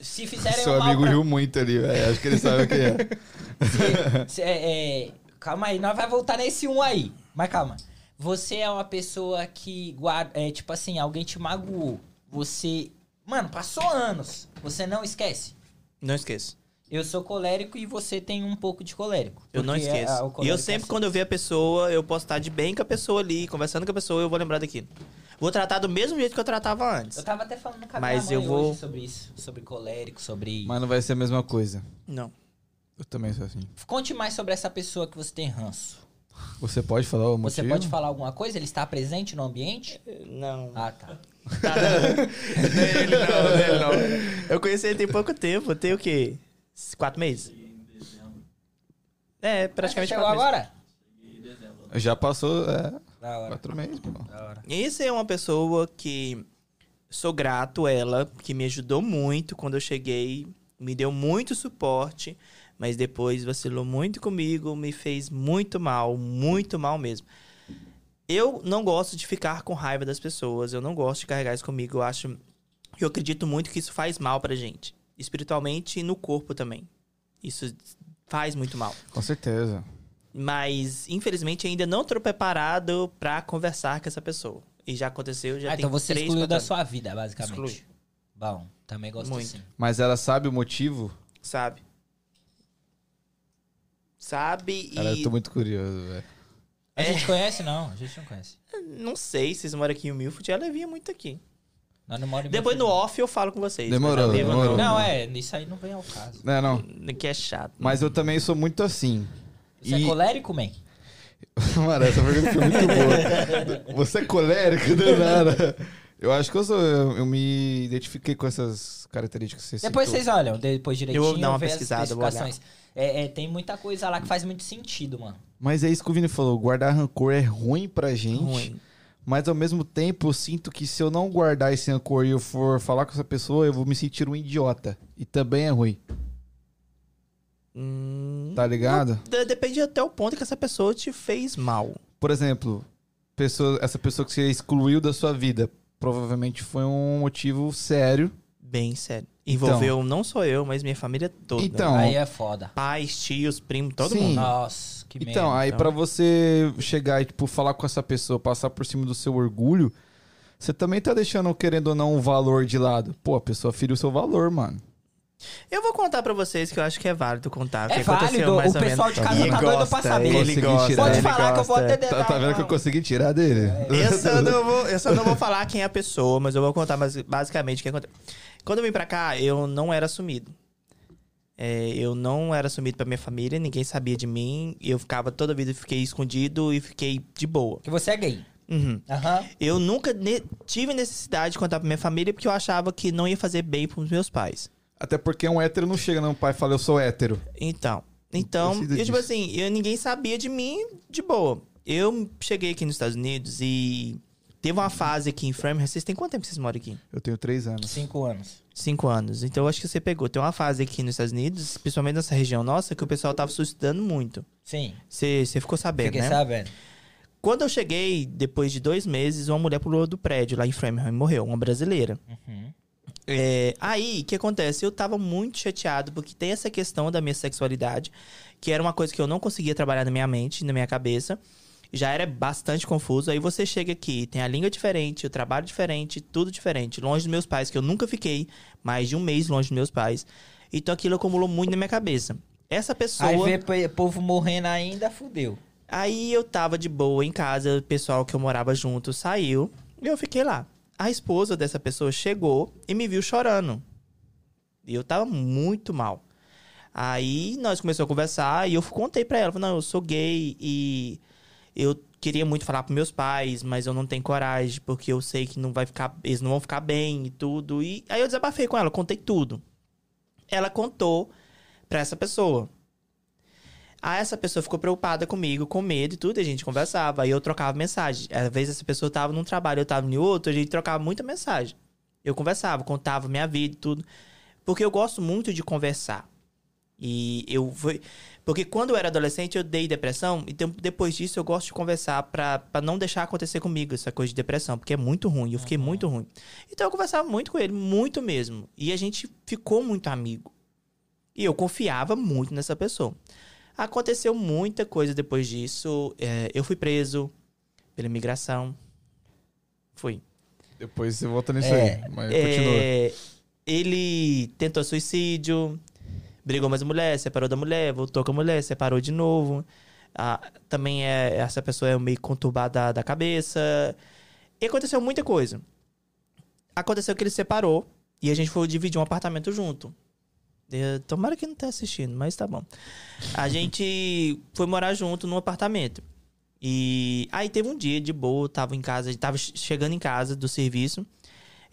S2: Se fizerem um
S1: Seu
S2: mal
S1: amigo
S2: pra...
S1: riu muito ali, velho. Acho que ele sabe o que é.
S2: Cê- é, é, calma aí, nós vai voltar nesse um aí. Mas calma. Você é uma pessoa que guarda. É, tipo assim, alguém te magoou. Você. Mano, passou anos. Você não esquece.
S3: Não esqueço.
S2: Eu sou colérico e você tem um pouco de colérico.
S3: Eu não
S2: Porque é-
S3: esqueço.
S2: a- o
S3: e
S2: colérico
S3: eu
S2: é
S3: sempre,
S2: assim.
S3: quando eu ver a pessoa, eu posso estar de bem com a pessoa ali, conversando com a pessoa, eu vou lembrar daquilo. Vou tratar do mesmo jeito que eu tratava
S2: assim. Eu
S3: antes.
S2: tava até falando com a
S3: Mas
S2: minha
S3: eu
S2: mãe
S3: vou-
S2: hoje sobre isso. Sobre colérico, sobre.
S1: Mas não vai ser a mesma coisa.
S3: Não.
S1: Eu também sou assim.
S2: Conte mais sobre essa pessoa que você tem ranço.
S1: Você pode falar o
S2: Você
S1: motivo?
S2: pode falar alguma coisa? Ele está presente no ambiente?
S3: Não.
S2: Ah, tá.
S3: Tá, não. Dele não, dele não. Eu conheci ele tem pouco tempo, tem o quê? Quatro meses? É, praticamente
S2: Você chegou
S3: quatro meses.
S2: agora?
S1: Já passou, é,
S2: Da hora.
S1: quatro meses, pô.
S2: Da hora.
S3: Essa é uma pessoa que sou grato a ela, que me ajudou muito quando eu cheguei, me deu muito suporte, mas depois vacilou muito comigo, me fez muito mal, muito mal mesmo. Eu não gosto de ficar com raiva das pessoas, eu não gosto de carregar isso comigo, eu acho eu acredito muito que isso faz mal pra gente, espiritualmente e no corpo também. Isso faz muito mal.
S1: Com certeza.
S3: Mas, infelizmente, ainda não estou preparado para conversar com essa pessoa. E já aconteceu, já
S2: Ah,
S3: tem
S2: então você
S3: três,
S2: excluiu
S3: quatro
S2: da
S3: anos,
S2: sua vida, basicamente.
S3: Exclui.
S2: Bom, também gosto
S3: Muito.
S2: assim.
S1: Mas ela sabe o motivo?
S3: sabe? Sabe e...
S1: Cara, eu tô muito curioso, velho.
S2: A
S3: É.
S2: gente conhece, não? A gente não conhece.
S3: Não sei se vocês moram aqui em Milford, ela vinha muito aqui.
S2: Nós não moramos em
S3: Depois no
S2: Minas
S3: off eu falo com vocês. mas
S1: Demorou,
S3: ao vivo
S1: demorou.
S2: Gerais.
S3: Não,
S2: Não, é, isso aí não vem ao caso.
S1: Não, não.
S3: não, que é chato.
S1: Mas eu também sou muito assim.
S2: Você
S1: E-
S2: é colérico, man?
S1: Mano, essa pergunta foi muito boa. Você é colérico, do nada. Eu acho que eu sou. Eu, eu me identifiquei com essas características que você
S2: Depois
S1: citou.
S2: vocês olham, depois direitinho,
S3: vou dar uma
S2: vê as
S3: pesquisada, eu vou olhar.
S2: especificações. É, é, tem muita coisa lá que faz muito sentido, mano.
S1: Mas é isso que o Vini falou: guardar rancor é ruim pra gente.
S3: Ruim.
S1: Mas ao mesmo tempo, eu sinto que se eu não guardar esse rancor e eu for falar com essa pessoa, eu vou me sentir um idiota. E também é ruim,
S3: Hum,
S2: Uhum.
S1: tá ligado?
S3: de- Depende até o ponto que essa pessoa te fez mal.
S1: Por exemplo, pessoa- essa pessoa que você excluiu da sua vida provavelmente foi um motivo sério.
S3: Bem sério.
S1: Então.
S3: Envolveu não só eu, mas minha família toda.
S1: Então. Não.
S2: Aí é foda.
S3: Pais, tios, primos, todo
S1: Sim.
S3: mundo.
S2: Nossa, que merda.
S1: então, aí
S3: então.
S1: pra você chegar e, tipo, falar com essa pessoa, passar por cima do seu orgulho, você também tá deixando, querendo ou não, um valor de lado. Pô, a pessoa feriu seu valor, mano.
S3: Eu vou contar pra vocês que eu acho que é válido contar. o
S2: É
S3: que aconteceu
S2: válido,
S3: mais
S2: o
S3: ou
S2: pessoal
S3: menos.
S2: de casa
S3: Ele
S2: tá doido
S3: gosta,
S2: pra saber.
S3: Ele
S1: Consegui
S3: gosta,
S1: tirar.
S2: Pode
S3: ele
S2: falar que eu vou
S3: gosta.
S2: até dedar.
S1: Tá, tá vendo que eu consegui tirar dele?
S2: É,
S3: Eu só, não vou, eu só não vou falar quem é a pessoa, mas eu vou contar basi- basicamente o que aconteceu. Quando eu vim pra cá, eu não era assumido. É, eu não era assumido pra minha família, ninguém sabia de mim. Eu ficava toda vida, fiquei escondido e fiquei de boa.
S2: Que você é gay.
S3: Uhum.
S2: Aham.
S3: Eu nunca ne- tive necessidade de contar pra minha família porque eu achava que não ia fazer bem pros meus pais.
S1: Até porque um hétero não chega, não, pai, fala, eu sou hétero.
S3: Então, então,
S1: Precisa
S3: eu, tipo
S1: disso.
S3: assim, eu, ninguém sabia de mim de boa. Eu cheguei aqui nos Estados Unidos e teve uma fase aqui em Framingham. Vocês têm quanto tempo que vocês moram aqui?
S1: Eu tenho três anos.
S2: Cinco anos.
S3: Cinco anos. Então, eu acho que você pegou. Tem uma fase aqui nos Estados Unidos, principalmente nessa região nossa, que o pessoal tava estudando muito.
S2: Sim.
S3: Você você ficou sabendo,
S2: Fiquei
S3: né?
S2: sabendo.
S3: Quando eu cheguei, depois de dois meses, uma mulher pulou do prédio lá em Framingham e morreu, uma brasileira.
S2: Uhum.
S3: É, aí, o que acontece? Eu tava muito chateado, porque tem essa questão da minha sexualidade, que era uma coisa que eu não conseguia trabalhar na minha mente, na minha cabeça. Já era bastante confuso. Aí você chega aqui, tem a língua diferente, o trabalho diferente, tudo diferente. Longe dos meus pais, que eu nunca fiquei mais de um mês longe dos meus pais. Então aquilo acumulou muito na minha cabeça. Essa pessoa.
S2: Aí vê pe- povo morrendo ainda, fudeu.
S3: Aí eu tava de boa em casa, o pessoal que eu morava junto saiu e eu fiquei lá. A esposa dessa pessoa chegou e me viu chorando. E eu tava muito mal. Aí nós começamos a conversar e eu contei pra ela, falei, não, eu sou gay e eu queria muito falar pros meus pais, mas eu não tenho coragem, porque eu sei que não vai ficar, eles não vão ficar bem e tudo. E aí eu desabafei com ela, contei tudo. Ela contou pra essa pessoa. Aí essa pessoa ficou preocupada comigo, com medo e tudo, e a gente conversava, aí eu trocava mensagem. Às vezes essa pessoa tava num trabalho, eu tava em outro, a gente trocava muita mensagem. Eu conversava, contava minha vida e tudo. Porque eu gosto muito de conversar. E eu fui. Porque quando eu era adolescente, eu dei depressão, então depois disso eu gosto de conversar pra, pra não deixar acontecer comigo essa coisa de depressão, porque é muito ruim, eu fiquei muito ruim. Então eu conversava muito com ele, muito mesmo. E a gente ficou muito amigo. E eu confiava muito nessa pessoa. Aconteceu muita coisa depois disso. É, eu fui preso pela imigração. Fui.
S1: Depois você volta nisso
S2: É,
S1: aí. Mas continua.
S3: É, ele tentou suicídio, brigou mais a mulher, separou da mulher, voltou com a mulher, separou de novo. Ah, também é, essa pessoa é meio conturbada da cabeça. E aconteceu muita coisa. Aconteceu que ele separou e a gente foi dividir um apartamento junto. Eh, Tomara que não esteja assistindo, mas tá bom. A gente foi morar junto num apartamento. E aí teve um dia de boa, eu tava em casa, tava che- chegando em casa do serviço.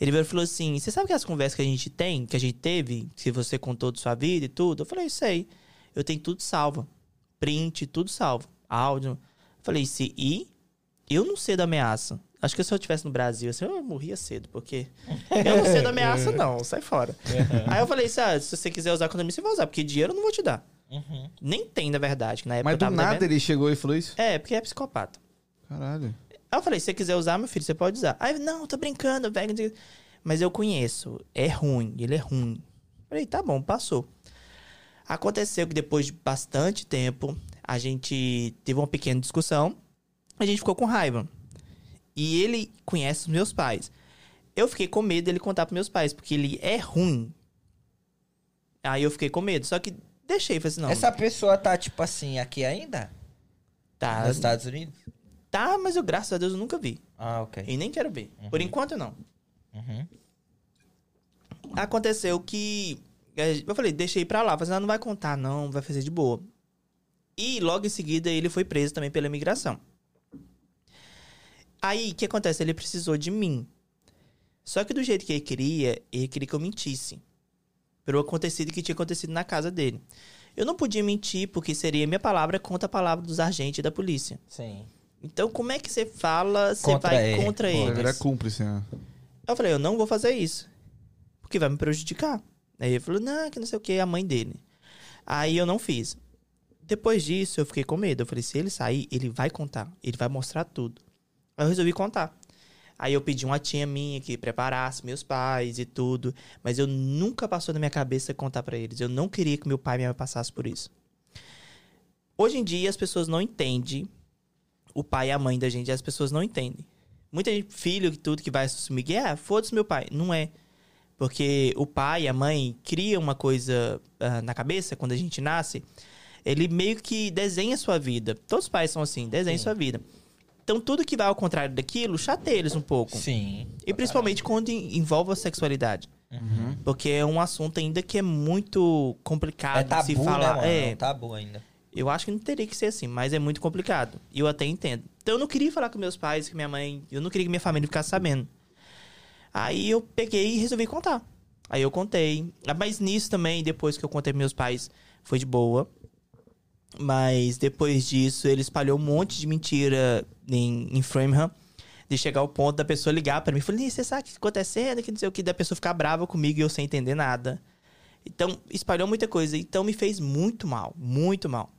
S3: Ele veio e falou assim: Você sabe que as conversas que a gente tem, que a gente teve, que você contou de sua vida e tudo? Eu falei: Sei. Eu tenho tudo salvo. Print, tudo salvo. Áudio. Eu falei: Se e eu não sei da ameaça. Acho que se eu estivesse no Brasil, assim, eu morria cedo, porque eu não sei da ameaça, não. Sai fora. Aí eu falei assim: ah, se você quiser usar contra mim, você vai usar, porque dinheiro eu não vou te dar.
S2: Uhum.
S3: Nem tem, na verdade. que
S2: é
S3: Na época
S1: Mas
S3: eu
S1: do
S3: tava
S1: nada
S3: devendo.
S1: ele chegou e falou isso?
S3: É, porque é psicopata.
S1: Caralho.
S3: Aí eu falei, se você quiser usar, meu filho, você pode usar. Aí, ele, não, tô brincando, velho. Mas eu conheço, é ruim, ele é ruim. Falei, tá bom, passou. Aconteceu que depois de bastante tempo, a gente teve uma pequena discussão, a gente ficou com raiva. E ele conhece os meus pais. Eu fiquei com medo dele contar pros meus pais, porque ele é ruim. Aí eu fiquei com medo, só que deixei, falei assim, não,
S2: Essa pessoa tá, tipo assim, aqui ainda?
S3: tá,
S2: Nos Estados Unidos?
S3: tá, mas eu, graças a Deus, eu nunca vi.
S2: Ah, ok.
S3: E nem quero ver. Por enquanto, não.
S2: Uhum.
S3: aconteceu que é, eu falei, deixei pra lá, falei, "Ah, não vai contar não, vai fazer de boa. E logo em seguida ele foi preso também pela imigração. Aí, o que acontece? Ele precisou de mim. Só que do jeito que ele queria, ele queria que eu mentisse. Pelo acontecido que tinha acontecido na casa dele. Eu não podia mentir, porque seria minha palavra contra a palavra dos agentes e da polícia.
S2: Sim.
S3: Então, como é que você fala, você
S2: Contra
S3: vai
S2: ele.
S3: contra
S1: Pô,
S3: eles?
S1: ele era cúmplice, né?
S3: Eu falei, eu não vou fazer isso. Porque vai me prejudicar. Aí ele falou, não, que não sei o que, a mãe dele. Aí eu não fiz. Depois disso, eu fiquei com medo. Eu falei, se ele sair, ele vai contar. Ele vai mostrar tudo. Aí eu resolvi contar. Aí eu pedi uma tia minha que preparasse meus pais e tudo. Mas eu nunca passou na minha cabeça contar pra eles. Eu não queria que meu pai e minha mãe passassem por isso. Hoje em dia, as pessoas não entendem o pai e a mãe da gente. As pessoas não entendem. Muita gente, filho e tudo que vai assumir que é, foda-se meu pai. Não é. Porque o pai e a mãe criam uma coisa ah, na cabeça quando a gente nasce. Ele meio que desenha a sua vida. Todos os pais são assim, desenha a sua vida. Então tudo que vai ao contrário daquilo chateia eles um pouco.
S2: Sim.
S3: E principalmente quando en- envolve a sexualidade.
S2: Uhum.
S3: Porque é um assunto ainda que é muito complicado
S2: É
S3: de se
S2: tabu, né,
S3: falar.
S2: mano?
S3: é,
S2: É um tabu ainda.
S3: Eu acho que não teria que ser assim, mas é muito complicado. E eu até entendo. Então eu não queria falar com meus pais, com minha mãe, eu não queria que minha família ficasse sabendo. Aí eu peguei e resolvi contar. Aí eu contei. Ah, Mas nisso também, depois que eu contei pros meus pais, foi de boa. Mas depois disso, ele espalhou um monte de mentira em, em Framingham. De chegar ao ponto da pessoa ligar pra mim e falar: "Ih, você sabe o que tá acontecendo, que não sei o que, da pessoa ficar brava comigo e eu sem entender nada. Então, espalhou muita coisa. Então, me fez muito mal, muito mal.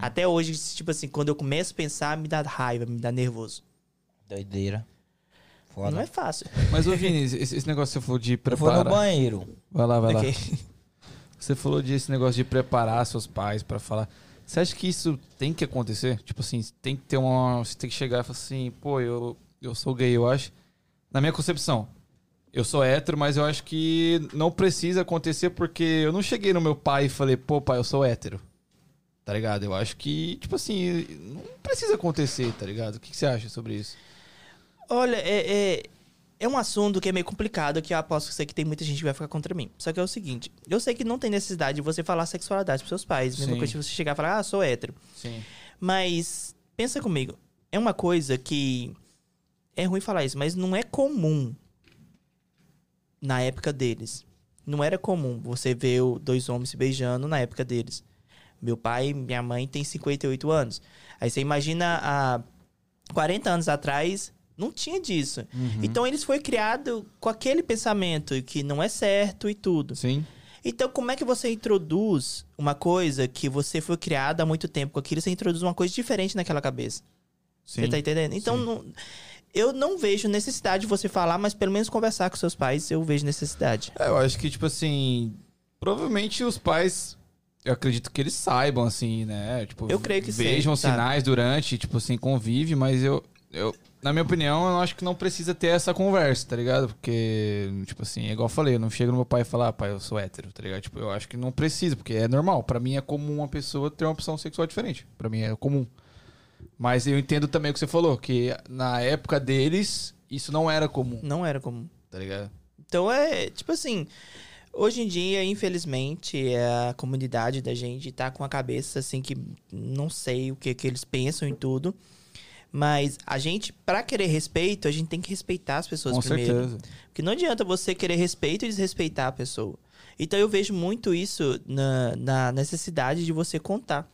S3: Até hoje, tipo assim, quando eu começo a pensar, me dá raiva, me dá nervoso.
S2: Doideira. Foda.
S3: Não é fácil.
S1: Mas, ô Vini, esse, esse negócio que você falou de
S2: eu vou no
S1: preparar.
S2: banheiro.
S1: Vai lá, vai lá.
S3: Ok.
S1: Você falou desse negócio de preparar seus pais pra falar. Você acha que isso tem que acontecer? Tipo assim, tem que ter uma. Você tem que chegar e falar assim, pô, eu, eu sou gay, eu acho. Na minha concepção, eu sou hétero, mas eu acho que não precisa acontecer porque eu não cheguei no meu pai e falei, pô, pai, eu sou hétero. Tá ligado? Eu acho que, tipo assim, não precisa acontecer, tá ligado? O que, que você acha sobre isso?
S3: Olha, é, é, é um assunto que é meio complicado, que eu aposto que sei que tem muita gente que vai ficar contra mim. Só que é o seguinte, eu sei que não tem necessidade de você falar sexualidade pros seus pais. Mesma
S1: Sim.
S3: coisa de você chegar e falar, ah, sou hétero.
S1: Sim.
S3: Mas, pensa comigo, é uma coisa que... É ruim falar isso, mas não é comum na época deles. Não era comum você ver o- dois homens se beijando na época deles. Meu pai e minha mãe têm 58 anos. Aí você imagina há 40 anos atrás, não tinha
S1: Uhum.
S3: disso. Então eles foi criado com aquele pensamento que não é certo e tudo.
S1: Sim.
S3: Então como é que você introduz uma coisa que você foi criado há muito tempo com aquilo, você introduz uma coisa diferente naquela cabeça?
S1: Sim.
S3: Você tá entendendo? Então
S1: Sim.
S3: não- eu não vejo necessidade de você falar, mas pelo menos conversar com seus pais, eu vejo necessidade.
S1: É, eu acho que, tipo assim. Provavelmente os pais. Eu acredito que eles saibam, assim, né? Tipo,
S3: Eu creio que sim,
S1: Vejam
S3: sabe?
S1: sinais durante, tipo assim, convive, mas eu. eu na minha opinião, eu acho que não precisa ter essa conversa, tá ligado? Porque, tipo assim, é igual eu falei, eu não chego no meu pai e falar, ah, pai, eu sou hétero, tá ligado? Tipo, eu acho que não precisa, porque é normal. Pra mim é comum uma pessoa ter uma opção sexual diferente. Pra mim é comum. Mas eu entendo também o que você falou, que na época deles, isso não era comum,
S3: Não era comum.
S1: tá ligado?
S3: Então é, tipo assim, hoje em dia, infelizmente, é a comunidade da gente tá com a cabeça assim que não sei o que que eles pensam em tudo. Mas a gente, pra querer respeito, a gente tem que respeitar as pessoas
S1: Com
S3: primeiro.
S1: certeza.
S3: Porque não adianta você querer respeito e desrespeitar a pessoa. Então eu vejo muito isso na, na necessidade de você contar.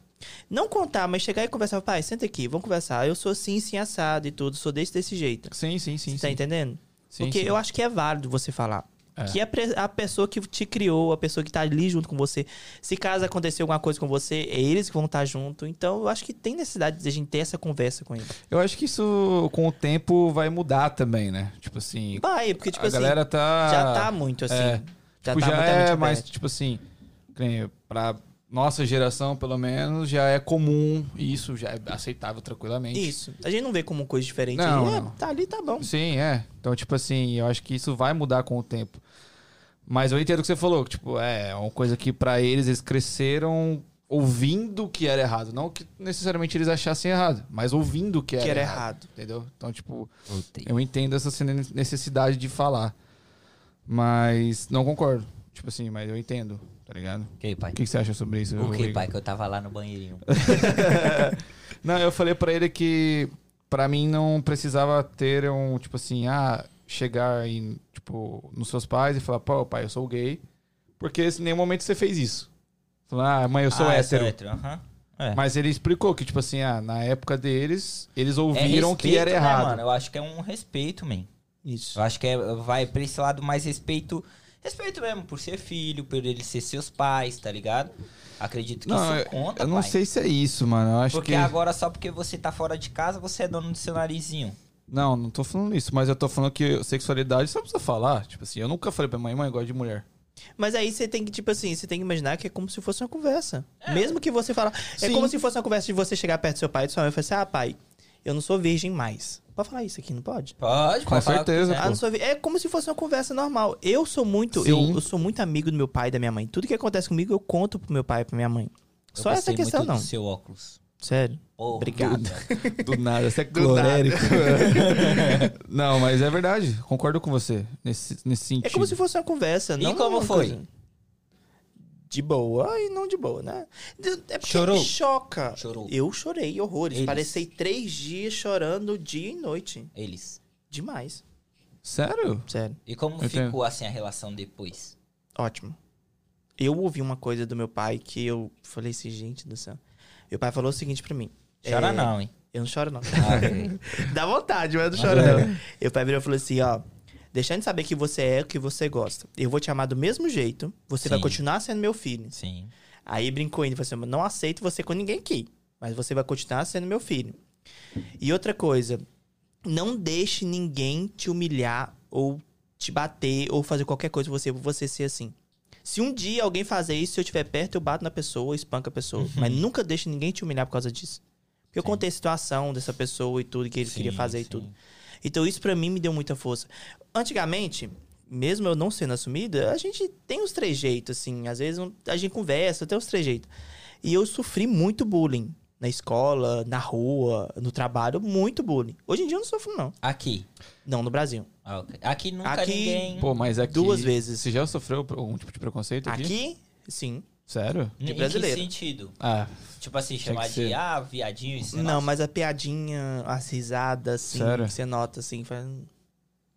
S3: Não contar, mas chegar e conversar, pai, senta aqui, vamos conversar. Eu sou assim, assim, assado e tudo, sou desse, desse jeito.
S1: Sim, sim, sim.
S3: Você tá
S1: sim.
S3: entendendo?
S1: Sim,
S3: Porque
S1: sim.
S3: eu acho que é válido você falar.
S1: É.
S3: Que a, pre- a pessoa que te criou, a pessoa que tá ali junto com você, se caso acontecer alguma coisa com você, é eles que vão estar junto. Então eu acho que tem necessidade de a gente ter essa conversa com eles.
S1: Eu acho que isso com o tempo vai mudar também, né? Tipo assim,
S3: Vai, porque tipo
S1: a
S3: assim,
S1: galera tá
S3: já tá muito assim.
S1: é.
S3: já
S1: tipo,
S3: tá
S1: já
S3: muito
S1: é
S3: aberto.
S1: mais tipo assim, que nem pra nossa geração, pelo menos, já é comum isso, já é aceitável tranquilamente.
S3: Isso. A gente não vê como coisa diferente.
S1: Não,
S3: É,
S1: não.
S3: tá ali, tá bom.
S1: Sim, é. Então, tipo assim, eu acho que isso vai mudar com o tempo. Mas eu entendo o que você falou, que, tipo, é uma coisa que pra eles, eles cresceram ouvindo que era errado. Não que necessariamente eles achassem errado, mas ouvindo que era,
S3: Que era errado.
S1: Entendeu? Então, tipo,
S2: Voltei.
S1: Eu entendo essa sen- necessidade de falar. Mas não concordo. Tipo assim, mas eu entendo, tá ligado?
S2: Ok, pai.
S1: O que, que você acha sobre isso?
S2: O que,
S1: Rodrigo?
S2: pai? Que eu tava lá no banheirinho.
S1: Não, eu falei pra ele que pra mim não precisava ter um, tipo assim, ah, chegar em, tipo, nos seus pais e falar, pô, pai, eu sou gay. Porque em nenhum momento você fez isso. Falar, ah, mãe, eu sou
S2: Ah,
S1: hétero.
S2: aham. É.
S1: Mas ele explicou que, tipo assim, ah, na época deles, eles
S2: É
S1: ouviram que
S2: respeito,
S1: era
S2: né,
S1: errado.
S2: mano? Eu acho que é um respeito, man.
S3: Isso.
S2: Eu acho que é, vai pra esse lado mais respeito. Respeito mesmo por ser filho, por ele ser seus pais, tá ligado? Acredito que
S1: não,
S2: isso
S1: eu-
S2: conta,
S1: eu não
S2: pai.
S1: sei se é isso, mano. Eu acho
S2: porque
S1: que...
S2: agora, só porque você tá fora de casa, você é dono do seu narizinho.
S1: Não, não tô falando isso, mas eu tô falando que sexualidade só precisa falar. Tipo assim, eu nunca falei pra mãe, mãe, eu gosto de mulher.
S3: Mas aí você tem que, tipo assim, você tem que imaginar que é como se fosse uma conversa. Mesmo que você fala. É
S1: Sim.
S3: como se fosse uma conversa de você chegar perto do seu pai e do sua mãe e falar assim: ah, pai, eu não sou virgem mais. Pode falar isso aqui, não pode?
S2: Pode,
S1: Com certeza,
S3: Ah, não
S1: pô.
S3: sou vi- É como se fosse uma conversa normal. Eu sou muito.
S1: Sim.
S3: Eu, eu sou muito amigo do meu pai e da minha mãe. Tudo que acontece comigo, eu conto pro meu pai e pra minha mãe. Só essa questão, não.
S2: seu óculos.
S3: Sério.
S2: Porra,
S3: Obrigado.
S1: Do nada, você é
S3: Do
S1: colérico. não, mas é verdade, concordo com você nesse, nesse sentido.
S3: É como se fosse uma conversa, não
S2: como
S3: uma
S2: foi?
S3: coisa. de boa e não de boa, né? De- É porque
S2: Chorou?
S3: me choca.
S2: Chorou.
S3: Eu chorei horrores.
S2: Eles.
S3: Parecei três dias chorando dia e noite.
S2: Eles.
S3: Demais.
S1: Sério?
S3: Sério.
S2: E como
S1: Eu
S2: ficou assim a relação depois?
S3: Ótimo. Eu ouvi uma coisa do meu pai que eu falei assim, gente do céu. Meu pai falou o seguinte pra mim.
S2: Chora
S3: é,
S2: não, hein?
S3: Eu não choro, não.
S2: Ah, ok.
S3: Dá vontade, mas eu não choro,
S2: é.
S3: não. Meu pai virou e falou assim, ó. Deixando de saber que você é o que você gosta. Eu vou te amar do mesmo jeito. Você vai
S2: Sim.
S3: continuar sendo meu filho.
S2: Sim.
S3: Aí brincou ainda, falou assim, "Eu não aceito você com ninguém aqui, mas você vai continuar sendo meu filho. E outra coisa, não deixe ninguém te humilhar ou te bater ou fazer qualquer coisa com você por você ser assim. Se um dia alguém fazer isso, se eu estiver perto, eu bato na pessoa, eu espanco a pessoa. Mas nunca deixe ninguém te humilhar por causa disso. Porque eu
S2: Uhum. Sim.
S3: contei a situação dessa pessoa e tudo que ele
S2: Sim,
S3: queria fazer e
S2: sim.
S3: tudo. Então isso pra mim me deu muita força. Antigamente, mesmo eu não sendo assumida, a gente tem os trejeitos, assim. Às vezes um- a gente conversa, tem os trejeitos. E eu sofri muito bullying. Na escola, na rua, no trabalho, muito bullying. Hoje em dia eu não sofro, não.
S2: Aqui.
S3: Não, no Brasil.
S2: Ah, ok. Aqui nunca
S3: Aqui-
S2: ninguém.
S1: Pô, mas aqui...
S3: Duas vezes.
S1: Você já sofreu algum tipo de preconceito aqui?
S3: Aqui, sim.
S1: Sério?
S2: Em
S3: brasileiro.
S2: que sentido?
S1: Ah,
S2: Tipo assim, chamar
S1: que
S2: de
S1: ser.
S2: ah, viadinho, isso
S3: Não, mas a piadinha, as risadas, assim,
S1: Sério?
S3: que você nota, assim, faz...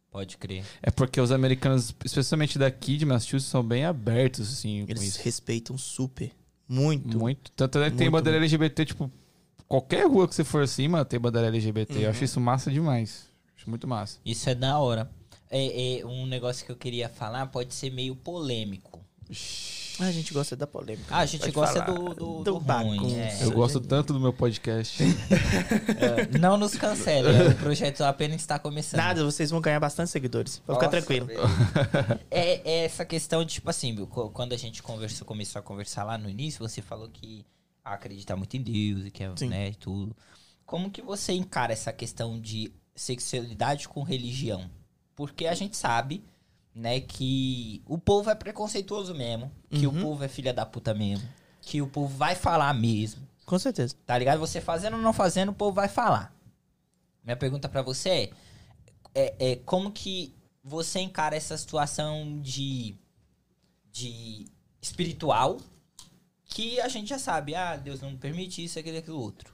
S2: Pode crer.
S1: é porque os americanos, especialmente daqui de Massachusetts, são bem abertos, assim, com
S3: eles
S1: isso.
S3: respeitam super. Muito.
S1: Muito. Tanto é que tem
S3: Muito,
S1: bandeira LGBT, tipo, qualquer rua que você for assim, mano, tem bandeira LGBT.
S3: Uhum.
S1: Eu acho isso massa demais. Acho muito massa.
S2: Isso é da hora. É, é, um negócio que eu queria falar pode ser meio polêmico.
S3: Ah, A gente gosta da polêmica.
S2: Ah, a gente
S3: Pode
S2: gosta
S3: falar
S2: do, do,
S3: do
S2: do ruim.
S3: bagunça.
S2: é.
S1: Eu
S3: Isso,
S1: gosto
S3: gente.
S1: tanto do meu podcast.
S2: É, Não nos cancela. o projeto apenas está começando.
S3: Nada, vocês vão ganhar bastante seguidores. Pode ficar
S2: Nossa,
S3: tranquilo.
S2: velho. É, é essa questão, de, tipo assim, Bill, co- quando a gente conversou, começou a conversar lá no início, você falou que acredita muito em Deus e que é,
S3: Sim.
S2: né, e tudo. Como que você encara essa questão de sexualidade com religião? Porque a gente sabe, né, que o povo é preconceituoso mesmo, que o
S3: Uhum.
S2: povo é filha da puta mesmo, que o povo vai falar mesmo.
S3: Com certeza.
S2: Tá ligado? Você fazendo ou não fazendo, o povo vai falar. Minha pergunta pra você é, é, é como que você encara essa situação de, de espiritual que a gente já sabe, ah, Deus não permite isso, aquilo, aquilo outro.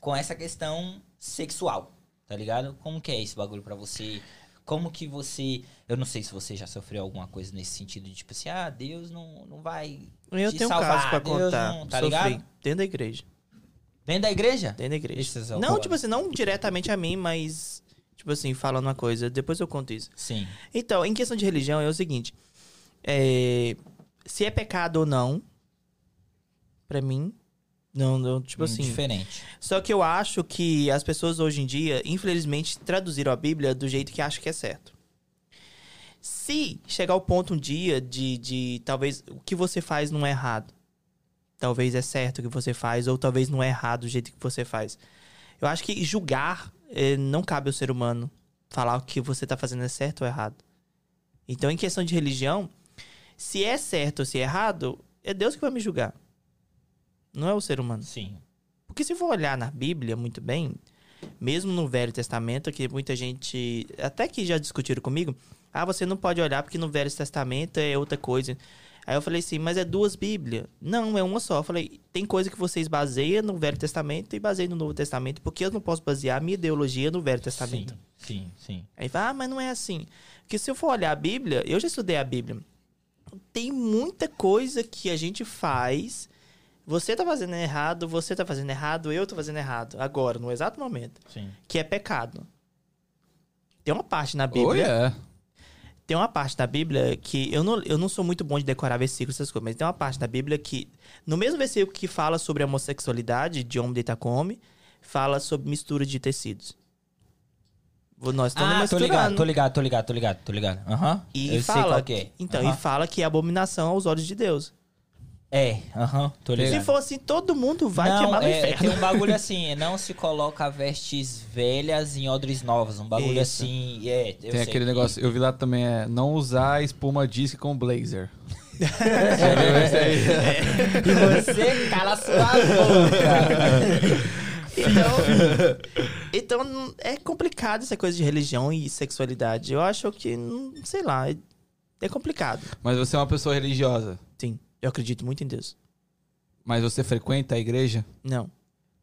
S2: Com essa questão sexual, tá ligado? Como que é esse bagulho pra você? Como que você. Eu não sei se você já sofreu alguma coisa nesse sentido de tipo assim, ah, Deus não, não vai.
S3: Eu
S2: te
S3: tenho um
S2: salvar,
S3: caso pra
S2: Deus
S3: contar.
S2: não- tá
S3: Sofri.
S2: ligado?
S3: Dentro da igreja.
S2: Dentro da igreja?
S3: Dentro da igreja.
S2: Esses
S3: não,
S2: alcoólicos.
S3: tipo assim, não diretamente a mim, mas... Tipo assim, falando uma coisa. Depois eu conto isso.
S2: Sim.
S3: Então, em questão de religião, é o seguinte: é, se é pecado ou não, pra mim, não, não, tipo assim.
S2: Diferente.
S3: Só que eu acho que as pessoas hoje em dia, infelizmente, traduziram a Bíblia do jeito que acham que é certo. Se chegar ao ponto um dia de, de talvez o que você faz não é errado, talvez é certo o que você faz, ou talvez não é errado o jeito que você faz. Eu acho que julgar eh, não cabe ao ser humano falar o que você está fazendo é certo ou errado. Então, em questão de religião, se é certo ou se é errado, é Deus que vai me julgar. Não é o ser humano.
S2: Sim.
S3: Porque se for olhar na Bíblia muito bem, mesmo no Velho Testamento, que muita gente. Até que já discutiram comigo. Ah, você não pode olhar porque no Velho Testamento é outra coisa. Aí eu falei assim, mas é duas Bíblias? Não, é uma só. Eu falei, tem coisa que vocês baseiam no Velho Testamento e baseiam no Novo Testamento, porque eu não posso basear a minha ideologia no Velho Testamento.
S2: Sim, sim.
S3: Aí fala, ah, mas não é assim. Porque se eu for olhar a Bíblia, eu já estudei a Bíblia. Tem muita coisa que a gente faz. Você tá fazendo errado, você tá fazendo errado, eu tô fazendo errado. Agora, no exato momento.
S2: Sim.
S3: Que é pecado. Tem uma parte na Bíblia.
S1: Olha,
S3: Tem uma parte da Bíblia que. Eu não, eu não sou muito bom de decorar versículos, essas coisas, mas tem uma parte da Bíblia que. No mesmo versículo que fala sobre a homossexualidade, de homem deitar com homem, fala sobre mistura de tecidos. Nós estamos
S2: Ah, tô
S3: misturando.
S2: ligado, tô ligado, tô ligado, tô ligado, tô ligado. Aham.
S3: E
S2: Eu sei
S3: fala,
S2: qual que é.
S3: Então,
S2: Aham.
S3: e fala que é abominação aos olhos de Deus.
S2: É, aham, tô ligado.
S3: Se for assim, todo mundo vai
S2: não,
S3: queimar no
S2: é,
S3: inferno.
S2: Tem um bagulho assim, é, não se coloca vestes velhas em odres novos. Um bagulho
S3: Isso.
S2: assim, é. Eu
S1: tem
S2: sei
S1: aquele
S2: que-
S1: negócio, eu vi lá também, é não usar espuma disc com blazer. Já viu esse aí?
S2: E você cala sua boca.
S3: Então, então, não- é complicado essa coisa de religião e hum, sexualidade. Eu acho que, não- sei lá, é- é complicado.
S1: Mas você é uma pessoa religiosa.
S3: Sim. Eu acredito muito em Deus.
S1: Mas você frequenta a igreja
S3: Não.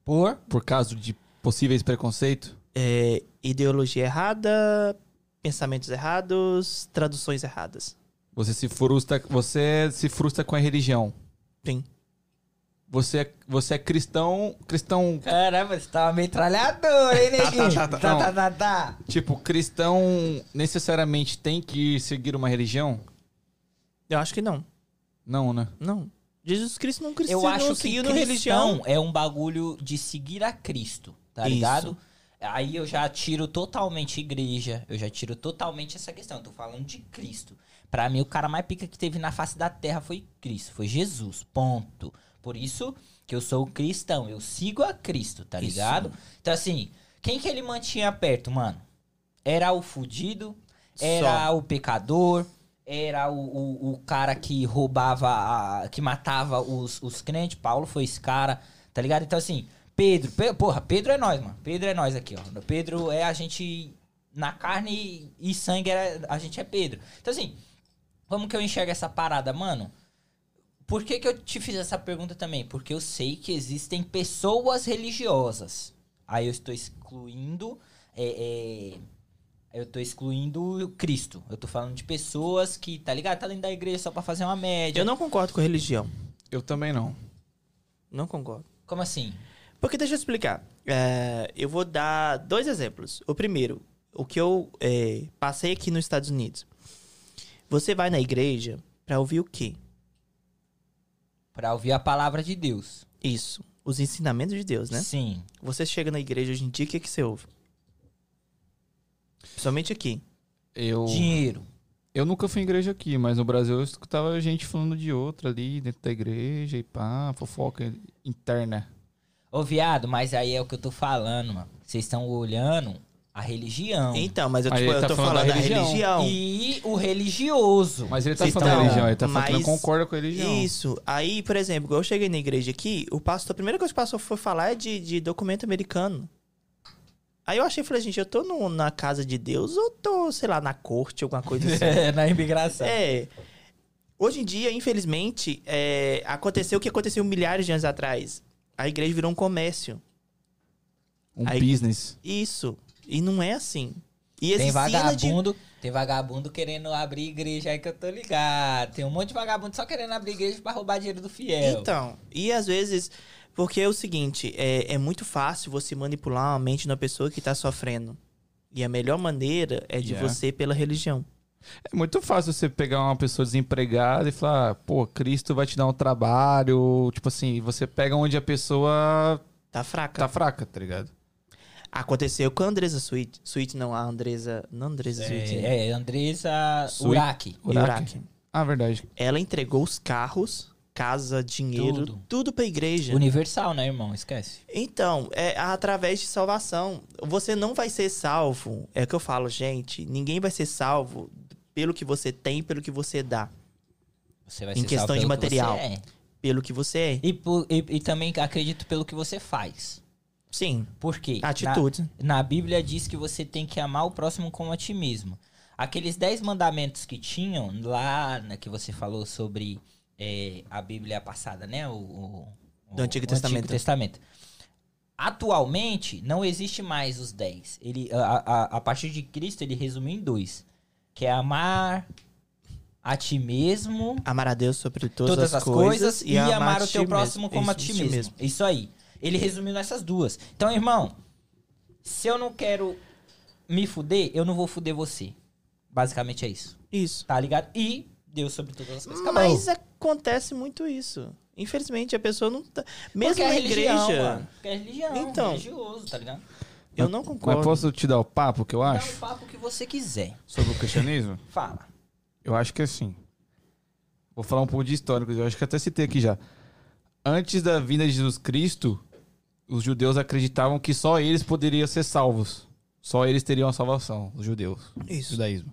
S2: Por?
S1: por causa de possíveis preconceitos?
S3: É, ideologia errada, pensamentos errados, traduções erradas.
S1: Você se frustra, você se frustra com a religião.
S3: Sim.
S1: Você é, você é cristão, cristão
S2: Caramba, você tá uma metralhadora, hein, neguinho?
S1: tá, tá, tá.
S2: tá, tá, tá.
S1: Tipo, cristão necessariamente tem que seguir uma religião?
S3: Eu acho que não.
S1: Não, né?
S3: Não. Jesus Cristo não cresceu,
S2: Eu acho
S3: não
S2: que
S3: seguiu
S2: cristão
S3: na religião.
S2: é um bagulho de seguir a Cristo, tá
S3: Isso.
S2: ligado? Aí eu já tiro totalmente igreja, eu já tiro totalmente essa questão. Eu tô falando de Cristo. Pra mim, o cara mais pica que teve na face da terra foi Cristo, foi Jesus, ponto. Por isso que eu sou um cristão, eu sigo a Cristo, tá
S3: Isso.
S2: ligado? Então, assim, quem que ele mantinha perto, mano? Era o fudido, era o pecador, era o, o, o cara que roubava, a- que matava os, os crentes. Paulo foi esse cara, tá ligado? Então, assim, Pedro, Pe- porra, Pedro é nós, mano. Pedro é nós aqui, ó. Pedro é a gente, na carne e sangue, era- a gente é Pedro. Então, assim, como que eu enxergo essa parada, mano? Por que, que eu te fiz essa pergunta também? Porque eu sei que existem pessoas religiosas. Aí eu estou excluindo. é, é, eu estou excluindo o Cristo. Eu tô falando de pessoas que, tá ligado? Tá dentro da igreja só pra fazer uma média.
S3: Eu não concordo com religião.
S1: Eu também não.
S3: Não concordo.
S2: Como assim?
S3: Porque deixa eu explicar. É, eu vou dar dois exemplos. O primeiro, o que eu é, passei aqui nos Estados Unidos. Você vai na igreja pra ouvir o quê?
S2: Pra ouvir a palavra de Deus.
S3: Isso. Os ensinamentos de Deus, né?
S2: Sim.
S3: Você chega na igreja hoje em dia, o que, que você ouve? Principalmente aqui.
S1: Eu,
S2: Dinheiro.
S1: eu nunca fui em igreja aqui, mas no Brasil eu escutava gente falando de outra ali dentro da igreja e pá, fofoca interna.
S2: Ô, viado, mas aí é o que eu tô falando, mano. Vocês estão olhando a religião.
S3: Então, mas eu,
S1: Aí
S3: tipo,
S1: ele
S3: eu
S1: tá
S3: tô
S1: falando
S3: falando,
S1: da
S3: da
S1: religião.
S3: religião.
S2: E o religioso.
S1: Mas ele tá
S3: Vocês
S1: falando da
S3: tão-
S1: religião, ele tá falando que não
S3: Então, mas-
S1: concorda com a religião.
S3: Isso. Aí, por exemplo, quando eu cheguei na igreja aqui, o pastor, a primeira coisa que o pastor foi falar é de, de documento americano. Aí eu achei, falei, gente, eu tô no- na casa de Deus ou tô, sei lá, na corte, alguma coisa assim.
S2: É, na imigração.
S3: é. Hoje em dia, infelizmente, é, aconteceu o que aconteceu milhares de anos atrás. A igreja virou um comércio.
S1: Um
S3: Aí-
S1: business.
S3: Isso. E não é assim. E
S2: Tem
S3: esse sina de-
S2: vagabundo, tem vagabundo querendo abrir igreja aí que eu tô ligado. Tem um monte de vagabundo só querendo abrir igreja pra roubar dinheiro do fiel.
S3: Então, e às vezes, porque é o seguinte, é, é muito fácil você manipular a mente de uma pessoa que tá sofrendo. E a melhor maneira é de
S1: Yeah.
S3: você pela religião.
S1: É muito fácil você pegar uma pessoa desempregada e falar, pô, Cristo vai te dar um trabalho. Tipo assim, você pega onde a pessoa
S3: Tá fraca.
S1: tá fraca, tá ligado?
S3: Aconteceu com a Andresa Sweet. Sweet não, a Andresa. Não, Andresa Sweet. né?
S2: É, é, Andressa
S1: Sui-
S2: Uraki.
S3: Uraki.
S1: Ah, verdade.
S3: Ela entregou os carros, casa, dinheiro,
S2: Tudo.
S3: tudo, pra igreja.
S2: Universal, né, irmão? Esquece.
S3: Então, é através de salvação. Você não vai ser salvo. É o que eu falo, gente. Ninguém vai ser salvo pelo que você tem, pelo que você dá.
S2: Você vai
S3: Em
S2: ser
S3: questão
S2: salvo
S3: de
S2: pelo que você
S3: material.
S2: é.
S3: Pelo que você é.
S2: E, por- e- e também acredito pelo que você faz.
S3: Sim.
S2: Por quê? Na-
S3: Atitude.
S2: Na Bíblia diz que você tem que amar o próximo como a ti mesmo. Aqueles dez mandamentos que tinham lá, né, que você falou sobre é, a Bíblia passada, né? O, o-
S3: Do Antigo Testamento.
S2: Testamento. Atualmente, não existe mais os dez. Ele, a, a, a partir de Cristo, ele resumiu em dois. Que é amar a ti mesmo
S3: Amar a Deus sobre todas,
S2: todas, as coisas, e amar,
S3: a
S2: o
S3: ti
S2: teu
S3: mesmo.
S2: próximo como a
S3: Isso,
S2: ti mesmo. Isso aí. Ele resumiu nessas duas. Então, irmão, se eu não quero me fuder, eu não vou fuder você. Basicamente é isso.
S3: Isso.
S2: Tá ligado? E Deus sobre todas as coisas. Acabou.
S3: Mas acontece muito isso. Infelizmente, a pessoa não tá... Mesmo
S2: Porque é
S3: na
S2: religião,
S3: igreja,
S2: mano. Porque é religião,
S3: Então.
S2: religioso, tá ligado?
S3: eu não
S1: Mas
S3: concordo.
S1: posso te dar o papo que eu
S2: Dá o
S1: acho?
S2: papo que você quiser.
S1: Sobre o cristianismo?
S2: Fala.
S1: Eu acho que assim. Vou falar um pouco de histórico, eu acho que até citei aqui já. Antes da vinda de Jesus Cristo, os judeus acreditavam que só eles poderiam ser salvos. Só eles teriam a salvação, os judeus, o
S3: Isso.
S1: judaísmo.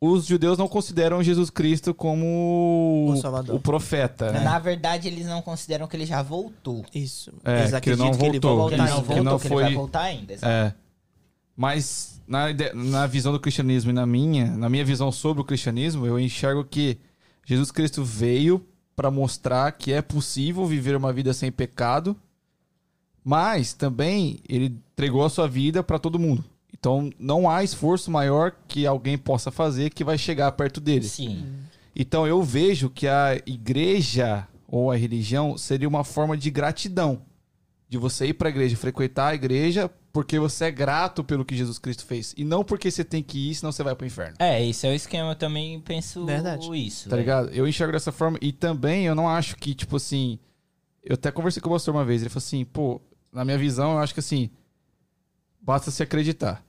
S1: Os judeus não consideram Jesus Cristo como
S3: O Salvador.
S1: o profeta. né?
S2: Na verdade, eles não consideram que ele já voltou.
S3: Isso.
S1: É,
S3: Eles
S1: que
S3: acreditam
S1: não
S3: que ele vai
S1: voltou.
S3: voltar
S1: Tá,
S2: Ele não
S1: então.
S2: voltou,
S3: ainda.
S1: Que não
S2: que ele vai
S1: foi-
S2: voltar ainda. exato.
S1: É. Mas na, ide- na visão do cristianismo e na minha, na minha visão sobre o cristianismo, eu enxergo que Jesus Cristo veio para mostrar que é possível viver uma vida sem pecado, mas também ele entregou a sua vida para todo mundo. Então não há esforço maior que alguém possa fazer que vai chegar perto dele.
S2: Sim.
S1: Então eu vejo que a igreja ou a religião seria uma forma de gratidão. De você ir para a igreja, frequentar a igreja, porque você é grato pelo que Jesus Cristo fez. E não porque você tem que ir, senão você vai para o inferno.
S2: É, esse é o esquema. Eu também penso
S3: Verdade.
S2: isso.
S1: Tá
S2: velho.
S1: ligado? Eu enxergo dessa forma. E também eu não acho que, tipo assim. Eu até conversei com o pastor uma vez. Ele falou assim, pô, na minha visão, eu acho que assim. Basta se acreditar.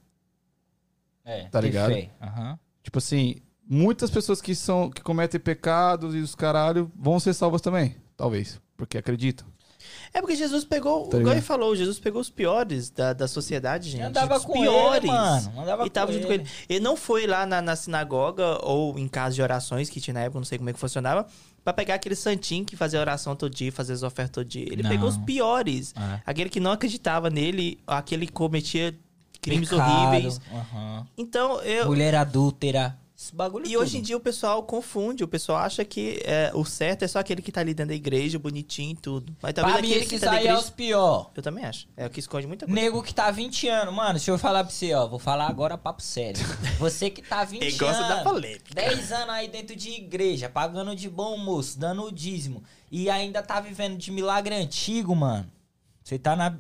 S2: É,
S1: Tá
S2: ter
S1: ligado?
S2: fé. Aham.
S1: Tipo assim, muitas pessoas que são que cometem pecados e os caralho vão ser salvas também. Talvez. Porque acreditam.
S3: É porque Jesus pegou,
S1: Tá
S3: o igual
S1: ligado?
S3: ele falou, Jesus pegou os piores da, da sociedade, gente.
S2: Eu andava
S3: os
S2: com
S3: piores.
S2: ele, mano. Andava
S3: E tava
S2: com
S3: junto com ele. Ele não foi lá na, na sinagoga ou em casa de orações que tinha na época, não sei como é que funcionava, pra pegar aquele santinho que fazia oração todo dia, fazia as ofertas todo dia. Ele
S2: Não.
S3: pegou os piores.
S2: É.
S3: Aquele que não acreditava nele, aquele que cometia crimes
S2: Pecado,
S3: horríveis.
S2: aham.
S3: Então, eu,
S2: Mulher adúltera. Esse bagulho é
S3: e hoje em dia o pessoal confunde, o pessoal acha que é, o certo é só aquele que tá ali dentro da igreja, bonitinho e tudo. Mas talvez
S2: Pra mim,
S3: aquele que
S2: esses
S3: tá na
S2: aí é os
S3: igreja...
S2: pior.
S3: Eu também acho. É o que esconde muita coisa.
S2: Nego que tá há 20 anos. Mano, deixa eu falar pra você, ó. Vou falar agora papo sério. Você que tá há 20
S3: Ele gosta
S2: anos.
S3: da polêmica.
S2: 10 anos aí dentro de igreja, pagando de bom moço, dando o dízimo. E ainda tá vivendo de milagre antigo, mano. Você tá na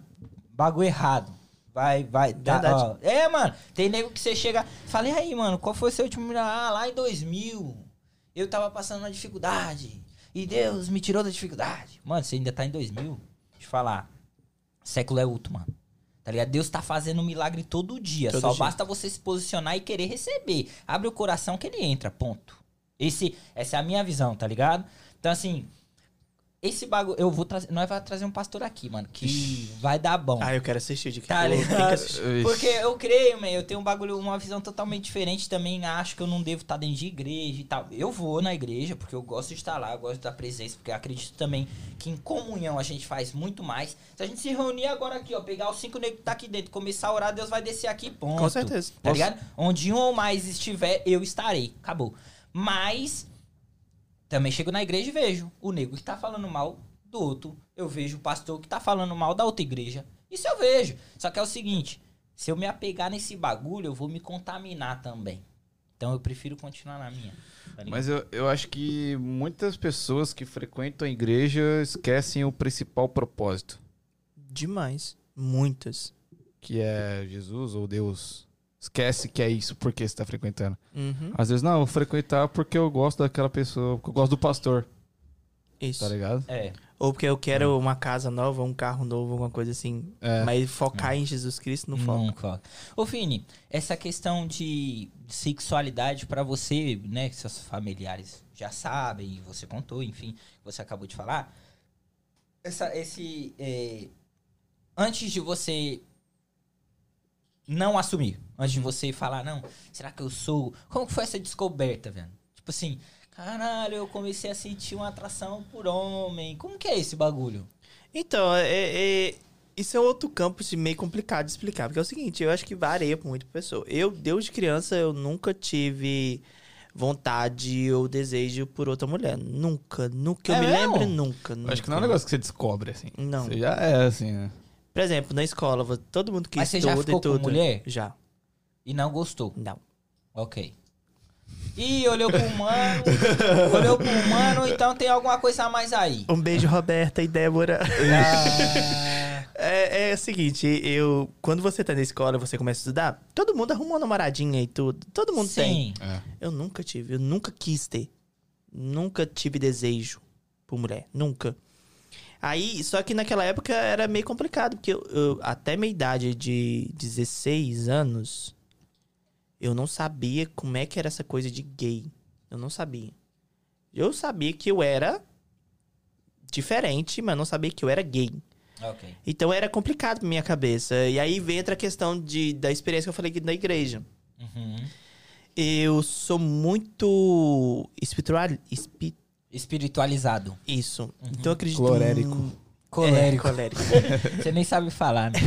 S2: bagulho errado. Vai, vai. Tá,
S3: Verdade.
S2: ó. É, mano. Tem nego que você chega. Fala, e aí, mano, qual foi o seu último milagre? Ah, lá em 2000. Eu tava passando uma dificuldade. E Deus me tirou da dificuldade. Mano, você ainda tá em 2000? Deixa eu te falar. Século é outro, mano. Tá ligado? Deus tá fazendo um milagre todo dia.
S3: Todo
S2: Só
S3: dia.
S2: basta você se posicionar e querer receber. Abre o coração que ele entra, ponto. Esse, essa é a minha visão, tá ligado? Então, assim, esse bagulho. Eu vou trazer. Nós vamos trazer um pastor aqui, mano, que vai dar bom.
S3: Ah, eu quero assistir de
S2: Tá
S3: cara. Tem que
S2: ligado?
S3: assistir.
S2: Porque eu creio, man, eu tenho um bagulho, uma visão totalmente diferente também. Acho que eu não devo estar dentro de igreja e tal. Eu vou na igreja, porque eu gosto de estar lá, eu gosto da presença, porque eu acredito também que em comunhão a gente faz muito mais. Se a gente se reunir agora aqui, ó, pegar os cinco negros que tá aqui dentro, começar a orar, Deus vai descer aqui, e ponto.
S3: Com certeza.
S2: Tá ligado? Onde um ou mais estiver, eu estarei. Acabou. Mas também chego na igreja e vejo o nego que tá falando mal do outro. Eu vejo o pastor que tá falando mal da outra igreja. Isso eu vejo. Só que é o seguinte: se eu me apegar nesse bagulho, eu vou me contaminar também. Então eu prefiro continuar na minha. tá ligado?
S1: Mas eu, eu acho que muitas pessoas que frequentam a igreja esquecem o principal propósito,
S3: Demais. Muitas.
S1: que é Jesus ou Deus. Esquece que é isso porque você tá frequentando.
S3: Uhum.
S1: Às vezes, não, eu vou frequentar porque eu gosto daquela pessoa, porque eu gosto do pastor,
S3: Isso.
S1: tá ligado?
S2: É.
S3: Ou porque eu
S1: Ah.
S3: quero uma casa nova, um carro novo, alguma coisa assim.
S1: É.
S3: Mas focar em Jesus Cristo não
S1: Hum.
S3: foca.
S2: Não foca. Ô, Fini, essa questão de sexualidade pra você, né, que seus familiares já sabem, você contou, enfim, você acabou de falar. Essa, esse, é, antes de você não assumir, antes de você falar, não, será que eu sou? Como que foi essa descoberta, velho? Tipo assim, caralho, eu comecei a sentir uma atração por homem. Como que é esse bagulho?
S3: Então, é, é- isso é outro campo assim, meio complicado de explicar. Porque é o seguinte, eu acho que varia pra muita pessoa. Eu, desde criança, eu nunca tive vontade ou desejo por outra mulher. Nunca. Nunca. Que eu
S2: É
S3: me
S2: mesmo?
S3: lembro, nunca,
S2: Hum,
S3: nunca.
S1: Acho que não é um negócio que você descobre, assim.
S3: Não.
S1: Você já é, assim, né?
S3: Por exemplo, na escola, vo- todo mundo que
S2: Mas você
S3: estuda
S2: já ficou
S3: e
S2: com
S3: tudo.
S2: mulher?
S3: Já.
S2: E não gostou.
S3: Não.
S2: Ok. Ih, olhou pro mano. olhou pro mano, então tem alguma coisa a mais aí.
S3: Um beijo, Roberta e Débora.
S2: Ah,
S3: É, é o seguinte, eu. Quando você tá na escola, você começa a estudar, todo mundo arruma uma namoradinha e tudo. Todo mundo
S2: sim.
S3: tem. Eu nunca tive, eu nunca quis ter. Nunca tive desejo por mulher. Nunca. Aí, só que naquela época era meio complicado, porque eu, eu- até minha idade de 16 anos, eu não sabia como é que era essa coisa de gay. Eu não sabia. Eu sabia que eu era diferente, mas não sabia que eu era gay.
S2: Ok.
S3: Então era complicado pra minha cabeça. E aí vem entra a questão de, da experiência que eu falei aqui da igreja.
S2: Uhum.
S3: Eu sou muito espiritual. espi-
S2: Espiritualizado.
S3: isso. Então eu acredito.
S1: Clorérico.
S3: mu-
S2: Uhum. Colérico.
S3: É, colérico.
S2: Você nem sabe falar, né?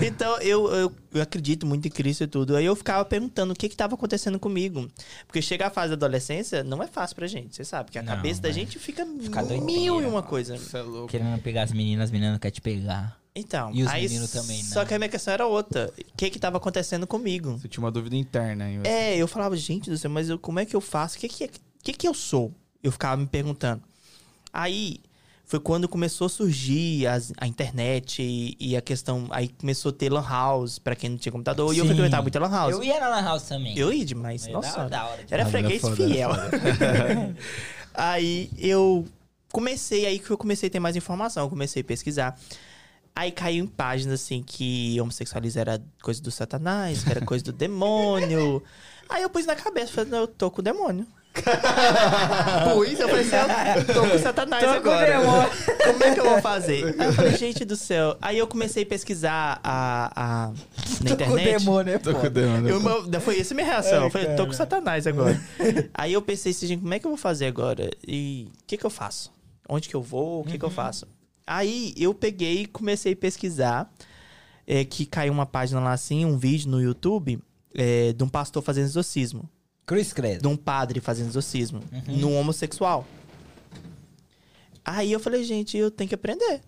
S3: Então, eu, eu, eu acredito muito em Cristo e tudo. Aí eu ficava perguntando o que que tava acontecendo comigo. Porque chega a fase da adolescência, não é fácil pra gente, você sabe. Porque a
S2: Não,
S3: cabeça da
S2: mas
S3: gente fica,
S2: fica
S3: mil
S2: doideira,
S3: e uma
S2: mano.
S3: coisa.
S1: Isso é louco.
S2: Querendo pegar as meninas, as meninas não querem te pegar.
S3: Então,
S2: E os
S3: aí,
S2: meninos também,
S3: só
S2: né?
S3: que a minha questão era outra. O que que tava acontecendo comigo?
S1: Você tinha uma dúvida interna aí. você-
S3: É, eu falava, gente do céu, mas eu- como é que eu faço? O que que, é- que que eu sou? Eu ficava me perguntando. Aí foi quando começou a surgir as- a internet e, e a questão. Aí começou a ter Lan House, pra quem não tinha computador. E eu
S2: Sim.
S3: frequentava muito Lan House.
S2: Eu ia na Lan House também.
S3: Ah, Eu ia demais,
S2: Mas
S3: nossa.
S2: Da, da hora.
S3: Era
S1: Ah, mas é
S3: freguês
S1: foda,
S2: né?
S3: fiel.
S1: é
S3: aí eu comecei, aí que eu comecei a ter mais informação, eu comecei a pesquisar. Aí caiu em páginas assim que homossexualismo era coisa do satanás, que era coisa do demônio. Aí eu pus na cabeça, falei, não, eu tô com o demônio. Pus, eu falei assim, eu tô com o satanás
S2: Tô com o
S3: agora.
S2: demônio.
S3: Como é que eu vou fazer? Aí eu falei, gente do céu. Aí eu comecei a pesquisar a, a- na
S2: Tô com o
S3: internet.
S2: demônio, é
S1: Tô
S2: foda.
S1: com o demônio.
S3: Eu, eu- foi essa minha reação.
S2: Ai,
S3: eu falei, tô com Satanás agora. Aí eu pensei assim, gente, como é que eu vou fazer agora? E o que que eu faço? Onde que eu vou? O que que eu faço? Aí eu peguei e comecei a pesquisar. é, que caiu uma página lá assim, um vídeo no YouTube é, de um pastor fazendo exorcismo.
S2: Cruz Credo.
S3: De um padre fazendo exorcismo. Num homossexual. Aí eu falei, gente, eu tenho que aprender.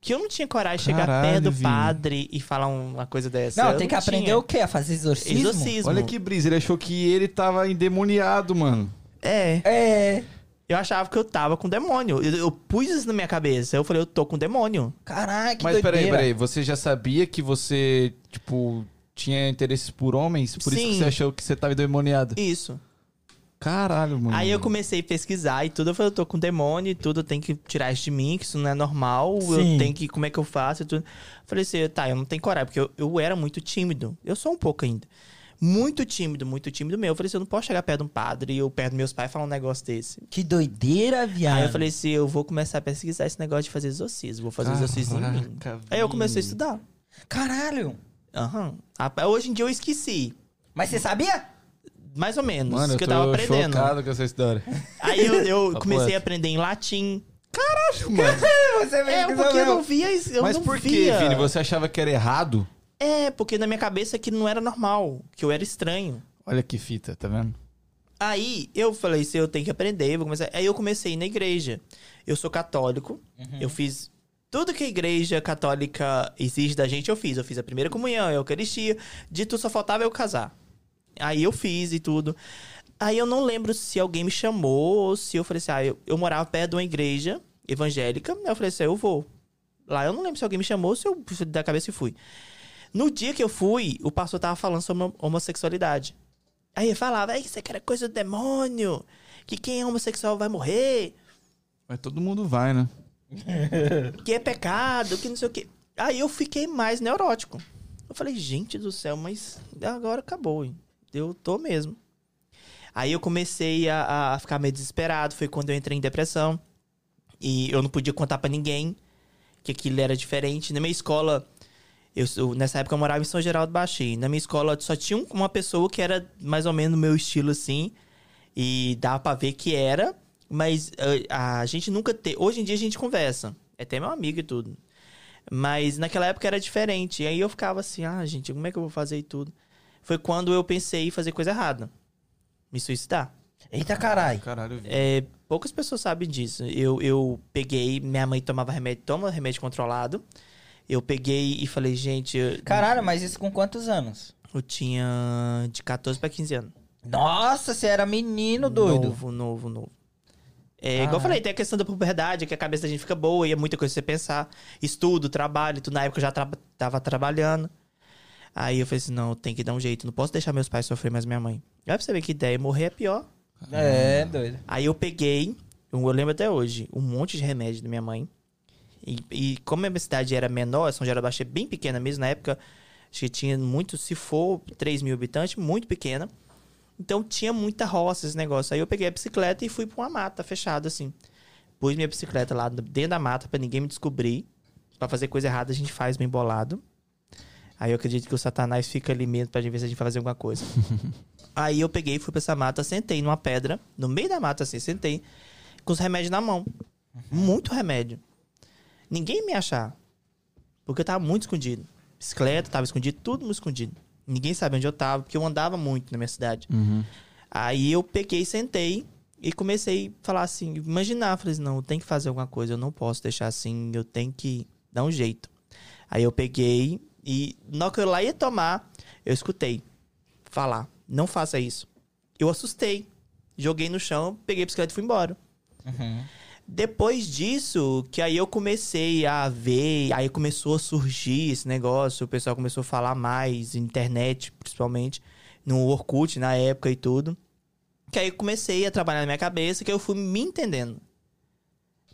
S3: Que eu não tinha coragem de chegar
S1: Caralho,
S3: perto do
S1: Vini.
S3: padre e falar uma coisa dessa.
S2: Não,
S3: Eu
S2: tem que aprender
S3: tinha.
S2: o quê? A fazer exorcismo?
S3: exorcismo.
S1: Olha que brisa, ele achou que ele tava endemoniado, mano.
S3: É.
S2: É.
S3: Eu achava que eu tava com demônio. Eu, eu pus isso na minha cabeça. Eu falei, eu tô com demônio.
S2: Caraca, que
S1: Mas
S2: doideira.
S1: peraí, peraí, você já sabia que você, tipo, tinha interesses por homens? Por isso que
S3: Sim.
S1: você achou que você tava endemoniado?
S3: Isso.
S1: Caralho, mano.
S3: Aí eu comecei a pesquisar e tudo. Eu falei, eu tô com demônio e tudo. Eu tenho que tirar isso de mim, que isso não é normal.
S2: Sim.
S3: Eu tenho que... Como é que eu faço e tudo. Falei assim, tá, eu não tenho coragem. Porque eu, eu era muito tímido. Eu sou um pouco ainda. Muito tímido, muito tímido mesmo. Eu falei assim, eu não posso chegar perto de um padre ou perto dos meus pais e falar um negócio desse.
S2: Que doideira, viado.
S3: Aí eu falei assim, eu vou começar a pesquisar esse negócio de fazer exorcismo. Vou fazer exorcismo em mim.
S1: Caraca,
S3: Aí eu comecei a
S1: Vini.
S3: estudar.
S2: Caralho.
S3: Aham. Ah, Hoje em dia eu esqueci.
S2: Mas você sabia?
S3: Mais ou menos,
S1: Mano, eu
S3: que
S1: tô
S3: eu tava aprendendo.
S1: chocado Tá com essa história.
S3: Aí eu, eu
S1: Papo
S3: comecei
S1: reto.
S3: a aprender em latim.
S1: Mano,
S2: Você
S3: É,
S2: pesquisou
S3: porque eu não
S2: mesmo.
S3: via isso. Eu
S1: mas
S3: não
S1: por que,
S3: via.
S1: Vini? Você achava que era errado?
S3: É, porque na minha cabeça que não era normal, que eu era estranho.
S1: Olha que fita, tá vendo?
S3: Aí eu falei assim, eu tenho que aprender, eu vou começar. Aí eu comecei na igreja. Eu sou católico, eu fiz tudo que a igreja católica exige da gente, eu fiz. Eu fiz a primeira comunhão, a eucaristia, de tudo só faltava eu casar. Aí eu fiz e tudo. Aí eu não lembro se alguém me chamou, ou se eu falei assim, ah, eu, eu morava perto de uma igreja evangélica, aí eu falei assim, eu vou. Lá eu não lembro se alguém me chamou, ou se eu se da cabeça e fui. No dia que eu fui, o pastor tava falando sobre homo- homossexualidade. Aí ele falava, "Ai, isso aqui era coisa do demônio, que quem é homossexual vai morrer,
S1: Mas todo mundo vai, né?
S3: que é pecado, que não sei o quê. Aí eu fiquei mais neurótico. Eu falei, gente do céu, mas agora acabou, hein? eu tô mesmo. Aí eu comecei a, a ficar meio desesperado, foi quando eu entrei em depressão. E eu não podia contar pra ninguém que aquilo era diferente. Na minha escola, eu, eu- nessa época eu morava em São Geraldo Baixinho. Na minha escola só tinha um- uma pessoa que era mais ou menos o meu estilo assim. E dava pra ver que era, mas eh, a, gente nunca teve. Hoje em dia a gente conversa. É até meu amigo e tudo. Mas naquela época era diferente. E aí eu ficava assim, ah, gente, como é que eu vou fazer e tudo? Foi quando eu pensei em fazer coisa errada. Me suicidar.
S2: Eita, caralho.
S1: Caralho, Vini.
S3: É, poucas pessoas sabem disso. Eu, eu peguei, minha mãe tomava remédio, toma remédio controlado. Eu peguei e falei, gente, eu,
S2: Caralho, mas isso com quantos anos?
S3: eu tinha de 14 pra 15 anos.
S2: Nossa, você era menino doido.
S3: Novo, novo, novo. É,
S2: Caralho.
S3: igual eu falei, tem a questão da puberdade, que a cabeça da gente fica boa e é muita coisa pra você pensar. Estudo, trabalho, tudo. Na época eu já tra- tava trabalhando. Aí eu falei assim, não, tem que dar um jeito. Não posso deixar meus pais sofrer mais minha mãe. Vai pra você ver que ideia, morrer é pior.
S2: É, doido.
S3: Aí eu peguei, eu lembro até hoje, um monte de remédio da minha mãe. E, e como a minha cidade era menor, São Geraldo Baixo é bem pequena mesmo, na época, acho que tinha muito, se for 3 mil habitantes, muito pequena. Então tinha muita roça esse negócio. Aí eu peguei a bicicleta e fui pra uma mata fechada, assim. Pus minha bicicleta lá dentro da mata pra ninguém me descobrir. Pra fazer coisa errada a gente faz bem bolado. Aí eu acredito que o satanás fica ali mesmo pra gente ver se a gente vai fazer alguma coisa. Aí eu peguei, fui pra essa mata, sentei numa pedra, no meio da mata assim, sentei, com os remédios na mão. Muito remédio. Ninguém me achar. Porque eu tava muito escondido. Bicicleta, tava escondido, tudo muito escondido. Ninguém sabia onde eu tava, porque eu andava muito na minha cidade.
S1: Uhum.
S3: Aí eu peguei, sentei e comecei a falar assim, imaginar, falei assim, não, eu tenho que fazer alguma coisa, eu não posso deixar assim, eu tenho que dar um jeito. Aí eu peguei e na hora que eu lá ia tomar, eu escutei falar, não faça isso. Eu assustei, joguei no chão, peguei a bicicleta e fui embora.
S2: Uhum.
S3: Depois disso, que aí eu comecei a ver, aí começou a surgir esse negócio, o pessoal começou a falar mais, internet principalmente, no Orkut na época e tudo. Que aí eu comecei a trabalhar na minha cabeça, que eu fui me entendendo.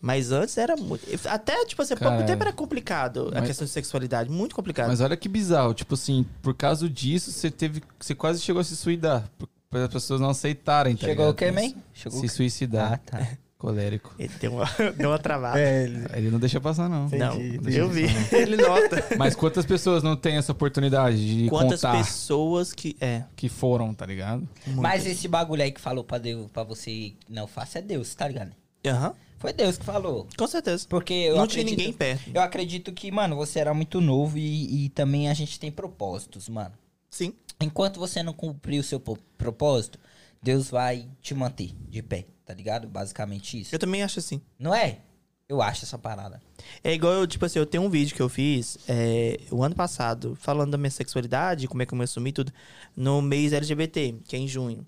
S3: Mas antes era muito. Até, tipo assim, há pouco
S1: Cara,
S3: tempo era complicado a
S1: mas-
S3: questão de sexualidade, muito complicado.
S1: Mas olha que bizarro, tipo assim, por causa disso, você teve. Você quase chegou a se suicidar. por- Pra as pessoas não aceitarem, tá
S2: Chegou o
S1: ligado?
S2: que, man? Chegou
S1: Se
S2: o quê? Ah,
S1: suicidar.
S2: tá.
S1: Colérico.
S3: Ele deu uma, deu uma travada.
S4: É, ele...
S1: Ele não deixa passar, não.
S4: Sim.
S3: não,
S4: É, entendi,
S1: entendi.
S3: eu vi. Ele nota.
S1: Mas quantas pessoas não têm essa oportunidade de
S3: Quantas
S1: contar
S3: pessoas que. É.
S1: que foram, tá ligado?
S2: Mas esse bagulho aí que falou pra, Deus, pra você não faça é Deus, tá ligado?
S3: Aham,
S2: Foi Deus que falou.
S3: com certeza.
S2: Porque eu
S3: não tinha
S2: acredito-
S3: ninguém perto.
S2: Eu acredito que, mano, você era muito novo e, e também a gente tem propósitos, mano.
S3: Sim.
S2: Enquanto você não cumprir o seu po- propósito, Deus vai te manter de pé, tá ligado? Basicamente isso.
S3: Eu também acho assim.
S2: Não é? Eu acho essa parada.
S3: É igual, eu, tipo assim, eu tenho um vídeo que eu fiz é, o ano passado, falando da minha sexualidade, como é que eu me assumi e tudo, no mês LGBT, que é em junho.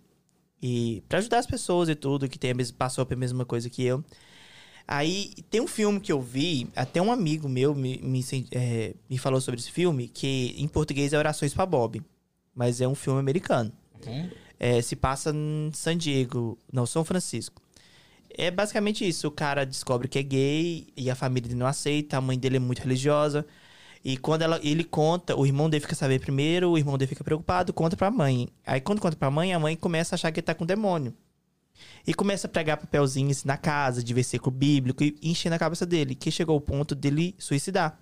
S3: E pra ajudar as pessoas e tudo, que tem a mes- passou pela mesma coisa que eu. Aí tem um filme que eu vi, até um amigo meu me, me, incen- é, me falou sobre esse filme, que em português é Orações pra Bob. Mas é um filme americano.
S2: Uhum.
S3: É, se passa em San Diego, não, São Francisco. É basicamente isso. O cara descobre que é gay e a família dele não aceita, a mãe dele é muito religiosa. E quando ela- ele conta, o irmão dele fica sabendo primeiro, o irmão dele fica preocupado, conta pra mãe. Aí quando conta pra mãe, a mãe começa a achar que ele tá com demônio. E começa a pregar papelzinhos na casa, de versículo bíblico, e enchendo a cabeça dele, que chegou ao ponto dele suicidar.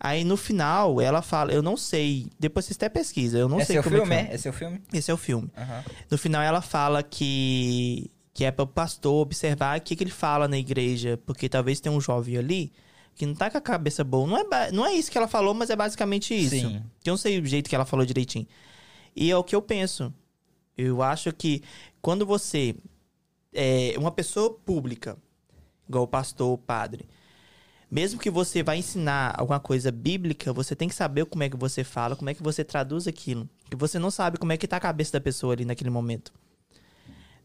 S3: Aí no final, ela fala, eu não sei, depois vocês até pesquisam, eu não
S2: é
S3: sei
S2: seu
S3: como
S2: filme,
S3: é
S2: é?
S3: que
S2: É seu filme?
S3: foi. Esse é o filme.
S2: Aham.
S3: No final ela fala que que é para o pastor observar o que, que ele fala na igreja, porque talvez tenha um jovem ali que não tá com a cabeça boa. Não é, ba- não é isso que ela falou, mas é basicamente isso.
S2: Sim.
S3: Que eu não sei o jeito que ela falou direitinho. E é o que eu penso. Eu acho que quando você é uma pessoa pública, igual o pastor, o padre, mesmo que você vá ensinar alguma coisa bíblica, você tem que saber como é que você fala, como é que você traduz aquilo. Que você não sabe como é que tá a cabeça da pessoa ali naquele momento.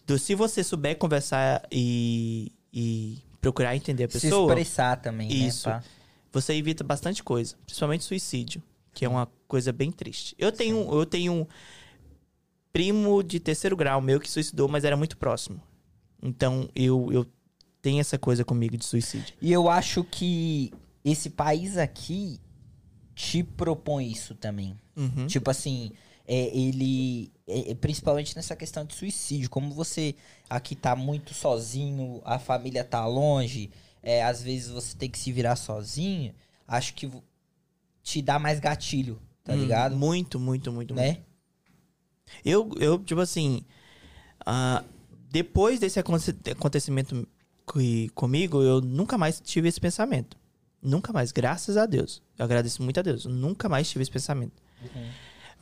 S3: Então, se você souber conversar e, e procurar entender a
S2: Se
S3: pessoa,
S2: expressar também,
S3: Isso.
S2: né? pá?
S3: você evita bastante coisa, principalmente suicídio, que é uma coisa bem triste. Eu tenho, eu tenho um primo de terceiro grau meu que suicidou, mas era muito próximo. Então eu, eu tenho essa coisa comigo de suicídio.
S2: E eu acho que esse país aqui te propõe isso também.
S3: Uhum.
S2: Tipo assim, é, ele. é, é, principalmente nessa questão de suicídio. Como você aqui tá muito sozinho, a família tá longe, é, às vezes você tem que se virar sozinho, acho que vo- te dá mais gatilho, tá
S3: Hum,
S2: ligado?
S3: Muito, muito, muito, muito.
S2: Né?
S3: Eu, eu tipo assim, ah, depois desse aconte- acontecimento que- comigo, eu nunca mais tive esse pensamento. Nunca mais, graças a Deus. Eu agradeço muito a Deus. Nunca mais tive esse pensamento.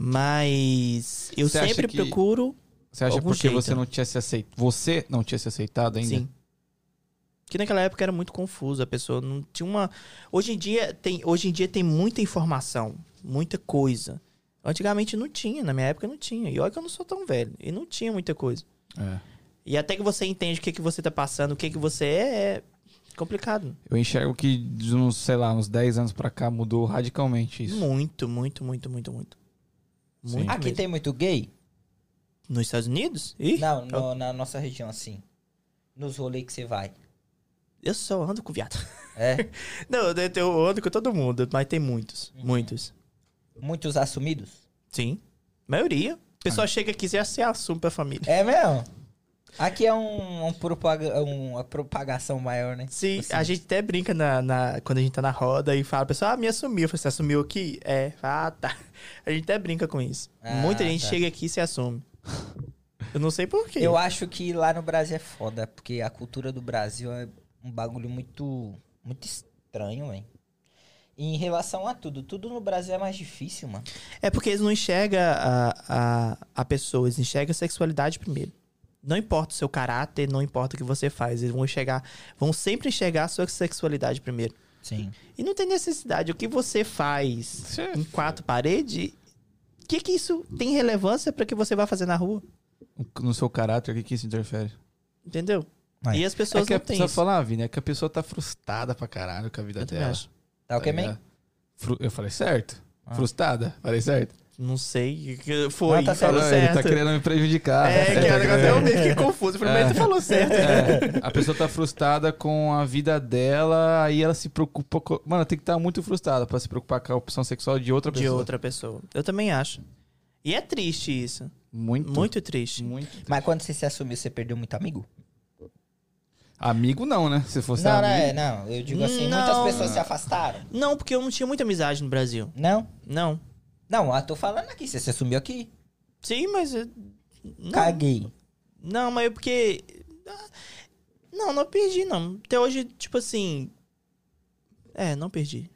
S3: Mas eu
S1: Você acha
S3: sempre
S1: que-
S3: procuro,
S1: Você acha
S3: Algum
S1: porque
S3: jeito,
S1: você
S3: né?
S1: não tinha se aceitado? Você não tinha se aceitado ainda?
S3: sim. Que naquela época era muito confuso, a pessoa não tinha uma. Hoje em dia tem, hoje em dia tem muita informação, muita coisa. Antigamente não tinha, na minha época não tinha. E olha que eu não sou tão velho. E não tinha muita coisa.
S1: É.
S3: E até que você entende o que, que você tá passando, o que, que você é, é complicado.
S1: Eu enxergo que de uns, sei lá, uns 10 anos pra cá mudou radicalmente isso.
S3: Muito, muito, muito, muito, muito.
S1: Sim.
S3: Muito
S2: Aqui
S3: mesmo.
S2: tem muito gay?
S3: Nos Estados Unidos? Ih,
S2: Não, no- na nossa região, assim. Nos rolês que você vai.
S3: eu só ando com viado.
S2: É.
S3: Não, eu, eu ando com todo mundo, mas tem muitos.
S2: Uhum.
S3: Muitos.
S2: Muitos assumidos?
S3: Sim. Maioria. O
S2: Ah.
S3: pessoal chega aqui e já se assume pra família.
S2: É mesmo? Aqui é um, um propaga- uma propagação maior, né?
S3: Sim,
S2: Assim.
S3: a gente até brinca na, na- quando a gente tá na roda e fala, pessoal, ah, me assumiu. Eu falo, Você assumiu aqui? É. Ah, tá. A gente até brinca com isso.
S2: Ah,
S3: Muita gente
S2: tá.
S3: chega aqui e se assume. Eu não sei porquê.
S2: Eu acho que lá no Brasil é foda, porque a cultura do Brasil é um bagulho muito. muito es- estranho, hein? E em relação a tudo, tudo no Brasil é mais difícil, mano.
S3: É porque eles não enxergam a, a, a pessoa, eles enxergam a sexualidade primeiro. Não importa o seu caráter, não importa o que você faz, eles vão enxergar, vão sempre enxergar a sua sexualidade primeiro.
S2: Sim.
S3: E não tem necessidade, o que você faz em quatro paredes, o que que isso tem relevância para que você vai fazer na rua?
S1: No seu caráter, o que, que isso interfere?
S3: Entendeu?
S2: É.
S3: E as
S1: É
S3: pessoas
S1: que a
S3: não têm
S1: pessoa
S3: isso.
S1: falar, Vini, é que a pessoa tá frustrada pra caralho com a vida
S3: Eu também
S1: dela.
S3: acho.
S2: Tá ok, man?
S1: ligado? Fru- Eu falei certo?
S2: Ah.
S1: Frustrada? Falei certo?
S3: Não sei, que foi,
S2: Não, tá
S1: Falou,
S3: falou
S2: certo.
S1: Ele
S3: certo.
S1: tá querendo me prejudicar.
S3: É, que é
S1: Tá
S3: um negócio eu
S1: querendo-
S3: meio que confuso. Primeiro
S1: É.
S3: tu falou certo.
S1: É, a pessoa tá frustrada com a vida dela, aí ela se preocupa com... Mano, tem que estar muito frustrada pra se preocupar com a opção sexual de outra
S3: De
S1: pessoa.
S3: outra pessoa. Eu também acho. E é triste isso.
S1: Muito.
S3: Muito triste.
S1: Muito.
S2: Mas quando você se assumiu, você perdeu muito amigo?
S1: Amigo não, né? Se fosse
S2: não, não,
S1: amigo...
S2: é, não. Eu digo assim,
S3: Não.
S2: muitas pessoas se afastaram.
S3: Não, porque eu não tinha muita amizade no Brasil.
S2: Não?
S3: Não.
S2: Não, eu tô falando aqui, você se assumiu aqui.
S3: Sim, mas. eu- Não,
S2: Caguei.
S3: não mas é porque. ah, Não, não perdi, não. Até hoje, tipo assim. É, não perdi.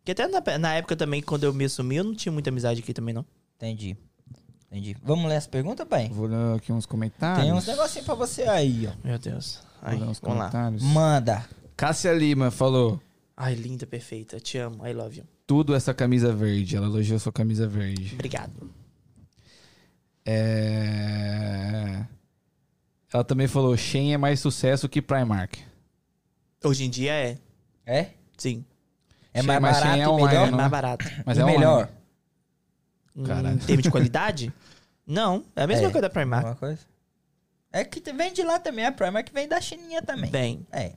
S3: Porque até na, na época também, quando eu me assumi, eu não tinha muita amizade aqui também, não.
S2: Entendi. Entendi. Vamos ler as perguntas, pai?
S1: Vou ler aqui uns comentários.
S2: né? Tem uns negocinhos pra você aí, ó.
S3: Meu Deus.
S1: Vou
S3: Ai,
S1: ler uns
S3: vamos lá.
S1: comentários.
S2: Manda.
S1: Cássia Lima falou...
S3: Ai, linda, perfeita. Te amo. I love you.
S1: Tudo essa camisa verde. Ela elogiou sua camisa verde.
S3: Obrigado.
S1: É... Ela também falou, Shein é mais sucesso que Primark.
S3: Hoje em dia é.
S2: É?
S3: Sim.
S2: É
S1: Sim,
S2: mais
S1: mas
S2: barato
S1: sim, é
S2: e
S1: online,
S3: É
S2: melhor?
S1: não é?
S3: mais barato.
S1: Mas
S2: E
S1: é online.
S2: melhor.
S1: Caralho.
S3: Em termos de qualidade? não. É a mesma
S2: É.
S3: coisa da Primark.
S2: Alguma coisa? É que te- vem de lá também, é a Primark vem da chininha também.
S3: Bem.
S2: É.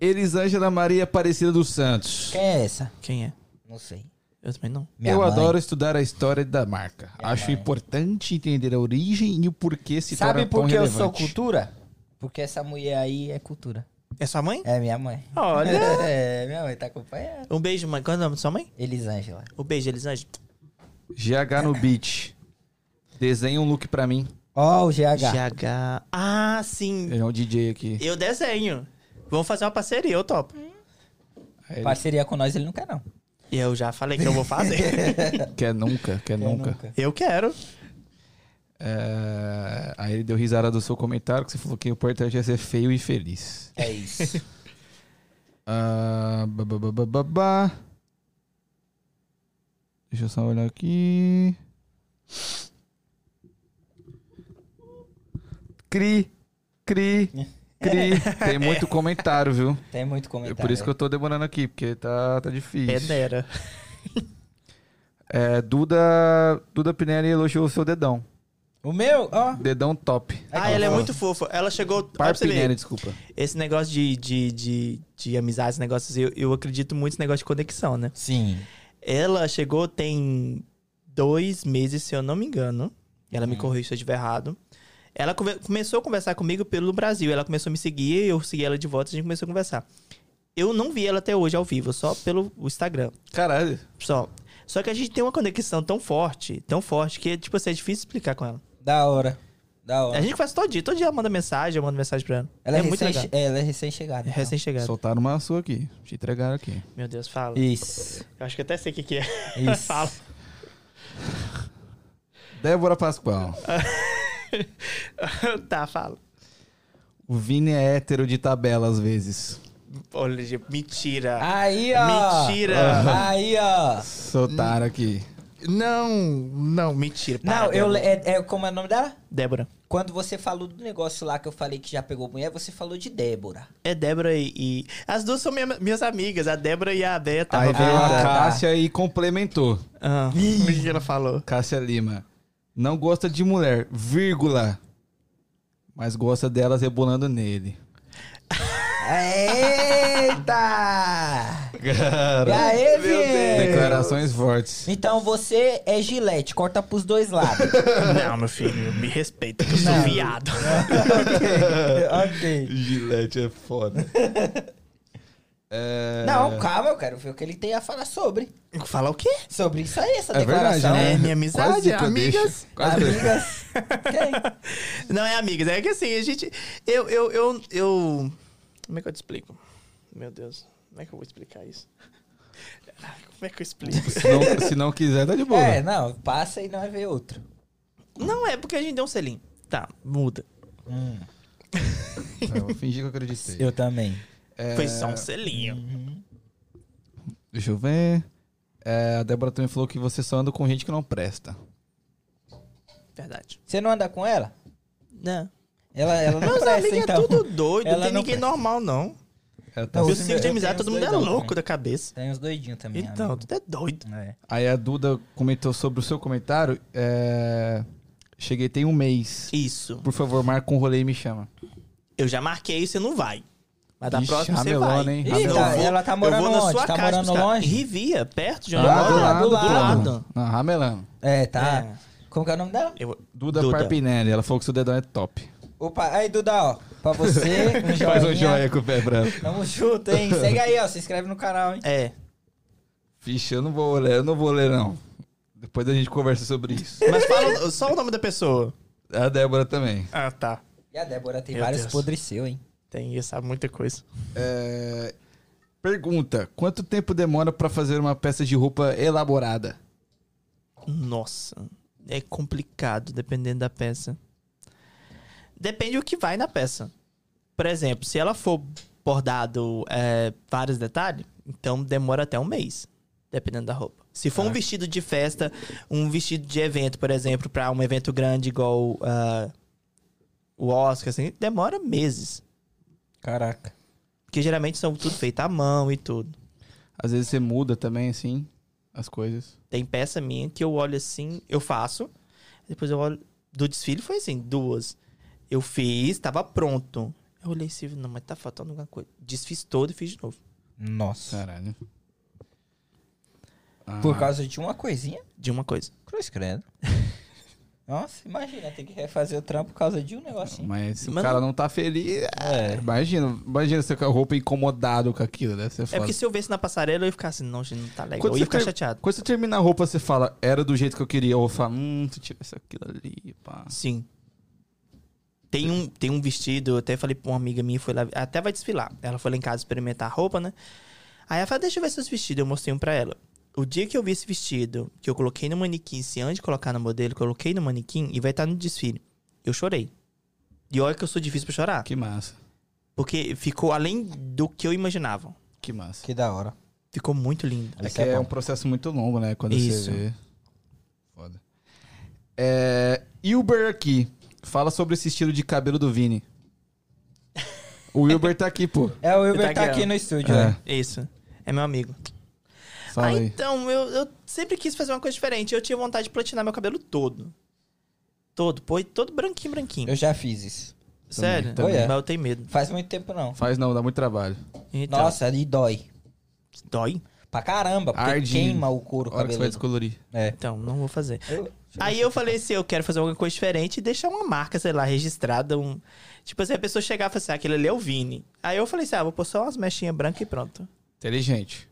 S1: Elisângela Maria Aparecida dos Santos.
S2: Quem é essa?
S3: Quem é?
S2: Não sei.
S3: Eu também não.
S2: Minha
S1: eu
S2: mãe.
S1: adoro estudar a história da marca.
S2: Minha
S1: Acho
S2: mãe.
S1: importante entender a origem e o porquê se
S2: Sabe
S1: torna tão
S2: por que eu sou
S1: relevante.
S2: cultura? Porque essa mulher aí é cultura.
S3: É sua mãe?
S2: É minha mãe.
S3: Olha.
S2: é, minha mãe tá acompanhando.
S3: Um beijo, mãe. Qual é o nome da sua mãe?
S2: Elisângela.
S3: Um beijo, Elisângela.
S1: GH no beat. Desenha um look pra mim.
S2: Ó, o GH.
S3: GH. Ah, sim.
S1: Ele é um DJ aqui.
S3: Eu desenho. Vamos fazer uma parceria, eu topo.
S1: Aí ele
S2: Parceria com nós ele não quer, não.
S3: E eu já falei que eu vou fazer.
S1: quer nunca, quer nunca.
S3: eu quero.
S1: É, Aí ele deu risada do seu comentário que você falou que o importante é ser feio e feliz.
S2: É isso.
S1: Ah, ba, ba, ba, ba, ba, ba. Deixa eu só olhar aqui. Cri, cri, cri. Tem muito comentário, viu?
S2: Tem muito
S1: É
S2: comentário.
S1: por isso que eu tô demorando aqui, porque tá, tá difícil.
S3: Pedera.
S1: É, Duda, Duda Pinelli elogiou o seu dedão.
S2: O meu, ó.
S1: Dedão top.
S3: Ah, ela é muito fofa. Ela chegou. ó, pra
S1: Par
S3: você ver.
S1: Pinelli, desculpa.
S3: Esse negócio de, de, de, de amizade, esse negócio, assim, eu, eu acredito muito nesse negócio de conexão, né?
S2: Sim.
S3: Ela chegou tem dois meses, se eu não me engano. Ela me corrige se eu estiver errado. Ela conver- começou a conversar comigo pelo Brasil. Ela começou a me seguir, eu segui ela de volta, a gente começou a conversar. Eu não vi ela até hoje ao vivo, só pelo Instagram.
S1: Caralho.
S3: Só. Só que a gente tem uma conexão tão forte, tão forte, que, tipo assim, é difícil explicar com ela.
S2: Da hora. Da hora.
S3: A gente faz todo dia. Todo dia ela manda mensagem, eu mando mensagem pra ela.
S2: Ela é,
S3: é muito legal.
S2: recém, ela é recém-chegada.
S3: É
S2: então.
S3: recém-chegada.
S1: Soltaram uma sua aqui. Te entregaram aqui.
S3: Meu Deus, fala.
S2: Isso.
S3: Eu acho que eu até sei o que, que é.
S2: Isso.
S3: Fala.
S1: Débora Pascoal.
S3: tá, fala.
S1: O Vini é hétero de tabela às vezes.
S3: Olha, gente, mentira.
S2: Aí, ó.
S3: Mentira.
S2: Aí, ó.
S1: Soltaram aqui.
S3: Não, não, mentira.
S2: Não, eu, é, é- como é o nome dela?
S3: Débora.
S2: Quando você falou do negócio lá que eu falei que já pegou mulher, você falou de Débora.
S3: É Débora e, e- As duas são minha- minhas amigas, a Débora e a Bea. Tava
S1: Aí
S3: vendo.
S1: veio a
S2: tá.
S1: Cássia e complementou.
S3: Ah, o que que ela falou?
S1: Cássia Lima. Não gosta de mulher, vírgula. Mas gosta delas rebolando nele.
S2: Eita! E
S1: Cara.
S2: aí, Vini?
S1: Declarações fortes.
S2: Então você é gilete, corta pros dois lados.
S3: Não, meu filho, me respeita, que eu sou
S2: Não.
S3: viado.
S2: ok.
S1: Gilete é foda. É...
S2: Não, calma, eu quero ver o que ele tem a falar sobre.
S3: Falar o quê?
S2: Sobre isso aí, essa
S1: É verdade,
S2: declaração.
S1: né?
S3: É minha amizade,
S1: Quase que eu
S3: amigas.
S1: deixo. Quase que eu deixo.
S2: Amigas. Quem?
S3: Não é amigas, é que assim, a gente. Eu, eu, eu, eu. Como é que eu te explico? Meu Deus, como é que eu vou explicar isso? Ah, Como é que eu explico?
S1: Se não, se não quiser, tá de boa.
S2: É, não, passa e nós vê outro.
S3: Não, é porque a gente deu um selinho. Tá, muda.
S1: Tá, Eu vou fingir que eu acreditei.
S2: Eu também.
S3: Foi só um selinho.
S1: Deixa eu ver. É, a Débora também falou que você só anda com gente que não presta.
S3: Verdade.
S2: Você não anda com ela?
S3: Não.
S2: Ela, ela não
S3: Meus
S2: presta,
S3: amigos
S2: então.
S3: é tudo doido,
S2: Ela
S3: não tem
S2: não
S3: ninguém normal, não.
S1: Ela tá-
S2: Não,
S3: Meu
S2: sim,
S3: círculo de
S2: eu
S3: amizade,
S2: tenho
S3: todo
S2: uns
S3: mundo é
S2: doidão
S3: louco
S2: também.
S3: da cabeça.
S2: Tem uns doidinhos também.
S3: Então,
S2: amigo.
S3: tu é doido.
S2: É.
S1: Aí a Duda comentou sobre o seu comentário. é, Cheguei tem um mês.
S3: Isso.
S1: Por favor, marca um rolê e me chama.
S3: Eu já marquei, você não vai. Mas da
S1: Ixi,
S3: próxima você
S1: Ramelona,
S3: vai. Então,
S1: hein?
S3: Eu
S1: Ramelona.
S3: vou-
S2: Eita, ela tá
S3: eu
S2: morando
S3: vou na
S2: onde?
S3: sua
S2: Tá
S3: casa
S2: morando
S3: buscar.
S2: longe?
S3: Rivia, perto de onde
S2: Ah,
S3: eu moro.
S2: do lado,
S3: do
S2: do
S3: lado.
S1: pô. Na Ramelão.
S2: É, tá.
S3: É.
S2: Como que é o nome dela?
S3: Eu-
S1: Duda, Parpinelli, ela falou que seu dedão é top.
S2: Opa, aí, Duda, ó. Pra você, um joinha.
S1: Faz um joia com o pé branco.
S2: Tamo junto, hein? Segue aí, ó. Se inscreve no canal, hein?
S3: É.
S1: Vixe, eu não vou ler, eu não vou ler, não. Depois a gente conversa sobre isso. É
S3: Mas fala só o nome da pessoa.
S1: A Débora também.
S3: Ah, tá.
S2: E a Débora tem
S3: Meu
S2: vários
S3: Deus.
S2: podres seu, hein?
S3: Tem isso, sabe muita coisa.
S1: É, Pergunta: quanto tempo demora pra fazer uma peça de roupa elaborada?
S3: Nossa, é complicado dependendo da peça. Depende do que vai na peça. Por exemplo, se ela for bordado é, vários detalhes, então demora até um mês, dependendo da roupa. Se for um vestido de festa, um vestido de evento, por exemplo, pra um evento grande igual ah, o Oscar, assim, demora meses.
S2: Caraca.
S3: Porque geralmente são tudo feito à mão e tudo.
S1: Às vezes você muda também, assim, as coisas.
S3: Tem peça minha que eu olho assim, eu faço. Depois eu olho. Do desfile foi assim, duas. Eu fiz, tava pronto. Eu olhei assim, não, mas tá faltando alguma coisa. Desfiz todo e fiz de novo.
S2: Nossa.
S1: Caralho. Ah,
S2: Por causa de uma coisinha?
S3: De uma coisa.
S2: Cruz credo. Nossa, imagina, tem que refazer o trampo por causa de um negocinho.
S1: Mas se o
S3: Mas
S1: cara não tá feliz. é, Imagina, imagina você com a roupa é incomodado com aquilo, né? Você
S3: É
S1: fala.
S3: porque se eu visse na passarela, eu ia ficar assim, não, gente, não tá legal.
S1: Quando
S3: eu
S1: você
S3: ia ficar
S1: tem-
S3: chateado.
S1: Quando você termina a roupa, você fala, era do jeito que eu queria. Ou fala, hum, se tivesse aquilo ali, pá.
S3: Sim. Tem um, tem um vestido, eu até falei pra uma amiga minha, foi lá, até vai desfilar. Ela foi lá em casa experimentar a roupa, né? Aí ela falou, deixa eu ver seus vestidos, eu mostrei um pra ela. O dia que eu vi esse vestido, que eu coloquei no manequim, se antes de colocar no modelo, coloquei no manequim e vai estar no desfile. Eu chorei. E olha que eu sou difícil pra chorar.
S1: Que massa,
S3: Porque ficou além do que eu imaginava.
S1: que massa.
S2: Que da hora.
S3: Ficou muito lindo.
S1: É
S2: Isso
S1: que
S2: é
S1: é,
S2: bom.
S1: um processo muito longo, né? Quando
S3: Isso.
S1: você vê. Foda. É, Wilber aqui. Fala sobre esse estilo de cabelo do Vini. O Wilber tá aqui, pô.
S2: É, o Wilber
S3: Tá
S2: tá
S3: aqui,
S2: aqui
S3: ó.
S2: no estúdio,
S1: É.
S2: né?
S3: Isso. É meu amigo.
S1: Fala
S3: ah,
S1: aí.
S3: então, eu, eu sempre quis fazer uma coisa diferente. Eu tinha vontade de platinar meu cabelo todo. Todo, pô, todo branquinho, branquinho.
S2: Eu já fiz isso.
S3: Sério?
S1: também.
S2: Olha.
S3: Mas eu tenho medo.
S2: Faz muito tempo não.
S1: Faz não, dá muito trabalho.
S3: Então,
S2: Nossa, e dói.
S3: Dói?
S2: Pra caramba, porque
S1: Arde.
S2: queima o couro
S1: A hora que você vai
S2: cabeludo.
S1: descolorir.
S2: É.
S3: Então, não vou fazer.
S2: Eu-
S3: Aí eu falei assim, eu quero fazer alguma coisa diferente e deixar uma marca, sei lá, registrada. Um... Tipo assim, a pessoa chegar e falar assim, ah, aquele ali é o Vini. Aí eu falei assim, ah, vou pôr só umas mechinhas brancas e pronto.
S1: Inteligente.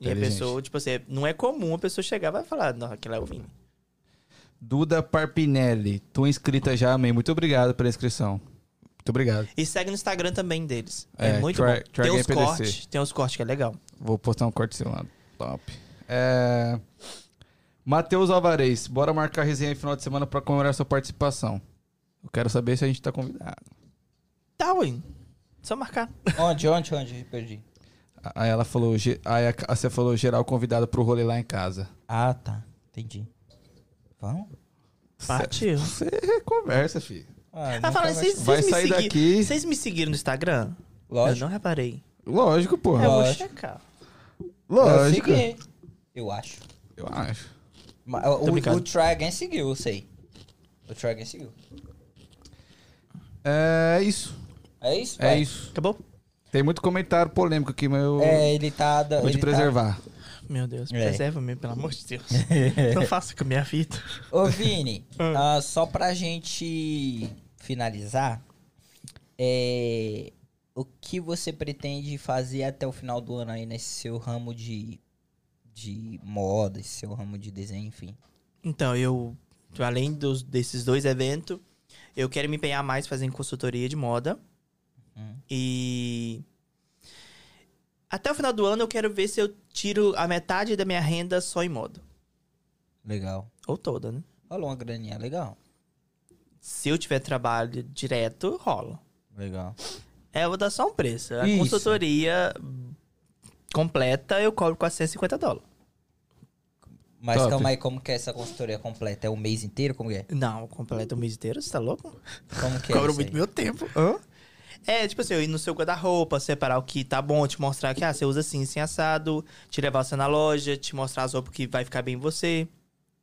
S3: E a
S1: Inteligente.
S3: pessoa, tipo assim, não é comum a pessoa chegar e vai falar, não, aquele é o Vini.
S1: Duda Parpinelli. Tô inscrita já, amém. Muito obrigado pela inscrição. Muito obrigado.
S3: E segue no Instagram também deles. É,
S1: É,
S3: muito
S1: Try-
S3: bom.
S1: Try
S3: Tem uns
S1: PDC.
S3: cortes, tem uns cortes que é legal.
S1: Vou postar um corte seu lá. Top. É... Matheus Alvarez, bora marcar a resenha aí no final de semana pra comemorar sua participação. Eu quero saber se a gente tá convidado.
S3: Tá, ué. Só marcar.
S2: Onde, onde, onde? Perdi.
S1: Aí ela falou, ge- aí a- a- você falou geral convidado pro rolê lá em casa.
S2: Ah, tá. Entendi. Vamos?
S3: Partiu.
S1: Você conversa, filho.
S2: Ah,
S3: Ela
S2: nunca
S3: fala,
S2: vai
S3: Tá vocês
S2: chegar.
S1: Vai
S3: vocês me
S1: sair
S3: seguiram.
S1: daqui."
S3: Vocês me seguiram no Instagram? Eu
S2: Lógico.
S3: não reparei.
S1: Lógico,
S3: Eu
S1: porra.
S3: vou
S2: É, Lógico.
S3: checar.
S1: É Lógico.
S2: Eu é. segui. Eu acho.
S1: Eu acho.
S2: Ma- O, o,
S3: brincando.
S2: o Try Again seguiu, eu sei. O Try Again seguiu.
S1: É isso.
S2: É isso?
S1: É
S2: pai?
S1: isso.
S3: Acabou?
S1: Tem muito comentário polêmico aqui, mas eu
S2: É, ele tá... da-
S1: vou te
S2: ele tá-
S1: preservar.
S3: Meu Deus,
S2: É.
S3: preserva-me, pelo amor de Deus. não faça com a minha vida.
S2: Ô, Vini, ah, só pra gente finalizar, é, o que você pretende fazer até o final do ano aí nesse seu ramo de, de moda, esse seu ramo de desenho, enfim?
S3: Então, eu, além dos, desses dois eventos, eu quero
S1: Uhum.
S3: me empenhar mais fazendo consultoria de moda.
S2: Hum.
S3: E Até o final do ano eu quero ver se eu tiro a metade da minha renda só em moda.
S2: Legal.
S3: Ou toda, né?
S2: Rolou uma graninha, legal.
S3: Se eu tiver trabalho direto, rola.
S2: Legal.
S3: É, eu vou dar só um preço. A
S2: Isso.
S3: consultoria completa eu cobro 450 dólares.
S2: Mas
S1: Top.
S2: calma aí, como que é essa consultoria completa? É o mês inteiro? Como que é?
S3: Não, completa o mês inteiro, você tá louco?
S2: Como que é
S3: Cobro
S2: isso aí?
S3: muito meu tempo. Hã? É, tipo assim, eu ir no seu guarda-roupa, separar o que tá bom, te mostrar que, ah, você usa assim, assim, assado, te levar você na loja, te mostrar as roupas que vai ficar bem em você,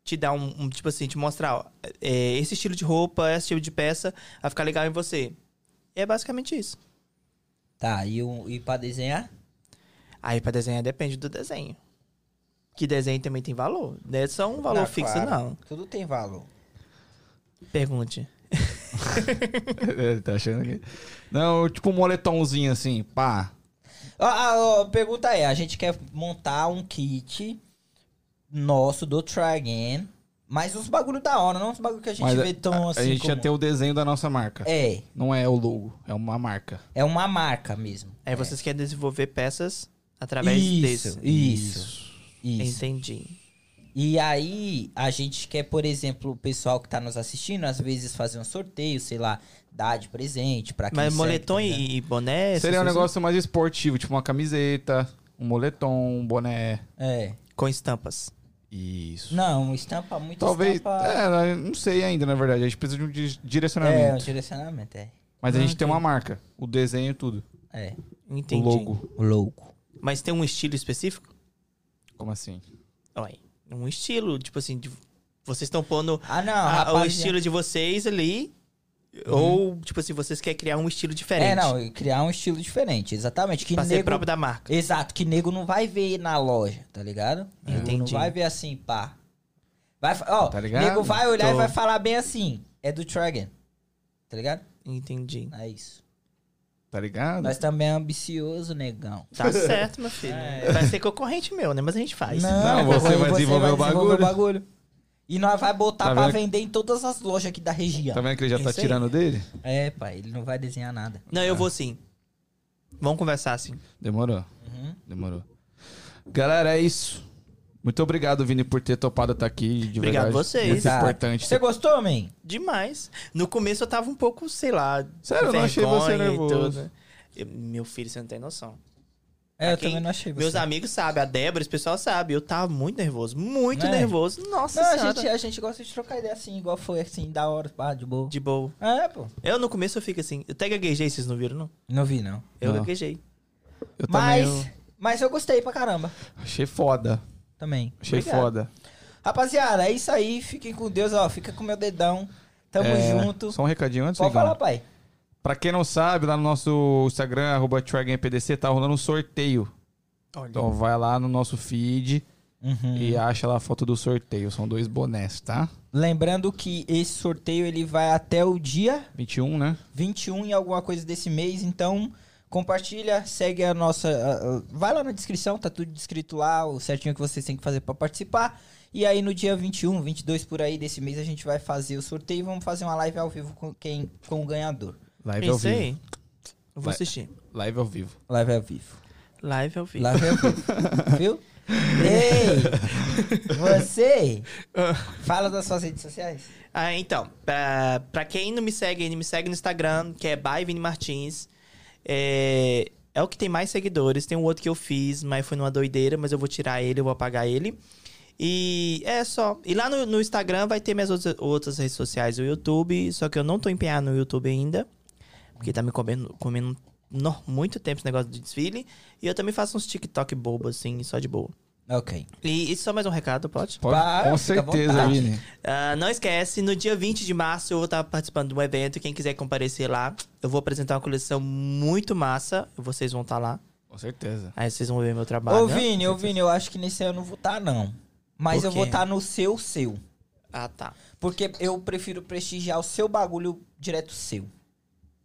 S3: te dar um, um, tipo assim, te mostrar, ó, é, esse estilo de roupa, esse tipo de peça, vai ficar legal em você. É basicamente isso.
S2: Tá, e, o, e pra desenhar?
S3: Aí pra desenhar depende do desenho. Que desenho também tem valor, não é só um valor
S2: Ah,
S3: fixo,
S2: claro.
S3: não.
S2: Tudo tem valor.
S3: Pergunte.
S1: Ele tá achando que. Não, tipo um moletomzinho assim, pá.
S2: Ah, ah, ah, pergunta é, a gente quer montar um kit nosso do Try Again, mas uns bagulho da hora, não uns bagulho que a gente
S1: Mas
S2: vê tão assim
S1: a gente ia
S2: comum.
S1: ter o desenho da nossa marca.
S2: É,
S1: Não Então, é o logo, é uma marca.
S2: é uma marca mesmo.
S3: Aí É, vocês querem desenvolver peças através
S2: É. isso,
S3: desse.
S2: isso, É, isso.
S3: Entendi.
S2: E aí, a gente quer, por exemplo, o pessoal que tá nos assistindo, às vezes fazer um sorteio, sei lá, dar de presente pra quem
S3: Mas
S2: segue,
S3: moletom
S2: tá ligado?
S3: e, e boné... essas
S1: Seria um
S3: coisas
S1: negócio mais esportivo, tipo uma camiseta, um moletom, um boné.
S2: É.
S3: Com estampas.
S1: Isso.
S2: Não, um estampa muito
S1: Talvez.
S2: estampa...
S1: É, não sei ainda, na verdade. A gente precisa de um di-
S2: É, um
S1: direcionamento.
S2: direcionamento, é.
S1: Mas a gente
S3: Ah,
S1: tem
S3: ok.
S1: uma marca. O desenho e tudo.
S2: É,
S3: Entendi.
S1: O logo.
S2: louco.
S3: Mas tem um estilo específico?
S1: Como assim?
S3: Olha, um estilo, tipo assim, de- vocês estão pondo
S2: Ah, não,
S3: a- o
S2: rapaz,
S3: estilo de vocês ali... Ou, tipo assim, vocês querem criar um estilo diferente.
S2: É, não, e criar um estilo diferente, exatamente. Que
S3: Pra ser
S2: nego...
S3: próprio da marca.
S2: Exato, que nego não vai ver na loja, tá ligado? Nego não
S3: Entendi.
S2: vai ver assim, pá. Vai, fa- ó,
S1: Tá ligado?
S2: nego vai olhar e
S3: Tô.
S2: vai falar bem assim, é do Tragen, tá ligado?
S3: Entendi.
S2: É isso.
S1: Tá ligado?
S2: Nós também é ambicioso, negão.
S1: É.
S3: Tá certo, meu filho. Vai ser concorrente meu, né? Mas a gente faz.
S1: Não, Ah, você vai desenvolver o bagulho.
S2: E nós vai botar
S1: Tá
S2: pra
S1: vendo?
S2: vendo? vender em todas as lojas aqui da região.
S1: Tá vendo que ele já tá
S3: Isso aí.
S1: tirando dele?
S2: É, pai, ele não vai desenhar nada.
S3: Não, eu vou sim. Vamos conversar assim.
S1: Demorou.
S2: Uhum.
S1: Demorou. Galera, é isso. Muito obrigado, Vini, por ter topado estar aqui. De
S3: Obrigado
S1: verdade.
S3: vocês.
S1: Muito
S2: Exato.
S1: importante.
S2: Você gostou, man?
S3: Demais. No começo eu tava um pouco, sei lá.
S1: Sério, eu não achei
S3: vergonha
S1: você
S3: e
S1: nervoso.
S3: tudo. Eu- meu filho, você não tem noção.
S2: É, eu
S3: quem-
S2: também não achei você.
S3: Meus amigos sabem, a Débora, esse pessoal sabe. Eu tava muito nervoso, muito
S1: é?
S2: Né?
S3: nervoso. Nossa
S2: Não, a
S3: senhora.
S2: gente, a gente gosta de trocar ideia assim, igual foi assim, da hora, pá, de boa.
S3: De boa.
S2: É, pô.
S3: Eu no começo eu fico assim. Eu até gaguejei, vocês não viram, não?
S2: Não vi, não.
S3: Eu
S1: Não.
S3: gaguejei.
S1: Eu
S2: mas,
S1: também eu
S2: mas eu gostei pra caramba.
S1: achei foda.
S2: Também.
S1: Achei
S3: Obrigado.
S1: foda.
S2: Rapaziada, é isso aí. Fiquem com Deus, ó. Fica com meu dedão. Tamo
S1: É,
S2: junto.
S1: Só um recadinho antes,
S2: Pode
S1: Igão.
S2: falar, pai.
S1: Pra quem não sabe, lá no nosso Instagram, arroba TryGamePDC, tá rolando um sorteio.
S3: Olha.
S1: Então vai lá no nosso feed
S2: Uhum.
S1: e acha lá a foto do sorteio. São dois bonés, tá?
S2: Lembrando que esse sorteio ele vai até o dia
S1: 21, né?
S2: 21 e alguma coisa desse mês, então compartilha, segue a nossa. a- a- vai lá na descrição, tá tudo descrito lá, o certinho que vocês têm que fazer pra participar. E um, aí no dia 21, 22 por aí desse mês a gente vai fazer o sorteio e vamos fazer uma live ao vivo com quem com o ganhador.
S1: Live
S3: É
S1: ao
S3: isso
S1: vivo.
S3: aí. Eu vou
S1: Vai.
S3: assistir.
S1: Live ao vivo.
S2: Live ao vivo.
S3: Live ao vivo.
S2: Live ao vivo. Viu? Ei! Você fala das suas redes sociais.
S3: Ah, então, pra, pra quem não me segue ainda, me segue no Instagram, que é by Vini Martins. É, é o que tem mais seguidores. Tem um outro que eu fiz, mas foi numa doideira, mas eu vou tirar ele, eu vou apagar ele. E é só. E lá no, no Instagram vai ter minhas outras, outras redes sociais, o YouTube, só que eu não tô empenhado no YouTube ainda, porque tá me comendo, comendo no- muito tempo esse negócio de desfile. E eu também faço uns TikTok bobo, assim, só de boa.
S2: Ok.
S3: E, e só mais um recado, pode?
S1: Pode,
S2: Vai,
S1: com
S2: fica à
S1: certeza,
S2: vontade.
S1: Vini.
S3: Ah, não esquece, no dia 20 de março eu vou estar participando de um evento. Quem quiser comparecer lá, eu vou apresentar uma coleção muito massa. Vocês vão estar lá.
S1: Com certeza.
S3: Aí vocês vão ver meu trabalho.
S2: Ô Vini, ô Vini, eu acho que nesse ano eu não vou estar, não. Mas
S3: Por
S2: eu vou
S3: quê?
S2: estar no seu seu.
S3: Ah, tá.
S2: Porque eu prefiro prestigiar o seu bagulho direto seu.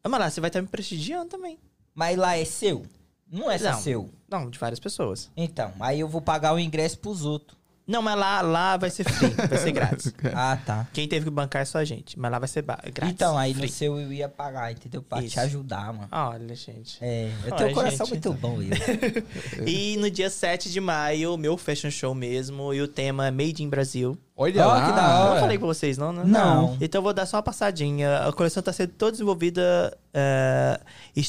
S3: Ah, Mas lá, você vai estar me prestigiando também.
S2: Mas lá é seu? Não é só
S3: Não.
S2: seu.
S3: Não, de várias pessoas.
S2: Então, aí eu vou pagar o ingresso pros outros.
S3: Não, mas lá, lá vai ser free, vai ser grátis.
S2: Ah, tá.
S3: Quem teve que bancar é só a gente, mas lá vai ser ba- grátis.
S2: Então, aí
S3: free.
S2: no seu eu ia pagar, entendeu? Pra te
S3: Isso.
S2: ajudar, mano.
S3: Olha, gente.
S2: É, eu
S3: Olha,
S2: tenho um coração
S3: gente,
S2: muito bom, eu. É.
S3: E no dia 7 de maio, meu fashion show mesmo, e o tema é Made in Brasil.
S1: Olha
S2: Ó,
S1: lá.
S2: que da
S3: Eu
S2: hora.
S3: não falei com vocês, não, né?
S2: Não.
S3: Então eu vou dar só uma passadinha. A coleção tá sendo toda desenvolvida é,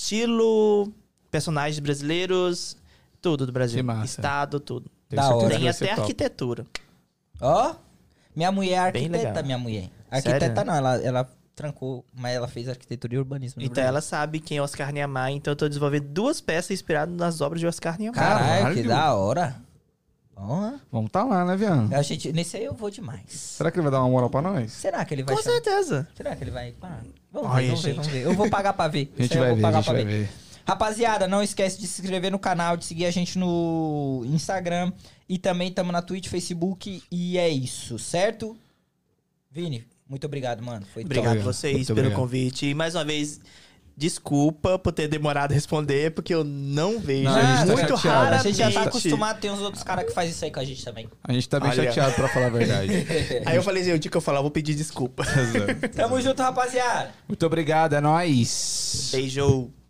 S3: estilo, personagens brasileiros, tudo do Brasil.
S1: Que massa.
S3: Estado, tudo.
S1: Tenho
S2: Da
S1: certeza
S2: hora.
S1: que
S3: Tem
S1: vai ser
S3: até
S1: top.
S3: arquitetura.
S2: Ó, minha mulher é
S3: Bem
S2: arquiteta,
S3: legal.
S2: minha mulher.
S3: Sério?
S2: Arquiteta não, ela, ela trancou, mas ela fez arquitetura e urbanismo.
S1: Uhum.
S2: no
S3: Então
S2: Brasil.
S3: ela sabe quem é Oscar Niemeyer, então eu tô desenvolvendo duas peças inspiradas nas obras de Oscar Niemeyer.
S2: Caralho, que
S1: Caralho.
S2: da hora. Ó,
S1: Vamos tá lá, né, Vian?
S2: a gente, nesse aí eu vou demais.
S1: Será que ele vai dar uma moral pra nós?
S2: Será que ele vai
S3: Com
S2: chamar?
S3: certeza.
S2: Será que ele vai? Ah, vamos
S3: Olha,
S2: ver, vamos ver,
S3: gente.
S2: vamos ver. Eu vou pagar pra ver.
S1: A gente
S2: Isso aí eu
S1: vai
S2: vou
S1: ver, a
S2: pagar
S1: gente
S2: pra
S1: vai
S2: ver.
S1: ver.
S2: Rapaziada, não esquece de se inscrever no canal, de seguir a gente no Instagram e também tamo na Twitch, Facebook e é isso, certo? Vini, muito obrigado, mano. Foi top.
S3: Obrigado a
S1: Muito
S3: vocês
S1: obrigado.
S3: pelo
S1: Muito
S3: convite. E mais uma vez, desculpa por ter demorado a responder, porque eu não vejo.
S1: Não, a gente tá
S3: muito
S1: chateado.
S3: raro.
S2: A gente já tá acostumado, tem uns outros caras que fazem isso aí com a gente também.
S1: A gente tá bem
S3: Olha.
S1: chateado, pra falar a verdade.
S3: Aí eu falei assim, o dia que eu falar, eu vou pedir desculpa.
S2: Tamo junto, rapaziada.
S1: Muito obrigado, é nóis.
S3: Beijo.